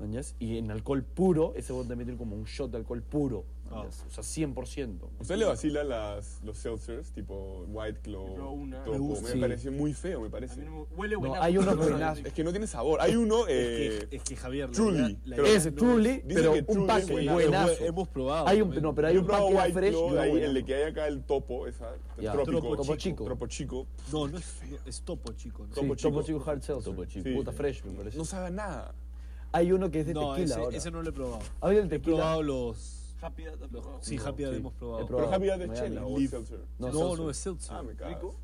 Speaker 1: ¿me entiendes? y en alcohol puro, ese vodka también tiene como un shot de alcohol puro, ¿me
Speaker 3: Ah.
Speaker 1: entiendes? o sea, 100%.
Speaker 4: ¿Usted le vacila las, los seltzers, tipo White
Speaker 5: Yo probé
Speaker 4: Claw,
Speaker 5: una.
Speaker 4: Topo?
Speaker 5: Me
Speaker 4: Me,
Speaker 1: gusta. Sí.
Speaker 4: pareció muy feo, me
Speaker 5: A mí
Speaker 4: parece.
Speaker 5: no me- huele
Speaker 1: No,
Speaker 5: buena.
Speaker 1: hay unos buenas.
Speaker 4: Es que no tiene sabor. Hay uno, eh,
Speaker 3: Es que, es que Javier. la
Speaker 4: Truly,
Speaker 3: idea- la
Speaker 4: creo.
Speaker 3: idea
Speaker 1: Ese,
Speaker 3: no
Speaker 1: truly,
Speaker 4: dicen
Speaker 1: pero
Speaker 4: que
Speaker 1: un
Speaker 4: truly
Speaker 1: pack
Speaker 4: es buenazo.
Speaker 3: Hemos-
Speaker 1: buenazo.
Speaker 3: hemos probado,
Speaker 1: Hay un,
Speaker 3: ¿eh?
Speaker 1: no, pero hay
Speaker 4: yo
Speaker 1: un
Speaker 4: probaba
Speaker 1: pack que era
Speaker 4: White
Speaker 1: fresh y
Speaker 4: Claw,
Speaker 1: uno
Speaker 4: ahí,
Speaker 1: buenazo.
Speaker 4: el de que hay acá, el Topo, esa,
Speaker 1: Ya.
Speaker 4: Trópico,
Speaker 3: Tropo
Speaker 1: Topo
Speaker 3: Chico.
Speaker 1: Chico.
Speaker 4: Tropo Chico.
Speaker 3: es- No, no es, no, es topo chico. ¿no?
Speaker 1: Sí,
Speaker 4: Topo
Speaker 1: Topo
Speaker 4: Chico.
Speaker 1: Chico, Hard Seltzer.
Speaker 2: Topo Chico.
Speaker 1: Puta fresh, me parece.
Speaker 4: No sabe a nada.
Speaker 1: Hay uno que es de
Speaker 3: no,
Speaker 1: tequila
Speaker 3: ese,
Speaker 1: ahora.
Speaker 3: ese no lo he probado.
Speaker 1: Hay el
Speaker 3: He
Speaker 1: tequila.
Speaker 3: probado los.
Speaker 5: Happy Dad, ¿has probado?
Speaker 3: Sí,
Speaker 1: No,
Speaker 3: Happy Dad
Speaker 1: sí.
Speaker 3: hemos
Speaker 1: He
Speaker 3: probado.
Speaker 1: probado.
Speaker 4: Pero Happy Dad es
Speaker 1: Miami.
Speaker 4: chela o seltzer.
Speaker 3: No, no,
Speaker 1: seltzer.
Speaker 3: es seltzer.
Speaker 4: Ah, me cago.
Speaker 5: ¿Rico?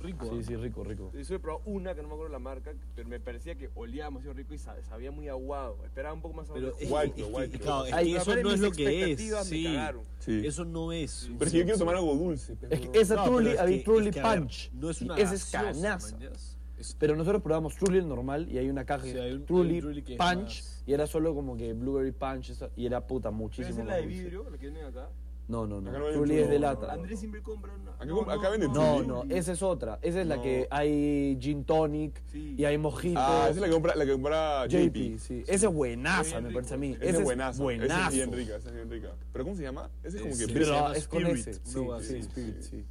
Speaker 5: Rico.
Speaker 4: ¿eh?
Speaker 1: Sí, sí, rico, rico.
Speaker 5: Yo solo he probado una que no me acuerdo la marca, pero me parecía que olía demasiado rico y sa- sabía muy aguado. Esperaba un poco más
Speaker 3: Pero
Speaker 5: aguado.
Speaker 3: es,
Speaker 4: White
Speaker 3: que-
Speaker 4: Claw,
Speaker 3: es
Speaker 4: White
Speaker 3: que,
Speaker 4: Claw.
Speaker 3: claro, es que
Speaker 1: Ay,
Speaker 3: eso no es lo que es.
Speaker 5: expectativas me
Speaker 3: sí.
Speaker 5: cagaron.
Speaker 4: Sí.
Speaker 3: Eso no es. un
Speaker 4: Pero si yo quiero
Speaker 3: seltzer.
Speaker 4: tomar algo dulce. pero-
Speaker 1: Es que esa
Speaker 3: No,
Speaker 1: truly,
Speaker 3: pero es
Speaker 1: había
Speaker 3: que-
Speaker 1: truly
Speaker 3: es que, a ver,
Speaker 1: punch.
Speaker 3: No es
Speaker 1: Y
Speaker 3: una.
Speaker 1: esa es
Speaker 3: gaseosa,
Speaker 1: canaza.
Speaker 3: mañas. Es-
Speaker 1: Pero nosotros probamos Truly el normal y hay una caja
Speaker 3: Sí,
Speaker 1: que
Speaker 3: hay
Speaker 1: es
Speaker 3: un- hay
Speaker 1: Truly
Speaker 3: un Truly que es
Speaker 1: Punch
Speaker 3: más-
Speaker 1: y era solo como que Blueberry Punch eso, y era puta
Speaker 5: Pero
Speaker 1: muchísimo
Speaker 5: esa es la
Speaker 1: más
Speaker 5: de
Speaker 1: dulce. Ah,
Speaker 5: vidrio, la que vienen acá.
Speaker 1: No, no, no.
Speaker 4: Acá no hay
Speaker 1: Truly
Speaker 4: Truly,
Speaker 1: es de
Speaker 4: no,
Speaker 1: lata.
Speaker 5: Andrés siempre compra una.
Speaker 4: Acá com- acá venden
Speaker 1: No,
Speaker 4: Truly.
Speaker 1: no, esa es otra. Esa es la
Speaker 4: No.
Speaker 1: que hay gin tonic
Speaker 5: Sí.
Speaker 1: y hay mojito.
Speaker 4: Ah, esa es la que compra, la que compra
Speaker 1: JP,
Speaker 4: JP.
Speaker 1: sí. Esa es buenaza, me parece a mí.
Speaker 4: Ese
Speaker 1: Esa
Speaker 4: es
Speaker 1: es
Speaker 4: buenazo. Esa
Speaker 1: buenazo.
Speaker 4: es bien rica, esa es bien rica. ¿Pero cómo se llama? Ese es como que...
Speaker 3: Sí,
Speaker 1: Pero
Speaker 3: se llama
Speaker 1: es con
Speaker 3: Spirit,
Speaker 1: ese.
Speaker 3: una
Speaker 1: Sí,
Speaker 3: hueá
Speaker 1: sí,
Speaker 3: así.
Speaker 1: Spirit, sí.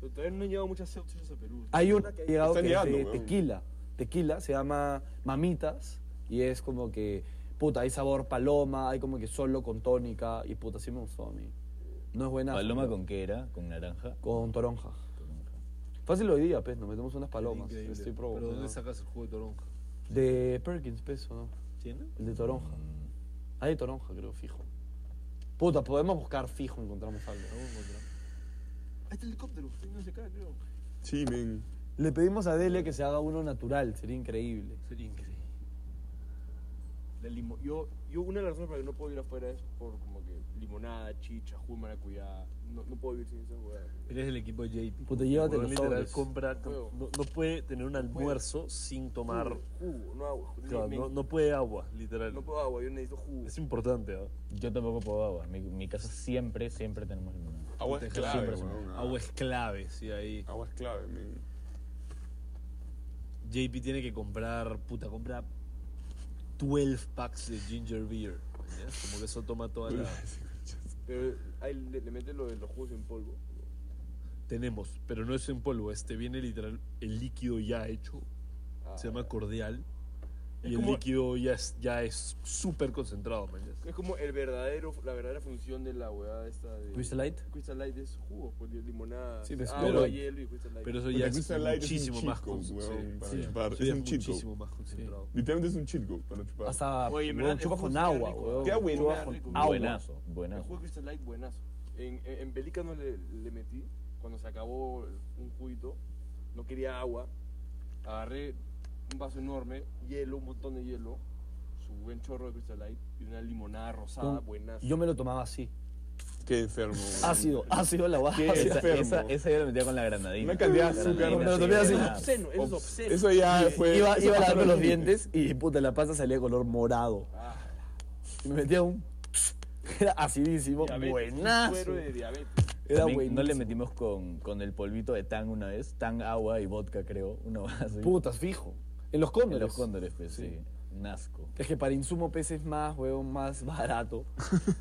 Speaker 5: Pero todavía no han llegado muchas seltzers a Perú.
Speaker 1: Hay una que ha llegado
Speaker 4: Están
Speaker 1: que es de
Speaker 4: llegando, weón.
Speaker 1: tequila. Tequila se llama Mamitas y es como que, puta, hay sabor paloma, hay como que solo con tónica y puta, sí me gustó a mí. No es buena.
Speaker 2: ¿Paloma con qué era? ¿Con naranja?
Speaker 1: Con toronja. Fácil hoy día, pues, nos metemos unas palomas.
Speaker 3: Increíble.
Speaker 1: Estoy probo.
Speaker 3: Pero ¿dónde
Speaker 1: ¿no?
Speaker 3: sacas el jugo de toronja?
Speaker 1: De Perkins, peso, ¿no?
Speaker 3: ¿Tiene?
Speaker 1: El de toronja.
Speaker 2: Mm,
Speaker 1: Hay de toronja, creo, fijo. Puta, podemos buscar fijo, encontramos algo.
Speaker 5: Ahí está el helicóptero, estoy viendo hacia acá, creo.
Speaker 4: Sí, men.
Speaker 1: Le pedimos a Dele que se haga uno natural, sería increíble.
Speaker 3: Sería increíble.
Speaker 5: La limo- yo, yo una de las razones para que no puedo ir afuera es por como que limonada, chicha, jugo de maracuyá. No, no puedo vivir sin esas huevadas.
Speaker 3: Eres del equipo de JP.
Speaker 1: Puta, llévate
Speaker 3: Huevón,
Speaker 1: los
Speaker 3: literal,
Speaker 1: sobres.
Speaker 3: compra, no,
Speaker 5: Huevo.
Speaker 3: no- no puede tener un almuerzo sin tomar.
Speaker 5: Jugo, jugo, no agua.
Speaker 3: Claro,
Speaker 5: Me-
Speaker 3: no,
Speaker 5: me-
Speaker 3: no puede agua, literal.
Speaker 5: no puedo agua, yo necesito jugo.
Speaker 3: Es importante. ¿ah?
Speaker 2: Yo tampoco puedo agua. En mi, mi casa siempre, siempre tenemos limonada.
Speaker 4: Agua es
Speaker 3: Proteger
Speaker 4: clave,
Speaker 2: siempre,
Speaker 4: weón.
Speaker 3: Agua es clave, sí, ahí.
Speaker 4: Agua es clave, men.
Speaker 3: JP tiene que comprar, puta, compra 12 packs de ginger beer. ¿ya? Como que eso toma toda la.
Speaker 5: Pero ahí le, le meten lo de los jugos en polvo.
Speaker 3: Tenemos, pero no es en polvo. Este viene literal el líquido ya hecho.
Speaker 5: Ah,
Speaker 3: se llama cordial.
Speaker 5: Es
Speaker 3: Y el
Speaker 5: como-
Speaker 3: líquido ya es ya es súper concentrado, man. ya.
Speaker 5: Es como el verdadero, la verdadera función de la hueá esta de...
Speaker 1: ¿Crystal Light?
Speaker 5: Crystal Light es jugo, pues de limonada,
Speaker 8: Sí, pues,
Speaker 5: agua,
Speaker 3: pero-
Speaker 5: hielo y Crystal Light.
Speaker 3: Pero eso
Speaker 4: Porque
Speaker 3: ya es
Speaker 4: Crystal Light es un
Speaker 3: muchísimo
Speaker 4: cheat
Speaker 3: más
Speaker 4: code, weón,
Speaker 3: concentrado.
Speaker 4: para chupar. Es un cheat code.
Speaker 3: muchísimo más concentrado.
Speaker 4: Literalmente es un cheat code para chupar.
Speaker 1: Hasta
Speaker 5: Oye,
Speaker 1: huevón,
Speaker 5: en verdad, el
Speaker 1: chupas con
Speaker 5: jugo sí
Speaker 1: agua,
Speaker 5: queda rico,
Speaker 1: huevón.
Speaker 5: ¿eh?
Speaker 4: Qué
Speaker 5: Queda
Speaker 4: buena.
Speaker 1: Chupas con
Speaker 5: rico.
Speaker 1: agua.
Speaker 2: Buenazo,
Speaker 5: El
Speaker 2: buenazo.
Speaker 5: jugo de Crystal Light, buenazo. En, en, en Pelicano le, le metí, cuando se acabó el- un juguito, no quería agua, agarré un vaso enorme, hielo, un montón de hielo, su buen chorro de Crystal Light y una limonada rosada,
Speaker 1: Con-
Speaker 5: buenazo.
Speaker 1: Yo me lo tomaba así.
Speaker 4: Qué enfermo. weón.
Speaker 1: Ácido, ácido la guada.
Speaker 4: Qué
Speaker 2: Esa, esa,
Speaker 4: enfermo.
Speaker 2: esa yo la metía con la granadina.
Speaker 4: Una cantidad de
Speaker 2: Granadina,
Speaker 4: azúcar.
Speaker 2: sí,
Speaker 4: Pero
Speaker 1: también así.
Speaker 5: Eso es
Speaker 2: granada.
Speaker 5: obsceno, eso es obsceno.
Speaker 4: Eso
Speaker 2: Ah,
Speaker 4: ya fue.
Speaker 1: Iba,
Speaker 4: eso
Speaker 1: iba a
Speaker 4: pasó
Speaker 1: lavarme
Speaker 4: los
Speaker 1: los
Speaker 4: límites.
Speaker 1: dientes y puta, la pasta salía de color morado.
Speaker 5: Ah,
Speaker 1: Y me metía un. Era acidísimo.
Speaker 5: diabetes, un
Speaker 1: Buenazo.
Speaker 5: Suero de diabetes.
Speaker 1: Era
Speaker 2: También
Speaker 1: buenísimo.
Speaker 2: No le metimos con, con el polvito de tan una vez, tan agua y vodka, creo. Una vez así.
Speaker 1: Putas, fijo. En los cóndores.
Speaker 2: En los cóndores, pues sí. Un asco.
Speaker 1: Es que para insumo pez es más, huevón, más barato.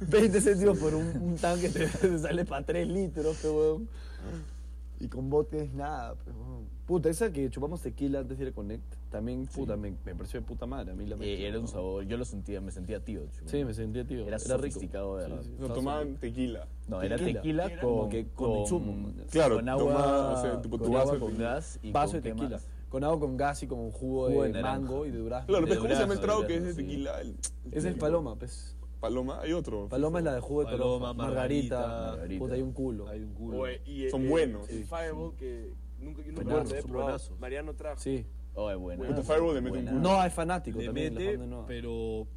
Speaker 1: 20 céntimos por un, un tanque te, te sale para 3 litros, pe, huevón.
Speaker 2: Ah.
Speaker 1: Y con bote es nada, pe, huevón. Puta, esa que chupamos tequila antes de ir a Connect, también, puta, me, me pareció de puta madre. A mí la
Speaker 2: Eh,
Speaker 1: mezcla,
Speaker 2: era un
Speaker 1: ¿no?
Speaker 2: sabor, yo lo sentía, me sentía tío. chupón.
Speaker 1: Sí, me sentía tío.
Speaker 2: Era
Speaker 1: rico.
Speaker 2: sofisticado, de verdad.
Speaker 4: No, tomaban tequila.
Speaker 2: No, era
Speaker 1: Tequila.
Speaker 2: tequila
Speaker 5: Era
Speaker 2: con,
Speaker 1: como que con insumo, man.
Speaker 4: Claro,
Speaker 2: con agua,
Speaker 4: toma, o sea, tipo tu
Speaker 2: con,
Speaker 4: vaso
Speaker 2: agua,
Speaker 4: de
Speaker 2: con
Speaker 4: tequila.
Speaker 2: gas y
Speaker 1: Vaso
Speaker 2: con
Speaker 1: de
Speaker 2: qué
Speaker 1: tequila.
Speaker 2: más.
Speaker 1: Con agua con gas y con un jugo,
Speaker 2: Jugo de
Speaker 1: de,
Speaker 2: naranja.
Speaker 1: mango y de durazno.
Speaker 4: Claro,
Speaker 2: De
Speaker 4: pero ¿cómo se llama el
Speaker 2: brazo,
Speaker 4: trago
Speaker 2: de
Speaker 4: que es de
Speaker 2: brazo, sí.
Speaker 4: tequila? El-
Speaker 1: Ese es paloma, pues.
Speaker 4: Paloma, hay otro.
Speaker 1: Paloma es la de jugo de
Speaker 3: Paloma,
Speaker 1: paloma, margarita,
Speaker 3: margarita.
Speaker 1: Puta, hay un culo.
Speaker 3: Hay un culo.
Speaker 5: Oye, y el-
Speaker 4: Son
Speaker 5: el-
Speaker 4: buenos.
Speaker 5: El Fireball que nunca yo nunca
Speaker 1: Buenazos,
Speaker 5: lo he
Speaker 3: son
Speaker 5: probado.
Speaker 3: buenazos.
Speaker 5: Mariano trajo.
Speaker 1: Sí.
Speaker 2: Oh, es buena.
Speaker 4: Puta, Fireball le mete un
Speaker 2: buena.
Speaker 4: culo.
Speaker 1: No, hay fanático
Speaker 3: le
Speaker 1: también.
Speaker 3: mete,
Speaker 1: la no.
Speaker 3: pero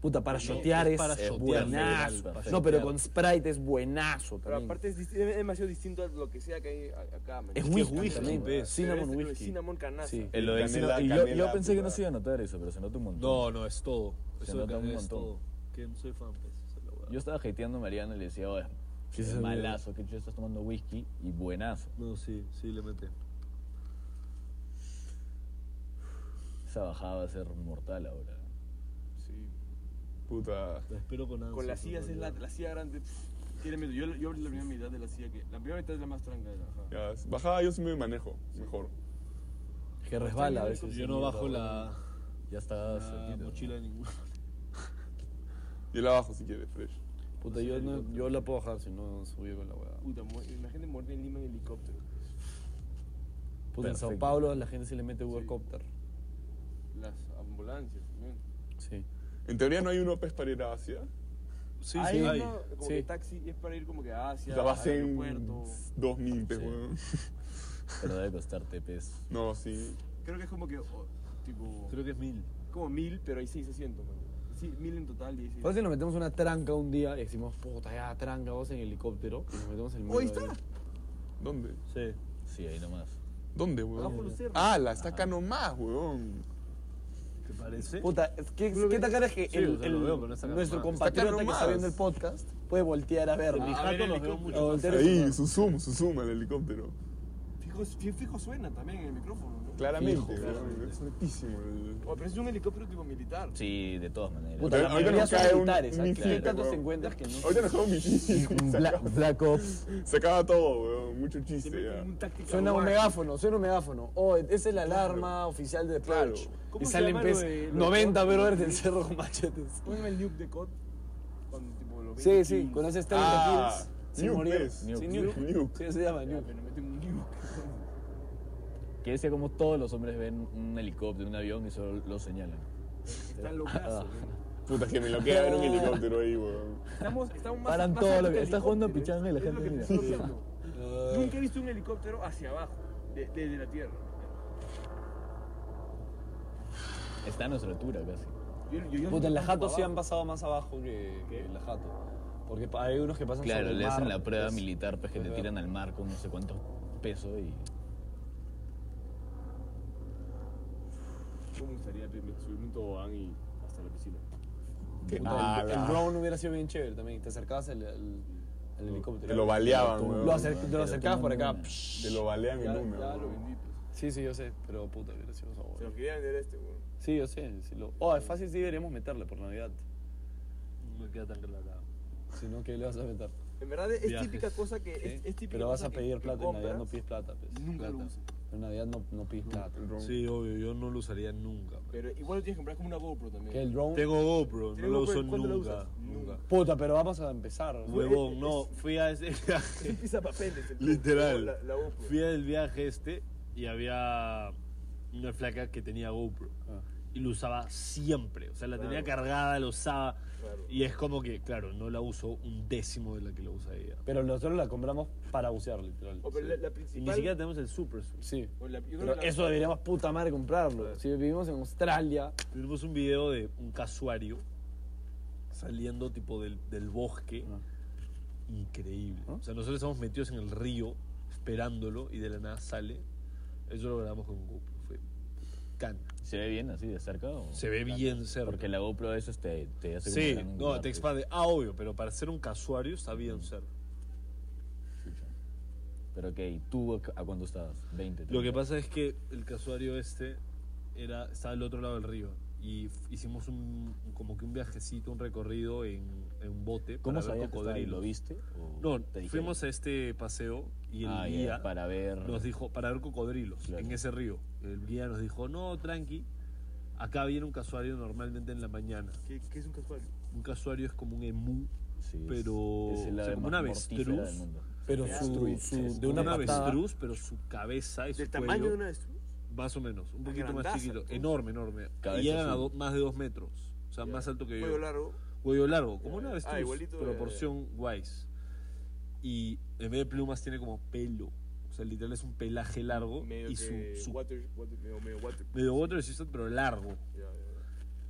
Speaker 1: Puta, para
Speaker 3: No,
Speaker 1: shotear
Speaker 3: es
Speaker 1: es,
Speaker 3: para
Speaker 1: es
Speaker 3: shotear,
Speaker 1: buenazo.
Speaker 2: literal, para
Speaker 1: no, pero
Speaker 2: shotear.
Speaker 1: con Sprite es buenazo
Speaker 5: Pero
Speaker 1: también.
Speaker 5: aparte es, dist- es demasiado distinto a lo que sea que hay a- acá. man.
Speaker 1: es
Speaker 5: Sí,
Speaker 1: whisky,
Speaker 5: canta,
Speaker 1: también,
Speaker 5: ¿no?
Speaker 1: pe,
Speaker 3: pues.
Speaker 5: Pero
Speaker 1: cinnamon
Speaker 5: este lo de
Speaker 1: whisky.
Speaker 5: Cinnamon canasta.
Speaker 1: Sí.
Speaker 2: Eh, lo del
Speaker 4: Canela,
Speaker 2: sino- y yo, yo
Speaker 4: canela,
Speaker 2: pensé que no
Speaker 4: puta.
Speaker 2: se iba a notar eso, pero se nota un montón.
Speaker 3: no, no, es todo.
Speaker 2: Se
Speaker 3: Eso de
Speaker 2: nota un
Speaker 3: canela es
Speaker 2: montón.
Speaker 3: todo. Que no soy fan, pues. esa es la huevada.
Speaker 2: Yo estaba hateando a Mariano y le decía, oye,
Speaker 1: ¿Qué
Speaker 2: qué
Speaker 1: es esa
Speaker 2: malazo, que tú estás tomando whisky y buenazo.
Speaker 3: No, sí, sí le mete.
Speaker 2: Esa bajada va a ser mortal ahora.
Speaker 5: Sí.
Speaker 4: Puta.
Speaker 3: La espero con ansia.
Speaker 5: Con las
Speaker 3: pero
Speaker 5: sillas es la,
Speaker 3: no.
Speaker 5: la silla grande. pff, tiene miedo. Yo, yo abrí la primera mitad de la silla que. La primera mitad es la más tranca de la ajá.
Speaker 4: ya, Bajada yo sí me manejo mejor.
Speaker 1: que resbala a
Speaker 5: Yo
Speaker 1: veces.
Speaker 3: Yo no bajo la,
Speaker 2: Ya está
Speaker 3: la
Speaker 2: cerquita, ¿no?
Speaker 3: mochila de ninguno.
Speaker 4: Yo la bajo si quieres, fresh.
Speaker 1: Puta, yo, no, yo la puedo bajar si no subí con la weá.
Speaker 5: Puta, mu- imagínate morir en Lima en helicóptero.
Speaker 1: Puta, en Sao
Speaker 2: Perfecto.
Speaker 1: Paulo la gente se le mete Ubercopter.
Speaker 5: Las ambulancias también.
Speaker 1: Sí.
Speaker 4: En teoría no hay uno pez para ir a Asia.
Speaker 3: Sí,
Speaker 5: Hay
Speaker 3: sí,
Speaker 5: uno
Speaker 3: hay.
Speaker 5: como
Speaker 1: Sí.
Speaker 5: que taxi es para ir como que hacia.
Speaker 4: O sea, va a
Speaker 5: al
Speaker 4: ser
Speaker 5: aeropuerto.
Speaker 4: un- dos mimpes, weón.
Speaker 2: Pero debe costarte pez.
Speaker 4: No, sí.
Speaker 5: Creo que es como que. o- tipo.
Speaker 3: Creo que es mil.
Speaker 5: Como mil, pero hay seis asientos, man. Sí, mil en total y hay seis.
Speaker 1: Por si nos metemos una tranca un día y decimos, puta, ya tranca vos en helicóptero. Y nos metemos el
Speaker 5: Hoy
Speaker 1: medio
Speaker 5: está.
Speaker 1: ahí.
Speaker 4: ¿Dónde?
Speaker 3: Sí.
Speaker 2: Sí, ahí nomás.
Speaker 4: ¿Dónde,
Speaker 5: Acá por
Speaker 4: weón?
Speaker 5: Lucerna.
Speaker 4: Ah, la está acá nomás, weón.
Speaker 3: ¿Te parece?
Speaker 1: Puta, es que- ¿qué tan cara es que
Speaker 3: Sí,
Speaker 1: el-
Speaker 3: o sea, lo
Speaker 1: el-
Speaker 3: veo, pero no está acá
Speaker 1: nuestro
Speaker 3: nomás.
Speaker 1: compatriota
Speaker 4: Está acá
Speaker 1: que está
Speaker 4: nomás.
Speaker 1: viendo el podcast puede voltear a ver?
Speaker 3: mi
Speaker 1: ¿no? Ah,
Speaker 3: jato los veo
Speaker 1: A
Speaker 3: mucho.
Speaker 1: voltear a su
Speaker 4: Ahí,
Speaker 1: lado.
Speaker 4: su zoom, su zoom al helicóptero.
Speaker 5: Fijo, bien fijo suena también el micrófono, ¿no?
Speaker 4: Claramente,
Speaker 1: Fijo,
Speaker 4: weón. Es netísimo. el-
Speaker 5: O, pero es un helicóptero tipo militar.
Speaker 2: Sí, de todas maneras.
Speaker 1: Puta,
Speaker 4: Ahorita-
Speaker 1: la
Speaker 4: ahorita
Speaker 1: mayoría
Speaker 4: nos
Speaker 1: son
Speaker 4: cae un-
Speaker 1: militares.
Speaker 4: un
Speaker 1: Aquí
Speaker 4: misil,
Speaker 1: tantos
Speaker 4: weón.
Speaker 1: te encuentras que no.
Speaker 4: Ahorita nos jugamos misil. Se
Speaker 1: Black,
Speaker 4: acaba-
Speaker 1: Black Ops.
Speaker 4: Se acaba todo, weón. Mucho chiste
Speaker 5: Siempre
Speaker 4: ya.
Speaker 5: tiene un táctico
Speaker 1: Suena un
Speaker 5: guay.
Speaker 1: megáfono, suena un megáfono. Oh, esa es la alarma oficial de
Speaker 4: Claro.
Speaker 1: Pledge.
Speaker 5: ¿Cómo
Speaker 1: Y
Speaker 5: se
Speaker 1: salen
Speaker 5: llama
Speaker 1: pues
Speaker 5: lo de- lo de
Speaker 1: 90
Speaker 5: Cod?
Speaker 1: brothers del cerro con machetes.
Speaker 5: ¿Cómo se llama el nuke de COD? Cuando tipo lo
Speaker 1: Sí, sí, con esos 30
Speaker 4: Ah,
Speaker 1: kills. Sin
Speaker 4: Nuke,
Speaker 1: morir.
Speaker 4: pues.
Speaker 1: Sí,
Speaker 4: Nuke,
Speaker 1: Nuke.
Speaker 4: Nuke.
Speaker 1: Sí, se llama
Speaker 5: Ya,
Speaker 1: Nuke.
Speaker 5: pero meten un nuke.
Speaker 2: Que decía como todos los hombres ven un helicóptero, un avión y solo lo señalan.
Speaker 5: Está locazo. ¿no?
Speaker 4: Puta, que me lo queda ver un helicóptero ahí, weón.
Speaker 5: Estamos, estamos más
Speaker 2: Paran
Speaker 5: más
Speaker 2: todo
Speaker 5: cerca
Speaker 2: lo que-
Speaker 5: del
Speaker 2: estás jugando a
Speaker 5: helicóptero,
Speaker 2: pichanga y la
Speaker 5: es lo
Speaker 2: gente
Speaker 5: que te
Speaker 2: mira.
Speaker 5: estoy hablando. Nunca he visto un helicóptero hacia abajo, de- desde la tierra.
Speaker 2: Está a nuestra altura casi.
Speaker 5: Yo- yo- yo-
Speaker 1: Puta, en la
Speaker 5: yo-
Speaker 1: Jato sí
Speaker 5: abajo.
Speaker 1: han pasado más abajo que, que en la Jato. Porque pa- hay unos que pasan
Speaker 2: Claro,
Speaker 1: sobre el
Speaker 2: le hacen
Speaker 1: mar,
Speaker 2: la prueba
Speaker 1: pues.
Speaker 2: militar, pues que te
Speaker 1: Claro.
Speaker 2: tiran al mar con no sé cuántos pesos y.
Speaker 5: ¿Cómo me gustaría pe- subirme un tobogán y hasta la piscina?
Speaker 1: Puta, el, el drone hubiera sido bien chévere también. Te acercabas al, al- al helicóptero.
Speaker 4: Te lo baleaban, weón.
Speaker 1: Lo acer- te
Speaker 2: Pero
Speaker 1: lo acercabas
Speaker 2: tú
Speaker 1: por
Speaker 2: no
Speaker 1: acá.
Speaker 2: lo ves.
Speaker 1: psh.
Speaker 4: Te lo balean
Speaker 5: Ya,
Speaker 4: en una,
Speaker 5: ya lo
Speaker 4: weón.
Speaker 5: vendí, pues.
Speaker 1: Sí, sí, yo sé. Pero puta, hubiera sido sabor.
Speaker 5: Se lo quería vender este, weón.
Speaker 1: Sí, yo sé. sí lo- Oh, es fácil sí deberíamos meterle por Navidad.
Speaker 3: No me queda tan relajado.
Speaker 1: Si no, ¿qué le vas a meter?
Speaker 5: En verdad es
Speaker 3: Viajes.
Speaker 5: típica cosa que.
Speaker 6: ¿sí?
Speaker 5: Es, es típica
Speaker 6: Pero vas
Speaker 5: cosa
Speaker 6: a
Speaker 5: que-
Speaker 6: pedir
Speaker 5: que
Speaker 6: plata, en Navidad no
Speaker 5: compras,
Speaker 6: pides plata. pues.
Speaker 5: Nunca lo
Speaker 6: Plata.
Speaker 5: usas.
Speaker 6: En Navidad no, no pides plata.
Speaker 4: El ron.
Speaker 3: Sí, obvio, yo no lo usaría nunca. man.
Speaker 5: Pero igual lo tienes que comprar como una GoPro también.
Speaker 6: Que el drone.
Speaker 3: Tengo GoPro, no
Speaker 5: Tengo
Speaker 3: lo
Speaker 5: GoPro,
Speaker 3: uso
Speaker 5: ¿cuándo la
Speaker 3: nunca.
Speaker 5: usas?
Speaker 3: Nunca.
Speaker 6: Puta, pero vamos a empezar. ¿no?
Speaker 3: Huevón, no, fui a ese
Speaker 5: Es un
Speaker 3: viaje.
Speaker 5: pisapapeles. el-
Speaker 3: Literal.
Speaker 5: La, la GoPro.
Speaker 3: Fui al viaje este y había una flaca que tenía GoPro.
Speaker 6: Ah.
Speaker 3: Y lo usaba siempre. O sea, la tenía
Speaker 5: Claro.
Speaker 3: cargada, lo usaba.
Speaker 5: Claro.
Speaker 3: Y es como que, claro, no la uso un décimo de la que la usa ella.
Speaker 6: Pero nosotros la compramos para bucear, literal.
Speaker 5: O, pero la, la
Speaker 3: Y
Speaker 5: principal.
Speaker 3: ni siquiera tenemos el Super Zoom.
Speaker 6: Sí.
Speaker 5: o la- yo creo
Speaker 6: Pero
Speaker 5: que la-
Speaker 6: eso deberíamos puta madre comprarlo.
Speaker 5: Claro.
Speaker 6: Si vivimos en Australia.
Speaker 3: Tenemos un video de un casuario saliendo tipo del, del bosque.
Speaker 6: Ah.
Speaker 3: Increíble. O sea, nosotros estamos metidos en el río esperándolo y de la nada sale. Eso lo grabamos con GoPro. Fue can.
Speaker 2: ¿Se ve bien así de cerca? o-
Speaker 3: Se ve bien cerca.
Speaker 2: Porque la GoPro eso te, te hace como
Speaker 3: Sí,
Speaker 2: gran angular,
Speaker 3: no, te
Speaker 2: pues.
Speaker 3: expande. Ah, obvio, pero para ser un casuario está bien cerca.
Speaker 2: Pero ok, ¿tú a- a cuánto estabas? 20.
Speaker 3: Lo que
Speaker 2: 30.
Speaker 3: pasa es que el casuario este era, estaba al otro lado del río y f- hicimos un, como que un viajecito, un recorrido en, en un bote.
Speaker 2: ¿Cómo
Speaker 3: para ver
Speaker 2: sabías que estaba ahí?
Speaker 3: cocodrilos.
Speaker 2: ¿Lo viste? o
Speaker 3: No,
Speaker 2: te dijeron?
Speaker 3: fuimos a este paseo y el
Speaker 2: Ah, ya,
Speaker 3: guía
Speaker 2: para ver.
Speaker 3: nos dijo, para ver cocodrilos
Speaker 2: Claro.
Speaker 3: en ese río. El guía nos dijo, no, tranqui, acá viene un casuario normalmente en la mañana.
Speaker 5: ¿Qué, qué es un casual?
Speaker 3: Un casuario es como un emú,
Speaker 2: Sí, es-
Speaker 3: pero-
Speaker 2: es el
Speaker 3: o sea,
Speaker 2: ave
Speaker 3: como
Speaker 2: más
Speaker 3: una
Speaker 2: mortífera
Speaker 3: avestruz.
Speaker 2: del mundo.
Speaker 6: Pero su,
Speaker 2: Avestruz,
Speaker 6: su-
Speaker 2: sí,
Speaker 6: de una,
Speaker 3: un
Speaker 6: patada.
Speaker 3: avestruz, pero su cabeza y su
Speaker 5: ¿Del
Speaker 3: cuello,
Speaker 5: tamaño de una de estos?
Speaker 3: más o menos, un poquito más
Speaker 5: Grandaza,
Speaker 3: chiquito,
Speaker 5: entonces.
Speaker 3: enorme, enorme. Y
Speaker 2: Cabeza
Speaker 3: llegan a
Speaker 2: azul.
Speaker 3: do- más de dos metros, o sea, más alto que yo.
Speaker 5: Cuello largo.
Speaker 3: Cuello largo, como
Speaker 5: Ya,
Speaker 3: una
Speaker 5: ya.
Speaker 3: avestruz,
Speaker 5: Ah, igualito, ya, ya.
Speaker 3: proporción wise. Y en vez de plumas tiene como pelo, o sea, literal es un pelaje largo
Speaker 5: Medio
Speaker 3: Uh, y su,
Speaker 5: que
Speaker 3: su
Speaker 5: water, water, medio, medio water.
Speaker 3: medio otro pero largo.
Speaker 5: Ya, ya,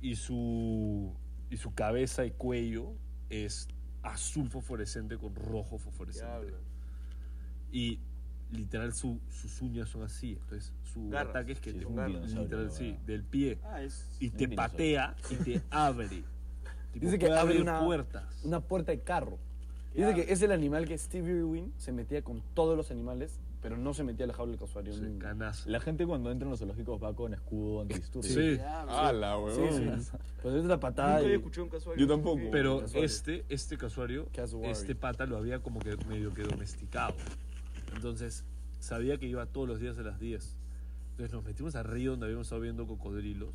Speaker 3: Y su y su cabeza y cuello es azul fosforescente con rojo
Speaker 5: ya. Ya
Speaker 3: fosforescente.
Speaker 5: habla.
Speaker 3: Y literal su- sus uñas son así, entonces su
Speaker 5: Garras.
Speaker 3: ataque es que
Speaker 2: Sí,
Speaker 3: te-
Speaker 2: es un
Speaker 5: Garras.
Speaker 2: dinosaurio, la
Speaker 3: literal sí,
Speaker 2: verdad.
Speaker 3: del pie.
Speaker 5: Ah, es.
Speaker 3: y
Speaker 2: Un
Speaker 3: te
Speaker 2: dinosaurio.
Speaker 3: patea y te abre. Tipo,
Speaker 1: Dice que
Speaker 3: puede
Speaker 1: abre
Speaker 3: abrir
Speaker 1: una-
Speaker 3: puertas.
Speaker 1: Una puerta de carro.
Speaker 5: ¿Qué
Speaker 1: Dice
Speaker 5: habla?
Speaker 1: que es el animal que Steve Irwin se metía con todos los animales, pero no se metía al jaula del casuario.
Speaker 3: Sí,
Speaker 1: nunca.
Speaker 3: canazo.
Speaker 2: La gente cuando entra en los zoológicos va con escudo antidisturbios.
Speaker 3: Sí,
Speaker 5: Ya habla.
Speaker 4: ¡Hala,
Speaker 1: Sí, sí.
Speaker 4: weón!
Speaker 1: Pero es la patada
Speaker 5: Nunca había
Speaker 1: de
Speaker 5: escuchado un casual.
Speaker 4: Yo tampoco.
Speaker 3: pero
Speaker 1: Casuario.
Speaker 3: este, este casuario,
Speaker 1: Casuario.
Speaker 3: este pata lo había como que medio que domesticado. Entonces, sabía que iba todos los días a las 10. Entonces nos metimos al río donde habíamos estado viendo cocodrilos.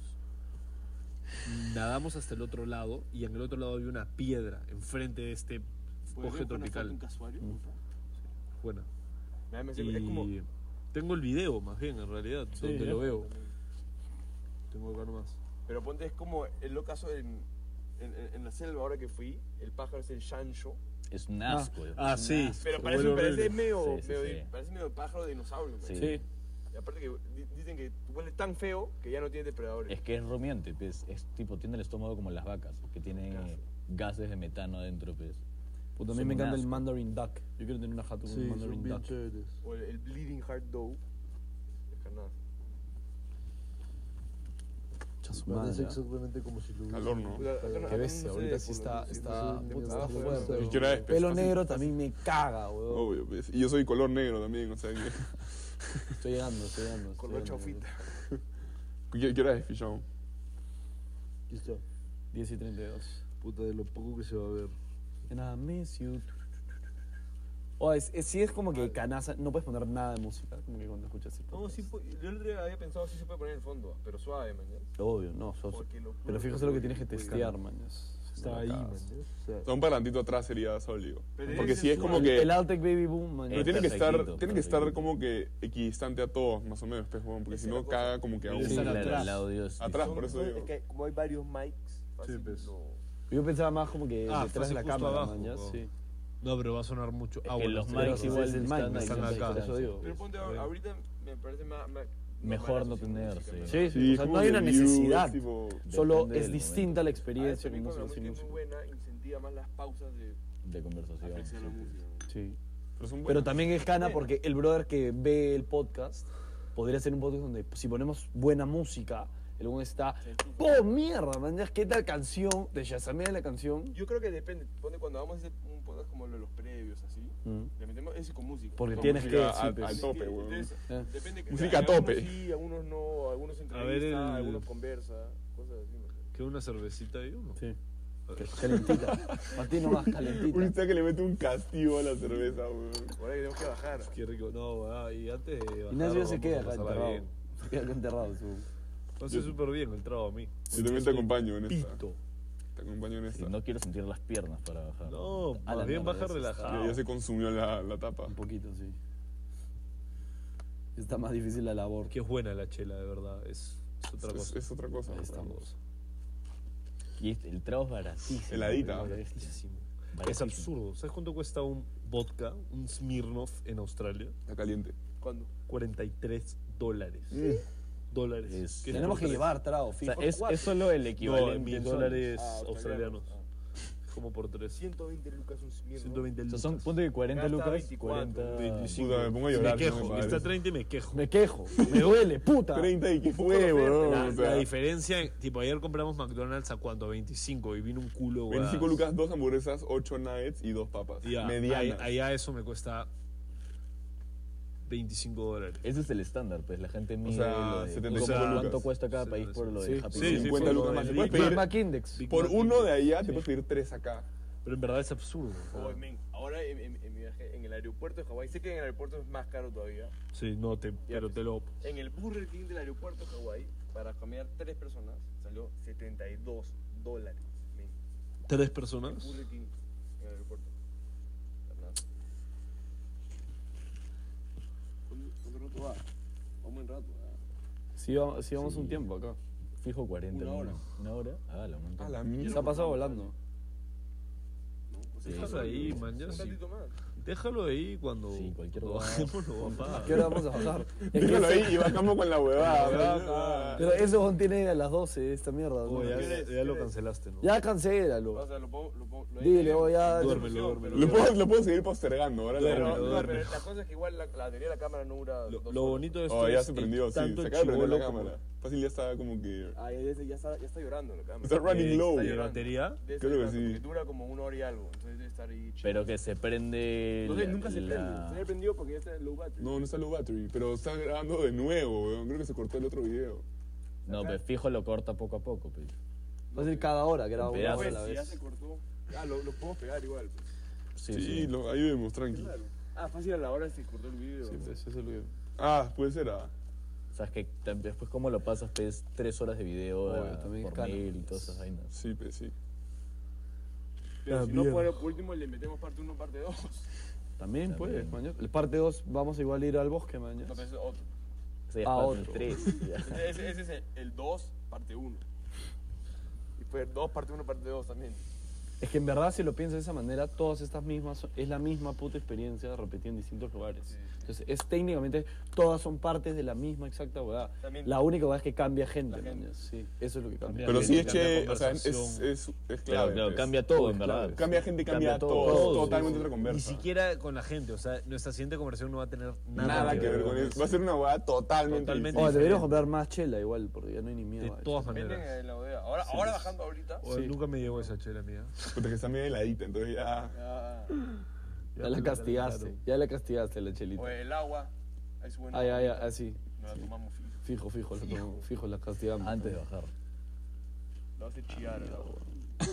Speaker 3: Nadamos hasta el otro lado y en el otro lado había una piedra enfrente de este bosque
Speaker 5: ¿Un
Speaker 3: tropical.
Speaker 5: casuario?
Speaker 3: Bueno,
Speaker 5: Me da- me-
Speaker 3: y
Speaker 5: Es como.
Speaker 3: tengo el video más bien en realidad, donde lo veo. Tengo acá nomás.
Speaker 5: Pero ponte, es como el locazo en, en, en- en la selva ahora que fui, el pájaro es el Shansho.
Speaker 2: Es un asco. yo.
Speaker 3: Ah, sí.
Speaker 5: Pero
Speaker 3: Se
Speaker 5: parece,
Speaker 3: vuelve
Speaker 5: parece,
Speaker 3: horrible.
Speaker 5: medio,
Speaker 2: Sí, sí,
Speaker 5: medio,
Speaker 2: sí.
Speaker 5: parece medio pájaro de dinosaurio. güey.
Speaker 2: Sí.
Speaker 5: Y aparte que di- dicen que huele tan feo que ya no tiene depredadores.
Speaker 2: Es que es rumiante, pues. Es tipo, tiene el estómago como las vacas, que tiene gases de metano adentro, pues.
Speaker 1: Puta, a mí
Speaker 2: Son
Speaker 1: me
Speaker 2: un
Speaker 1: encanta el
Speaker 2: asco.
Speaker 1: Mandarin Duck. Yo quiero tener una jato con un Mandarin Duck.
Speaker 5: O el, el Bleeding Heart Doe. Es carnada.
Speaker 1: Chas madre.
Speaker 9: exactamente como si lo
Speaker 4: Al horno.
Speaker 5: Puta, acá no- acá
Speaker 1: Qué
Speaker 5: no
Speaker 1: bestia,
Speaker 5: sé,
Speaker 1: ahorita sí
Speaker 5: por
Speaker 1: está,
Speaker 5: lo que-
Speaker 1: está,
Speaker 5: sí,
Speaker 1: puta, está
Speaker 5: abajo,
Speaker 1: fuerte.
Speaker 5: abajo.
Speaker 4: Ni siquiera es
Speaker 1: weón. Pelo
Speaker 4: fácil.
Speaker 1: negro también me caga, weón.
Speaker 4: Obvio, pues. Y yo soy color negro también, o sea que.
Speaker 1: Estoy llegando, estoy llegando. estoy
Speaker 5: Con la
Speaker 1: llegando.
Speaker 5: chaufita.
Speaker 4: ¿Qué, qué hora es, fichón?
Speaker 1: 10 y 32.
Speaker 9: Puta, de lo poco que se va a ver.
Speaker 1: And I miss you. O es, es- sí es como que canaza, no puedes poner nada de música, como que cuando escuchas el
Speaker 5: No,
Speaker 1: podcast.
Speaker 5: sí, pu- yo el otro día había pensado si se puede poner en el fondo, pero suave, man. ¿ya?
Speaker 1: Obvio, no, sos-
Speaker 5: Porque lo-
Speaker 1: pero fíjate lo que tienes que testear, man. es-
Speaker 9: Está ahí, man. ¿eh? O sea,
Speaker 4: O sea, un parlantito atrás sería sólido.
Speaker 5: Pero debe
Speaker 4: Porque
Speaker 5: ser
Speaker 4: si es como
Speaker 5: suave.
Speaker 4: que.
Speaker 1: El Altec Baby Boom, man.
Speaker 4: Pero tiene que estar,
Speaker 2: perfectito,
Speaker 4: tiene que estar
Speaker 2: perfectito.
Speaker 4: como que equidistante a todos, más o menos, pues, weón, porque
Speaker 5: Esa
Speaker 4: si
Speaker 5: es la
Speaker 4: no
Speaker 5: cosa.
Speaker 4: caga como que a
Speaker 3: Debe
Speaker 2: Sí,
Speaker 3: estar
Speaker 4: uno.
Speaker 2: claro,
Speaker 3: atrás.
Speaker 2: el audio es-
Speaker 4: Atrás,
Speaker 5: Son-
Speaker 4: por eso
Speaker 5: son-
Speaker 4: digo.
Speaker 5: es que como hay varios mics, fácil
Speaker 3: pues.
Speaker 5: lo-
Speaker 1: Yo pensaba más como que
Speaker 3: Ah,
Speaker 1: detrás
Speaker 3: fácil,
Speaker 1: de la
Speaker 3: justo
Speaker 1: cámara,
Speaker 3: abajo,
Speaker 1: man. ya,
Speaker 3: weón.
Speaker 1: sí.
Speaker 3: No, pero va a sonar mucho.
Speaker 2: Es
Speaker 3: Ah,
Speaker 2: que
Speaker 3: bueno,
Speaker 2: los
Speaker 3: sí,
Speaker 2: mics
Speaker 3: claro.
Speaker 1: sí,
Speaker 2: igual
Speaker 1: es el mic,
Speaker 2: están,
Speaker 1: no
Speaker 2: ahí,
Speaker 3: están
Speaker 2: a
Speaker 3: acá.
Speaker 2: distancia.
Speaker 1: Eso digo.
Speaker 5: Pero ponte, ahor- ahorita me parece más... más-
Speaker 2: Mejor
Speaker 5: más
Speaker 2: no
Speaker 5: así,
Speaker 2: tener,
Speaker 5: música,
Speaker 2: sí.
Speaker 5: ¿no?
Speaker 1: Sí,
Speaker 4: Sí,
Speaker 1: o sea,
Speaker 4: como
Speaker 1: no hay
Speaker 4: que
Speaker 1: una
Speaker 4: views,
Speaker 1: necesidad.
Speaker 4: tipo-
Speaker 1: Solo
Speaker 2: Depende
Speaker 1: es
Speaker 2: del
Speaker 1: distinta la
Speaker 5: Ah,
Speaker 1: experiencia
Speaker 5: eso
Speaker 1: con
Speaker 5: mismo, la
Speaker 1: música sin
Speaker 5: música es muy
Speaker 1: música.
Speaker 5: buena, incentiva más las pausas de
Speaker 2: de conversación.
Speaker 5: apreciar la música.
Speaker 1: Sí.
Speaker 4: Pero son
Speaker 1: Pero
Speaker 4: buenas.
Speaker 1: también es cana porque el brother que ve el podcast podría ser un podcast donde si ponemos buena música, el weón está. ¡Oh, mierda! Man, ya, ¿Qué tal canción? Te yasamea la canción.
Speaker 5: Yo creo que depende, ponte cuando vamos a hacer un podcast como lo de los previos, así, le metemos ese con música.
Speaker 1: Porque
Speaker 5: Con
Speaker 1: tienes
Speaker 4: música
Speaker 1: que. sí,
Speaker 4: a-
Speaker 1: pues.
Speaker 4: al
Speaker 5: música.
Speaker 4: tope, weón.
Speaker 5: Entonces,
Speaker 1: Eh.
Speaker 5: Depende que-
Speaker 4: Música a
Speaker 5: algunos
Speaker 4: tope.
Speaker 5: Sí, algunos no, algunos
Speaker 3: A ver,
Speaker 5: entrevistan,
Speaker 3: el-
Speaker 5: algunos conversa, cosas así. ¿no?
Speaker 3: ¿Qué una cervecita y uno?
Speaker 1: Sí. Calentita. Martín nomás, calentita.
Speaker 4: Un instante que le mete un castigo a la cerveza, weón.
Speaker 5: Ahora que tenemos que bajar.
Speaker 3: Qué rico. No, weá, y antes de bajar,
Speaker 1: Ignacio ya se
Speaker 3: vamos
Speaker 1: queda
Speaker 3: a
Speaker 1: acá
Speaker 3: pasarla
Speaker 1: enterrado.
Speaker 3: bien.
Speaker 1: Se queda acá enterrado. su-
Speaker 3: Pasé súper bien el trago a mí.
Speaker 4: Yo también te acompaño en esta.
Speaker 3: Pito.
Speaker 4: Te acompaño en
Speaker 2: Y
Speaker 4: esta.
Speaker 2: no quiero sentir las piernas para bajar.
Speaker 3: No,
Speaker 2: A la
Speaker 3: más bien
Speaker 2: mierda,
Speaker 3: bajar
Speaker 2: eso
Speaker 4: Ya,
Speaker 3: relajado.
Speaker 4: ya se consumió la, la tapa.
Speaker 1: Un poquito, sí. Está más difícil la labor.
Speaker 3: Qué buena la chela, de verdad. Es, es otra
Speaker 4: Es,
Speaker 3: cosa.
Speaker 4: es otra cosa.
Speaker 1: Ahí estamos.
Speaker 2: Y este- el trago es baratísimo.
Speaker 4: Heladita.
Speaker 2: pero es
Speaker 3: Baratísimo. Es
Speaker 2: baratísimo.
Speaker 3: absurdo. ¿Sabes cuánto cuesta un vodka, un Smirnoff en Australia?
Speaker 4: Está caliente.
Speaker 5: ¿Cuándo?
Speaker 3: 43 dólares. Dólares.
Speaker 2: Es-
Speaker 3: ¿Qué
Speaker 1: Tenemos que
Speaker 3: 43?
Speaker 1: llevar trago,
Speaker 2: O
Speaker 1: fijo.
Speaker 2: sea, es, es solo el
Speaker 3: No,
Speaker 2: equivalente.
Speaker 3: en mil
Speaker 2: en
Speaker 3: dólares
Speaker 5: Ah,
Speaker 3: australianos.
Speaker 5: australianos.
Speaker 3: Como por 3.
Speaker 5: 120 lucas un Smirnoff.
Speaker 3: 120
Speaker 2: soles.
Speaker 3: lucas.
Speaker 2: Son, ponte que 40
Speaker 5: Gasta
Speaker 2: lucas,
Speaker 5: 24,
Speaker 1: Ah,
Speaker 2: 40...
Speaker 4: Puta, me pongo a llorar.
Speaker 3: me
Speaker 4: si no
Speaker 3: quejo.
Speaker 4: me
Speaker 3: está
Speaker 4: pares.
Speaker 3: 30 y me quejo.
Speaker 1: Me quejo, me duele, puta.
Speaker 4: 30 y qué fue,
Speaker 3: La,
Speaker 4: weón. O
Speaker 3: la
Speaker 4: sea,
Speaker 3: diferencia, en- tipo, ayer compramos McDonald's a cuánto? 25 y vino un culo, weón.
Speaker 4: 25 lucas, dos hamburguesas, 8 nuggets y dos papas.
Speaker 3: Ya,
Speaker 4: Medianas.
Speaker 3: ahí- Allá eso me cuesta 25 dólares.
Speaker 2: Ese es el estándar, pues la gente mide
Speaker 4: sea,
Speaker 2: lo de
Speaker 4: 75
Speaker 2: cómo-
Speaker 3: lucas.
Speaker 2: cuánto cuesta cada
Speaker 3: Sí,
Speaker 2: país por lo de
Speaker 1: sí.
Speaker 2: Happy
Speaker 3: Sí,
Speaker 2: Meal.
Speaker 3: sí,
Speaker 4: 50
Speaker 3: por
Speaker 4: lucas
Speaker 3: lo
Speaker 4: más.
Speaker 3: del
Speaker 4: Puedes
Speaker 3: Big
Speaker 1: Big
Speaker 4: pedir-
Speaker 1: Mac Index.
Speaker 3: Big
Speaker 4: Por
Speaker 3: Mac.
Speaker 4: uno de allá te puedes pedir tres acá.
Speaker 3: Pero en verdad es absurdo. o sea,
Speaker 4: Ah.
Speaker 5: Oh, men, ahora en, en- en mi viaje en el aeropuerto de Hawái, sé que en el aeropuerto es más caro todavía.
Speaker 3: sí, no, te, pero te lo.
Speaker 5: En el Burger King del aeropuerto de Hawái, para comer tres personas, salió 72 dólares. men.
Speaker 3: ¿Tres
Speaker 5: El
Speaker 3: personas?
Speaker 5: Burger King en el aeropuerto. Fernando. ¿Cuánto, cuánto rato va? Va un buen rato. ¿ah?
Speaker 1: Si vamos, si vamos
Speaker 2: Sí.
Speaker 1: un tiempo acá.
Speaker 2: Fijo 40
Speaker 5: Una hora.
Speaker 2: minutos. Una hora. Ah, la montón.
Speaker 4: A la
Speaker 1: Se
Speaker 4: mierda.
Speaker 1: ha pasado volando.
Speaker 5: ¿No? O sea,
Speaker 3: Déjalo ahí, man. ya
Speaker 5: Un
Speaker 3: sí.
Speaker 5: ratito más.
Speaker 3: Déjalo ahí cuando.
Speaker 2: Sí, cualquier
Speaker 3: cuando
Speaker 2: huevada.
Speaker 3: bajemos lo va a
Speaker 1: ¿Qué hora vamos a bajar? Es que
Speaker 4: Déjalo
Speaker 1: ese-
Speaker 4: ahí y bajamos con la huevada.
Speaker 1: Pero eso contiene a las 12, esta mierda.
Speaker 3: Oh,
Speaker 1: ¿no?
Speaker 3: ya,
Speaker 5: ¿Qué eres?
Speaker 3: ya lo
Speaker 5: ¿Qué eres?
Speaker 3: cancelaste, ¿no?
Speaker 1: Ya
Speaker 5: O
Speaker 1: cancélalo.
Speaker 5: sea, lo pongo. Lo, pongo- lo
Speaker 1: Dile, oh, ya.
Speaker 3: Duérmelo, duérmelo.
Speaker 4: Lo puedo, lo puedo seguir postergando ahora. la
Speaker 5: Pero,
Speaker 3: Duérmelo,
Speaker 4: verdad.
Speaker 5: no, pero
Speaker 3: duérmelo.
Speaker 5: la cosa es que igual la, la batería de la cámara no dura.
Speaker 3: Lo,
Speaker 5: dos
Speaker 3: lo
Speaker 5: horas.
Speaker 3: bonito de esto
Speaker 4: Oh, ya
Speaker 3: es
Speaker 4: se
Speaker 3: el-
Speaker 4: prendió, sí.
Speaker 3: tanto
Speaker 4: Se
Speaker 3: el
Speaker 4: acaba de prender la
Speaker 3: chibolo como-
Speaker 4: cámara. Fácil ya está como que.
Speaker 5: Ah, ya, ya- ya está, ya está llorando la cámara.
Speaker 4: Está running low.
Speaker 3: ¿De batería?
Speaker 5: De
Speaker 4: Creo que
Speaker 5: rato,
Speaker 4: sí.
Speaker 5: porque dura como una hora y algo. Entonces debe estar ahí.
Speaker 2: Pero que se prende.
Speaker 5: No sé,
Speaker 2: la-
Speaker 5: nunca se
Speaker 2: la-
Speaker 5: prende. Se ha prendido porque ya está en low battery.
Speaker 4: No, no está low battery, pero está grabando de nuevo, weón. Creo que se cortó el otro video.
Speaker 2: No, pues fijo lo corta poco a poco. Pues.
Speaker 1: Va a ser cada hora que era una
Speaker 2: Pedazos.
Speaker 1: hora a
Speaker 5: Pues,
Speaker 1: la
Speaker 5: si ya
Speaker 1: vez.
Speaker 5: se cortó. Ah, lo, lo podemos pegar igual. pues.
Speaker 2: Sí,
Speaker 4: Sí,
Speaker 2: sí.
Speaker 4: Lo, ahí vemos, tranqui.
Speaker 5: Ah, fácil a la hora se cortó el video.
Speaker 4: Sí, pues, eso es lo que- Ah, puede ser. Ah.
Speaker 2: Sabes que tam- después, ¿cómo lo pasas? Pues tres horas de video
Speaker 1: Obvio,
Speaker 2: ah,
Speaker 1: también es
Speaker 2: por
Speaker 1: caro.
Speaker 2: mail y todas esas vainas.
Speaker 4: Sí, pues sí.
Speaker 5: Pero
Speaker 3: Ah,
Speaker 5: si no,
Speaker 3: mierda.
Speaker 5: por, por último le metemos parte 1, parte 2.
Speaker 1: También puedes,
Speaker 2: También.
Speaker 1: mañana. El parte 2, vamos a igual a ir al bosque
Speaker 5: No,
Speaker 1: mañana.
Speaker 5: pero ese es otro.
Speaker 2: O sea, ya
Speaker 1: Ah,
Speaker 2: faltan
Speaker 1: otro.
Speaker 2: tres. ya.
Speaker 5: Ese, ese- ese es el- el 2, parte 1. Y fue 2, parte 1, parte 2 también.
Speaker 1: Es que en verdad, si lo piensas de esa manera, todas estas mismas, son- es la misma puta experiencia repetida en distintos lugares. Entonces, es técnicamente, todas son partes de la misma exacta hueá.
Speaker 5: También-
Speaker 1: La única hueá es que cambia gente,
Speaker 5: La gente.
Speaker 1: mañana. Sí, eso es lo que cambia.
Speaker 4: Pero sí
Speaker 3: gente,
Speaker 4: es
Speaker 3: cambia
Speaker 4: che. O sea, es, es,
Speaker 3: conversación.
Speaker 4: es
Speaker 2: Claro,
Speaker 4: clave.
Speaker 2: claro,
Speaker 4: pues.
Speaker 2: cambia todo, en verdad.
Speaker 4: Cambia gente, cambia,
Speaker 2: Cambia
Speaker 4: todo.
Speaker 2: todo.
Speaker 1: Todo,
Speaker 4: Totalmente otra
Speaker 3: Ni
Speaker 4: conversa.
Speaker 3: siquiera con la gente, o sea, nuestra siguiente conversación no va a tener nada,
Speaker 4: Nada que ver con eso. Va a ser una huevada totalmente.
Speaker 3: Totalmente
Speaker 4: distinta.
Speaker 1: Oh,
Speaker 3: diferente.
Speaker 1: deberíamos comprar más chela igual, porque ya no hay ni
Speaker 3: De
Speaker 1: mierda.
Speaker 3: todas
Speaker 5: Venden
Speaker 3: maneras.
Speaker 5: en la bodega. Ahora, ahora bajando
Speaker 2: eh,
Speaker 5: ahorita.
Speaker 3: O Nunca me llegó esa chela mía.
Speaker 4: Puta que está medio heladita, entonces ya.
Speaker 5: Ah,
Speaker 1: Ya la castigaste, ya la castigaste la chelita.
Speaker 5: o el agua. Ahí es bueno.
Speaker 1: Ay, ay, ay, Ah, así.
Speaker 5: Nos la tomamos fijo.
Speaker 1: Fijo, fijo, la tomamos, fijo, la castigamos.
Speaker 2: Antes de bajar.
Speaker 5: La vas a chillar el agua.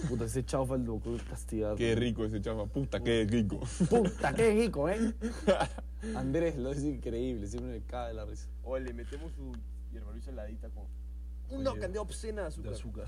Speaker 1: Puta, ese chaufa lo que castigar.
Speaker 4: Qué rico ese chafa, puta, qué rico.
Speaker 1: Puta, qué rico, ¿eh? Andrés lo es increíble, siempre me cae la risa.
Speaker 5: O le metemos su hierba Luis heladita con. Una cantidad obscena de azúcar.
Speaker 3: De azúcar.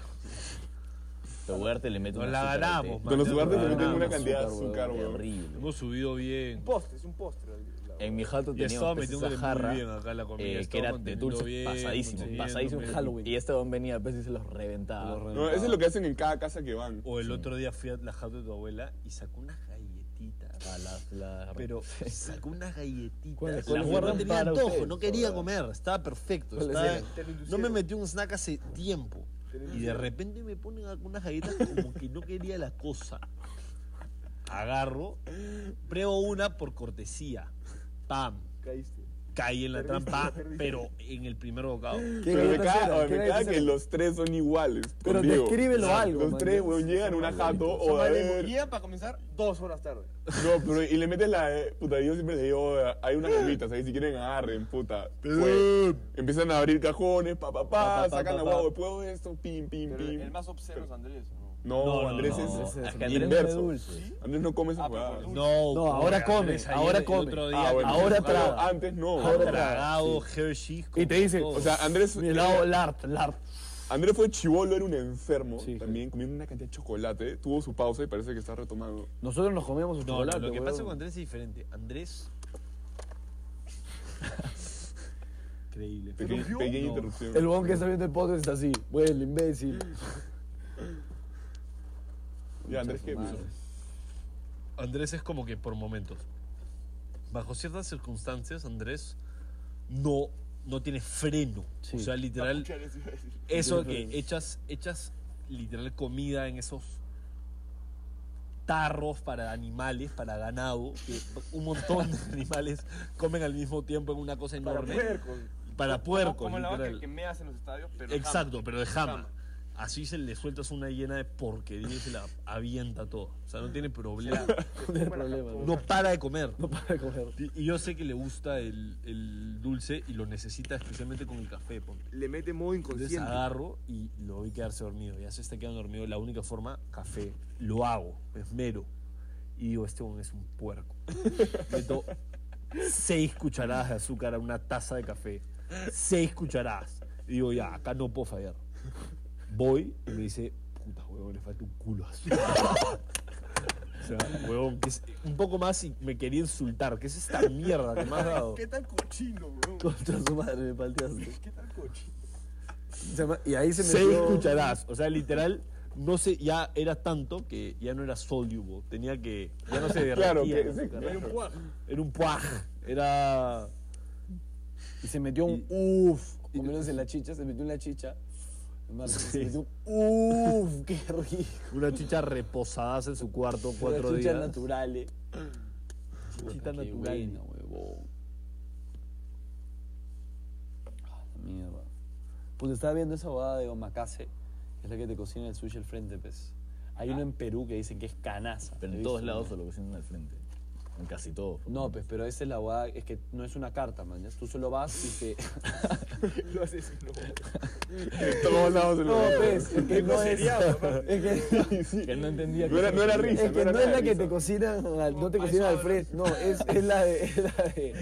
Speaker 2: Tu huerte le meto
Speaker 3: Nos
Speaker 2: una
Speaker 3: la
Speaker 2: azúcar al té.
Speaker 3: ganamos,
Speaker 4: Con los sugartes le meten
Speaker 3: Ah,
Speaker 4: una
Speaker 3: no,
Speaker 4: cantidad de
Speaker 1: azúcar,
Speaker 4: azúcar, weón.
Speaker 2: Terrible.
Speaker 3: Hemos subido bien.
Speaker 5: Un postre, es un postre. el- la-
Speaker 2: En mi jato
Speaker 3: Y estaba
Speaker 2: teníamos pues,
Speaker 3: metiendo
Speaker 2: esa jarra.
Speaker 3: muy bien acá la comida.
Speaker 2: eh, que
Speaker 3: estaba
Speaker 2: era de
Speaker 3: manteniendo
Speaker 2: dulce
Speaker 3: bien,
Speaker 2: pasadísimo,
Speaker 3: manteniendo
Speaker 2: pasadísimo
Speaker 3: bien.
Speaker 1: Halloween.
Speaker 2: Y este don venía a veces y se los reventaba.
Speaker 1: Lo
Speaker 4: No, eso es lo que hacen en cada casa que van.
Speaker 3: O el otro día fui a la jato de tu abuela y sacó unas galletitas.
Speaker 2: A las- la-
Speaker 3: Pero sacó unas
Speaker 1: ¿Cuáles-
Speaker 3: galletitas.
Speaker 1: cuáles
Speaker 3: La guarda
Speaker 1: eran
Speaker 3: no tenía
Speaker 1: para
Speaker 3: antojo,
Speaker 1: ustedes?
Speaker 3: no quería
Speaker 1: Ah.
Speaker 3: comer, estaba perfecto.
Speaker 1: ¿Cuáles
Speaker 3: estaba-
Speaker 1: eran?
Speaker 5: Te lo inducieron.
Speaker 3: no me metí un snack hace tiempo.
Speaker 5: Te lo
Speaker 3: Y de
Speaker 5: inducieron.
Speaker 3: repente me ponen algunas galletas como que no quería la cosa. Agarro, pruebo una por cortesía. Pam,
Speaker 5: Caíste.
Speaker 3: caí en la
Speaker 5: Perdiste,
Speaker 3: trampa,
Speaker 5: perdiste. Eh.
Speaker 3: pero en el primer bocado.
Speaker 4: Pero me caga, oye, me caga que los tres son iguales.
Speaker 1: Pero
Speaker 4: conmigo.
Speaker 1: descríbelo algo,
Speaker 4: Los
Speaker 1: man.
Speaker 4: tres, weón, llegan a una jato o a ver.
Speaker 5: Llegan para comenzar dos horas tarde.
Speaker 4: No, pero y le metes la. eh, Puta, yo siempre les digo, eh, hay unas gomitas ahí, si quieren agarren, puta. Fue. Empiezan a abrir cajones, pa, pa, pa,
Speaker 1: Pa, pa, pa,
Speaker 4: sacan
Speaker 1: pa,
Speaker 4: la
Speaker 1: pa.
Speaker 4: guagua, puedo esto, pim, pim,
Speaker 5: Pero
Speaker 4: pim.
Speaker 5: el más obsceno es Andrés, ¿no?
Speaker 4: No,
Speaker 3: No, no,
Speaker 4: Andrés
Speaker 3: no.
Speaker 4: es,
Speaker 2: Es que Andrés no
Speaker 4: inverso.
Speaker 2: es dulce.
Speaker 4: Andrés no come esa
Speaker 5: Ah, pero
Speaker 4: huevada.
Speaker 3: No,
Speaker 5: por-
Speaker 1: No,
Speaker 3: pobre
Speaker 1: ahora come,
Speaker 3: Andrés, ayer,
Speaker 1: ahora
Speaker 3: el
Speaker 1: come.
Speaker 3: otro día
Speaker 4: Ah, bueno.
Speaker 1: ahora
Speaker 4: Claro,
Speaker 1: traga.
Speaker 4: Antes no.
Speaker 3: Ahora
Speaker 1: Ahora traga,
Speaker 3: tragado, Hershey's.
Speaker 1: Y te dice,
Speaker 4: O sea, Andrés,
Speaker 1: Mi helado Lart, Lart.
Speaker 4: Andrés fue chivolo, era un enfermo. también comiendo una cantidad de chocolate. Tuvo su pausa y parece que está retomando.
Speaker 1: Nosotros nos comemos un
Speaker 3: No, no,
Speaker 1: chocolate.
Speaker 3: lo que
Speaker 1: weón.
Speaker 3: pasa con Andrés es diferente. Andrés. Increíble.
Speaker 4: Peque-
Speaker 5: rompió?
Speaker 4: pequeña
Speaker 3: No.
Speaker 4: interrupción.
Speaker 1: El bon que está viendo el podcast está así. Güey, el imbécil.
Speaker 4: Ya, Andrés, ¿qué?
Speaker 3: Andrés es como que por momentos. Bajo ciertas circunstancias, Andrés no, no tiene freno. O sea, literal.
Speaker 5: Puchales, iba a decir.
Speaker 3: Eso que echas, echas literal comida en esos tarros para animales, para ganado, que un montón de animales comen al mismo tiempo en una cosa
Speaker 5: Para
Speaker 3: enorme.
Speaker 5: puercos.
Speaker 3: Para puercos,
Speaker 5: Como la vaca
Speaker 3: literal.
Speaker 5: que meas en los estadios, pero.
Speaker 3: Exacto, pero de jama.
Speaker 5: Jama.
Speaker 3: Así se le sueltas una llena de porquería y se la avienta todo. O sea, no tiene problema.
Speaker 1: No hay problema. No,
Speaker 3: No para de comer.
Speaker 1: no para de comer.
Speaker 3: Y y yo sé que le gusta el, el dulce y lo necesita especialmente con el café, ponte.
Speaker 5: Le mete modo
Speaker 3: Entonces
Speaker 5: inconsciente.
Speaker 3: agarro y lo voy a quedarse dormido. Ya se está quedando dormido. La única forma, café. Lo hago, me esmero. Y digo, este hombre es un puerco. Meto seis cucharadas de azúcar a una taza de café. Seis cucharadas. Y digo, ya, acá no puedo fallar. Voy y me dice, puta, huevón, le falta un culo de azúcar. O sea, huevón, que es- un poco más y me quería insultar. ¿Qué es esta mierda que me has dado?
Speaker 5: ¿Qué tan cochino, bro?
Speaker 1: Contra su madre me palteaste.
Speaker 5: ¿Qué tan cochino?
Speaker 1: Se llama- Y ahí se me
Speaker 3: seis cucharadas. O sea, literal, no sé, ya era tanto que ya no era soluble. Tenía que. Ya no se derretía.
Speaker 4: Claro, que,
Speaker 3: ¿no?
Speaker 4: sí,
Speaker 5: Hay un guaje.
Speaker 3: Era un puaj. Era.
Speaker 1: Y se metió un uff. Comiéndose la chicha, se metió en la chicha. Además, Se metió un uff, qué rico.
Speaker 3: Una chicha reposada en su cuarto cuatro
Speaker 1: Una chicha
Speaker 3: días.
Speaker 1: natural. eh.
Speaker 3: Chichita
Speaker 1: Qué
Speaker 3: natural.
Speaker 1: buena, huevón. Ah, la mierda. Pues estaba viendo esa bobada de omakase, que es la que te cocina el sushi al frente, pues. Hay uno en Perú que dicen que es canaza.
Speaker 2: Pero
Speaker 1: ¿lo
Speaker 2: en todos
Speaker 1: viste?
Speaker 2: lados se lo cocinan al frente. En casi todo.
Speaker 1: No, pues, pero esa es la bobada, es que no es una carta, man. ¿ya? Tú solo vas y que...
Speaker 5: Lo asesinó.
Speaker 4: en todos lados en
Speaker 1: No,
Speaker 4: la-
Speaker 1: pues, es que no es... Es que...
Speaker 2: Que no entendía
Speaker 4: No era, no era risa.
Speaker 1: Es que
Speaker 4: era
Speaker 1: no
Speaker 4: nada
Speaker 1: es la
Speaker 4: de
Speaker 1: que
Speaker 4: risa.
Speaker 1: te cocinan, al- no te
Speaker 5: Ah,
Speaker 1: cocinan
Speaker 5: eso
Speaker 1: al frente, no, es, es la de... es la de-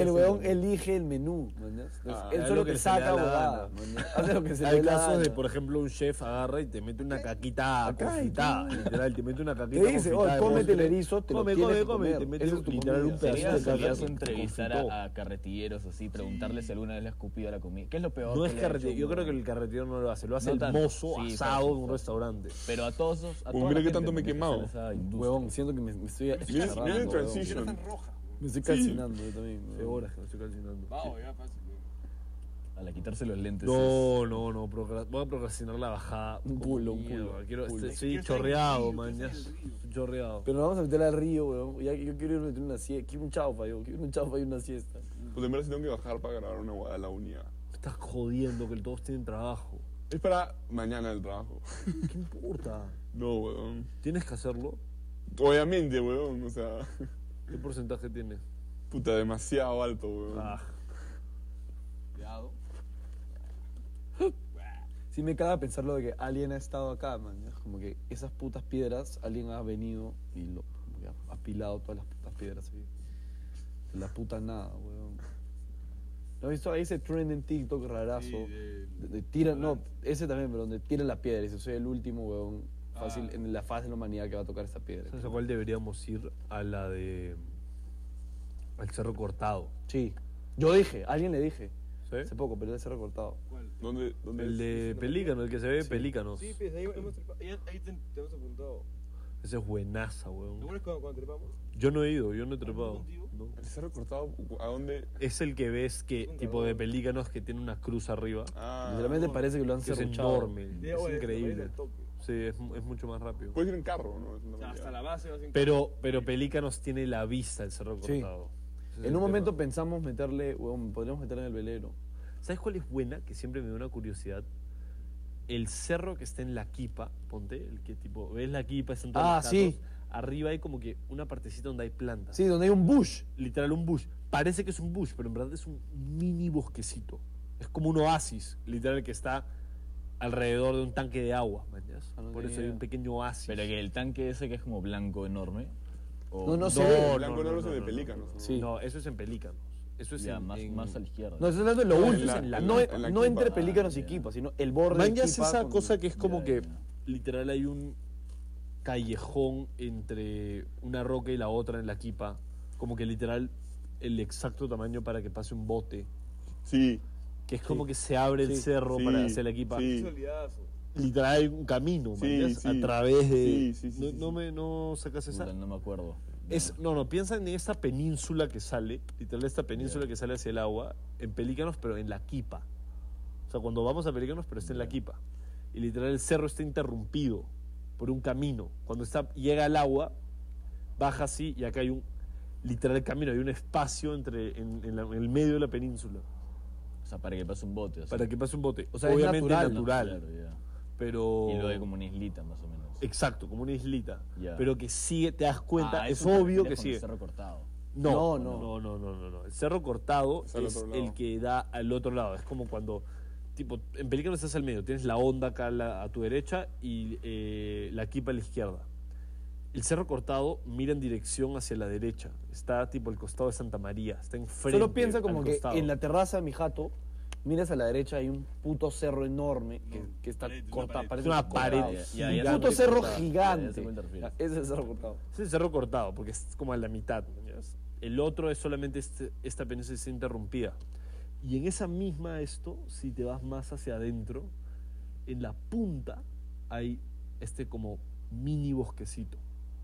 Speaker 1: el weón elige el menú, mañas. Entonces,
Speaker 4: Ah,
Speaker 1: él
Speaker 3: es
Speaker 1: solo
Speaker 3: lo que
Speaker 1: te
Speaker 3: se le da
Speaker 1: saca
Speaker 3: la
Speaker 1: bobada,
Speaker 3: gana.
Speaker 1: mañas. Hace lo que se le
Speaker 3: Hay
Speaker 1: dé la
Speaker 3: casos de,
Speaker 1: gana.
Speaker 3: por ejemplo, un chef agarra y te mete una caquita confitada. Literal, te mete una caquita
Speaker 1: Te dice,
Speaker 3: confitada
Speaker 1: "Oh,
Speaker 3: de
Speaker 1: cómete
Speaker 3: postre".
Speaker 1: el erizo, te lo
Speaker 3: come,
Speaker 1: tienes
Speaker 3: come,
Speaker 1: que
Speaker 3: come, y
Speaker 1: comer.
Speaker 3: Te mete
Speaker 1: Esa es tu
Speaker 3: literal
Speaker 1: comida.
Speaker 3: un pedacito
Speaker 2: Sería
Speaker 3: de caca
Speaker 2: sería
Speaker 3: con-
Speaker 2: entrevistar
Speaker 3: confitó.
Speaker 2: a, a carretilleros así, preguntarles si alguna vez le has escupido a la comida. ¿Qué es lo peor?
Speaker 3: No
Speaker 2: que
Speaker 3: es
Speaker 2: le ha hecho
Speaker 3: carretero. Yo
Speaker 2: uno?
Speaker 3: creo que el carretero no lo hace. Lo hace
Speaker 2: No
Speaker 3: el
Speaker 2: tanto.
Speaker 3: mozo
Speaker 2: Sí,
Speaker 3: asado en
Speaker 2: exacto.
Speaker 3: un restaurante.
Speaker 2: Pero a todos. esos- A toda
Speaker 4: Uy, mira
Speaker 2: la
Speaker 4: qué
Speaker 2: gente,
Speaker 4: tanto me he
Speaker 2: porque
Speaker 4: quemado.
Speaker 2: es esa industria.
Speaker 1: Huevón, siento que me, me estoy
Speaker 4: Mira,
Speaker 1: agarrando,
Speaker 4: mira el
Speaker 1: huevón.
Speaker 5: Era tan
Speaker 4: transition.
Speaker 5: roja.
Speaker 1: Me estoy calcinando yo también.
Speaker 9: Hace
Speaker 1: huevón.
Speaker 9: horas que no estoy calcinando.
Speaker 5: Vamos, ya fácil. bro.
Speaker 2: Al quitarse los lentes.
Speaker 3: No, no, no. procra- Voy a procrastinar la bajada.
Speaker 1: Un
Speaker 3: con
Speaker 1: pulo, un
Speaker 3: mierda.
Speaker 1: pulo,
Speaker 3: Quiero,
Speaker 1: un pulo.
Speaker 3: este- sí,
Speaker 5: Quiero estar
Speaker 3: chorreado,
Speaker 5: tranquilo,
Speaker 3: man. ya
Speaker 5: quiero estar
Speaker 3: estoy
Speaker 5: tranquilo.
Speaker 3: chorreado.
Speaker 1: Pero nos vamos a meter al río, weón. Ya, yo quiero ir a meter una siesta. Quiero un chaufa, yo. Quiero un chaufa y una siesta.
Speaker 4: Pues en verdad sí tengo que bajar para grabar una guada a la unidad.
Speaker 3: Estás jodiendo que todos tienen trabajo.
Speaker 4: Es para mañana el trabajo.
Speaker 3: ¿Qué importa?
Speaker 4: No, weón.
Speaker 3: ¿Tienes que hacerlo?
Speaker 4: Obviamente, weón. O sea,
Speaker 3: ¿Qué porcentaje tienes?
Speaker 4: puta, demasiado alto, weón.
Speaker 3: Ah,
Speaker 5: Cuidado.
Speaker 1: Sí me caga pensar lo de que alguien ha estado acá, man. ¿ya? Como que esas putas piedras, alguien ha venido y lo, como que ha apilado todas las putas piedras. ahí. La puta nada, weón. ¿Lo has visto? Ahí ese trend en TikTok rarazo.
Speaker 5: Sí, de-
Speaker 1: Donde tira, no, ese también, pero donde tira la piedra. Y dice, soy el último, weón, fácil,
Speaker 5: Ah.
Speaker 1: en la faz de la humanidad que va a tocar esta piedra.
Speaker 3: ¿Sabes a cuál deberíamos ir? A la de. Al cerro cortado.
Speaker 1: Sí. Yo dije, a alguien le dije.
Speaker 5: ¿Eh?
Speaker 3: ¿Sí?
Speaker 1: Hace poco, pero él se ha recortado.
Speaker 5: ¿Cuál?
Speaker 4: ¿Dónde, dónde
Speaker 3: El
Speaker 4: es?
Speaker 3: de pelícanos, el que se ve de pelícanos.
Speaker 5: Sí, pues ahí hemos trepado. Ahí, ahí te, te hemos apuntado.
Speaker 3: Ese es buenaza,
Speaker 5: ¿Te
Speaker 3: weón.
Speaker 5: acuerdas cuando, cuando trepamos?
Speaker 3: Yo no he ido, yo no he trepado.
Speaker 5: contigo?
Speaker 3: No.
Speaker 4: ¿El cerro cortado? ¿A dónde?
Speaker 3: Es el que ves que,
Speaker 5: Nunca
Speaker 3: tipo
Speaker 5: lo
Speaker 3: de
Speaker 5: vi.
Speaker 3: pelícanos que tiene una cruz arriba.
Speaker 4: Ah,
Speaker 1: Literalmente parece que lo han
Speaker 3: que es
Speaker 1: cerruchado.
Speaker 3: enorme.
Speaker 5: Sí,
Speaker 3: Es
Speaker 5: oye, te parece
Speaker 3: increíble.
Speaker 5: al toque.
Speaker 3: Sí, es, mu- es mucho más rápido.
Speaker 4: puedes ir en carro, ¿no? Es una
Speaker 5: O sea, hasta
Speaker 4: realidad.
Speaker 5: la base vas en
Speaker 3: Pero, pero Pelícanos tiene la vista del cerro
Speaker 1: Sí.
Speaker 3: cortado. Ese es el
Speaker 1: En un momento
Speaker 3: tema.
Speaker 1: pensamos meterle, weón, podríamos meterle en el velero.
Speaker 3: ¿Sabes cuál es buena? Que siempre me da una curiosidad. El cerro que está en la quipa, ponte, el que tipo, ves la quipa, están todas
Speaker 1: Ah,
Speaker 3: las
Speaker 1: sí.
Speaker 3: estatuas, Arriba hay como que una partecita donde hay plantas.
Speaker 1: Sí, donde hay un bush.
Speaker 3: Literal un bush. Parece que es un bush, pero en verdad es un mini bosquecito. Es como un oasis, literal, que está alrededor de un tanque de agua. man, ya. Gracias.
Speaker 1: Ah, no
Speaker 3: Por eso
Speaker 1: tenía
Speaker 3: hay
Speaker 1: idea.
Speaker 3: un pequeño oasis.
Speaker 2: Pero que el tanque ese que es como blanco enorme. o-
Speaker 1: No, no sé.
Speaker 4: El
Speaker 1: No,
Speaker 4: blanco no,
Speaker 3: no,
Speaker 4: no, se
Speaker 3: no,
Speaker 4: de
Speaker 3: no,
Speaker 4: pelícanos. ¿no?
Speaker 1: Sí.
Speaker 3: No, eso es en Pelícanos. Eso es
Speaker 2: Ya,
Speaker 3: en-
Speaker 2: más,
Speaker 3: en-
Speaker 2: más a la izquierda.
Speaker 1: No, estás hablando de lo
Speaker 4: en
Speaker 1: último.
Speaker 4: la- en la-
Speaker 1: no,
Speaker 4: en la
Speaker 1: no
Speaker 4: equipa.
Speaker 1: entre pelícanos y
Speaker 2: Ah, ya.
Speaker 1: equipa, sino el borde.
Speaker 3: Mañas es
Speaker 1: equipa
Speaker 3: esa
Speaker 1: con-
Speaker 3: cosa que es como
Speaker 2: Ya,
Speaker 3: que
Speaker 2: ya.
Speaker 3: literal hay un callejón entre una roca y la otra en la quipa. Como que literal el exacto tamaño para que pase un bote.
Speaker 4: Sí.
Speaker 3: Que es como que se abre el cerro
Speaker 4: sí,
Speaker 3: para hacer la quipa.
Speaker 4: sí.
Speaker 5: Solidazo.
Speaker 3: Literal hay un camino,
Speaker 4: Sí,
Speaker 3: mañas,
Speaker 4: sí.
Speaker 3: a través de.
Speaker 4: Sí, sí, sí,
Speaker 3: no,
Speaker 4: sí,
Speaker 3: no
Speaker 4: sí.
Speaker 3: me no sacas esa.
Speaker 2: Puta, no me acuerdo.
Speaker 3: Es, no, no, piensa en esta península que sale, literal esta península que sale hacia el agua, en Pelícanos, pero en la quipa. O sea, cuando vamos a Pelícanos, pero está en la quipa. Y literal el cerro está interrumpido por un camino. Cuando está, llega al agua, baja así y acá hay un literal camino, hay un espacio entre, en, en la- en el medio de la península
Speaker 2: O sea, para que pase un bote. o sea.
Speaker 3: para que pase un bote.
Speaker 1: O sea, es
Speaker 3: Obviamente
Speaker 1: natural, ¿no?
Speaker 3: natural,
Speaker 2: Claro, ya.
Speaker 3: pero...
Speaker 2: Y luego hay como una islita más o menos.
Speaker 3: Exacto, como una islita.
Speaker 2: Ya.
Speaker 3: Pero que sigue, te das cuenta,
Speaker 2: Ah,
Speaker 3: es
Speaker 2: eso te refieres
Speaker 3: obvio que
Speaker 2: con
Speaker 3: sigue.
Speaker 2: el cerro cortado.
Speaker 1: No,
Speaker 3: No, no, no, no, no, no, no. El cerro cortado
Speaker 4: Es
Speaker 3: es,
Speaker 4: al otro lado.
Speaker 3: el que da al otro lado. Es como cuando, tipo, en película estás al medio, tienes la onda acá a, la- a tu derecha y eh, la quipa a la izquierda. El cerro cortado mira en dirección hacia la derecha. Está tipo el costado de Santa María. Está enfrente.
Speaker 1: Solo piensa como
Speaker 3: al
Speaker 1: que
Speaker 3: costado.
Speaker 1: en la terraza de mi jato, miras a la derecha, hay un puto cerro enorme que, que está
Speaker 5: pared, una
Speaker 1: cortado.
Speaker 5: pared.
Speaker 1: Parece
Speaker 3: una pared.
Speaker 2: Ya, ya, ya
Speaker 1: Un
Speaker 2: sé
Speaker 1: puto
Speaker 2: cuál te
Speaker 1: cerro
Speaker 2: refieres, ya sé
Speaker 1: gigante.
Speaker 2: cuál te refieres.
Speaker 1: Ese es el cerro cortado.
Speaker 3: Es el cerro cortado, porque es como a la mitad. ¿me entiendes? El otro es solamente este- esta península está interrumpida. Y en esa misma esto, si te vas más hacia adentro, en la punta hay este como mini bosquecito.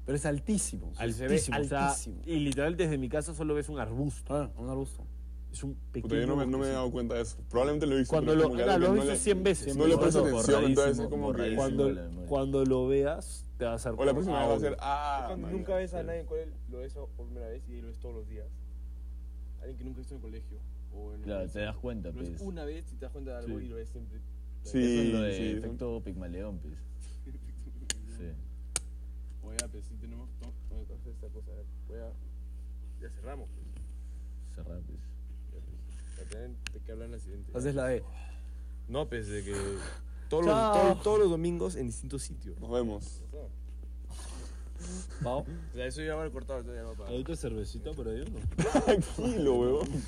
Speaker 1: Pero es altísimo. o sea, se ve
Speaker 3: altísimo, o sea,
Speaker 1: altísimo.
Speaker 3: y literal desde mi casa solo ves un arbusto.
Speaker 1: Ah, un arbusto.
Speaker 3: Es un pequeño
Speaker 4: Puta, yo no me, no me he
Speaker 3: bosquecito.
Speaker 4: dado cuenta de eso. Probablemente lo hice.
Speaker 3: Cuando
Speaker 4: pero
Speaker 3: lo,
Speaker 4: como que
Speaker 3: claro,
Speaker 4: algo
Speaker 3: lo
Speaker 4: que
Speaker 3: has
Speaker 4: no
Speaker 3: visto
Speaker 4: le-
Speaker 3: 100 veces.
Speaker 4: No le
Speaker 2: Borradísimo,
Speaker 4: presto atención, entonces es
Speaker 2: borradísimo,
Speaker 4: como que.
Speaker 2: borradísimo.
Speaker 3: cuando,
Speaker 2: de la memoria.
Speaker 3: cuando lo veas, te vas a dar
Speaker 4: O la
Speaker 3: cuenta,
Speaker 4: próxima
Speaker 3: ah,
Speaker 4: vez va a
Speaker 3: obvio.
Speaker 4: ser. Ah,
Speaker 5: Cuando
Speaker 4: man,
Speaker 5: nunca
Speaker 4: ya.
Speaker 5: ves a nadie en cuál lo ves por primera vez y ahí lo ves todos los días. Alguien que nunca estuvo en el colegio. O en
Speaker 2: Claro,
Speaker 5: la
Speaker 2: te
Speaker 5: universidad.
Speaker 2: das cuenta,
Speaker 5: Lo
Speaker 2: pues.
Speaker 5: ves
Speaker 2: Eso
Speaker 5: una vez y te das cuenta de algo
Speaker 3: Sí.
Speaker 5: y lo ves siempre.
Speaker 4: Sí,
Speaker 2: es lo de
Speaker 4: sí.
Speaker 2: efecto Pigmaleón, pues. Sí.
Speaker 5: Oye, pues sí tenemos que to- bueno, entonces esta cosa. Voy a... Ya cerramos. Pues.
Speaker 2: Cerrar, pues.
Speaker 5: Ya, pues. Para tener de qué hablar en la siguiente. ya.
Speaker 1: Haces la E. de.
Speaker 5: No, pues de que... Todos los,
Speaker 1: Chao.
Speaker 5: todos- todos los domingos en distintos sitios.
Speaker 4: Nos vemos.
Speaker 5: O sea, eso ya va a cortar, ya va a parar.
Speaker 3: ¿Adulto cervecita por ahí o no?
Speaker 4: Tranquilo, weón.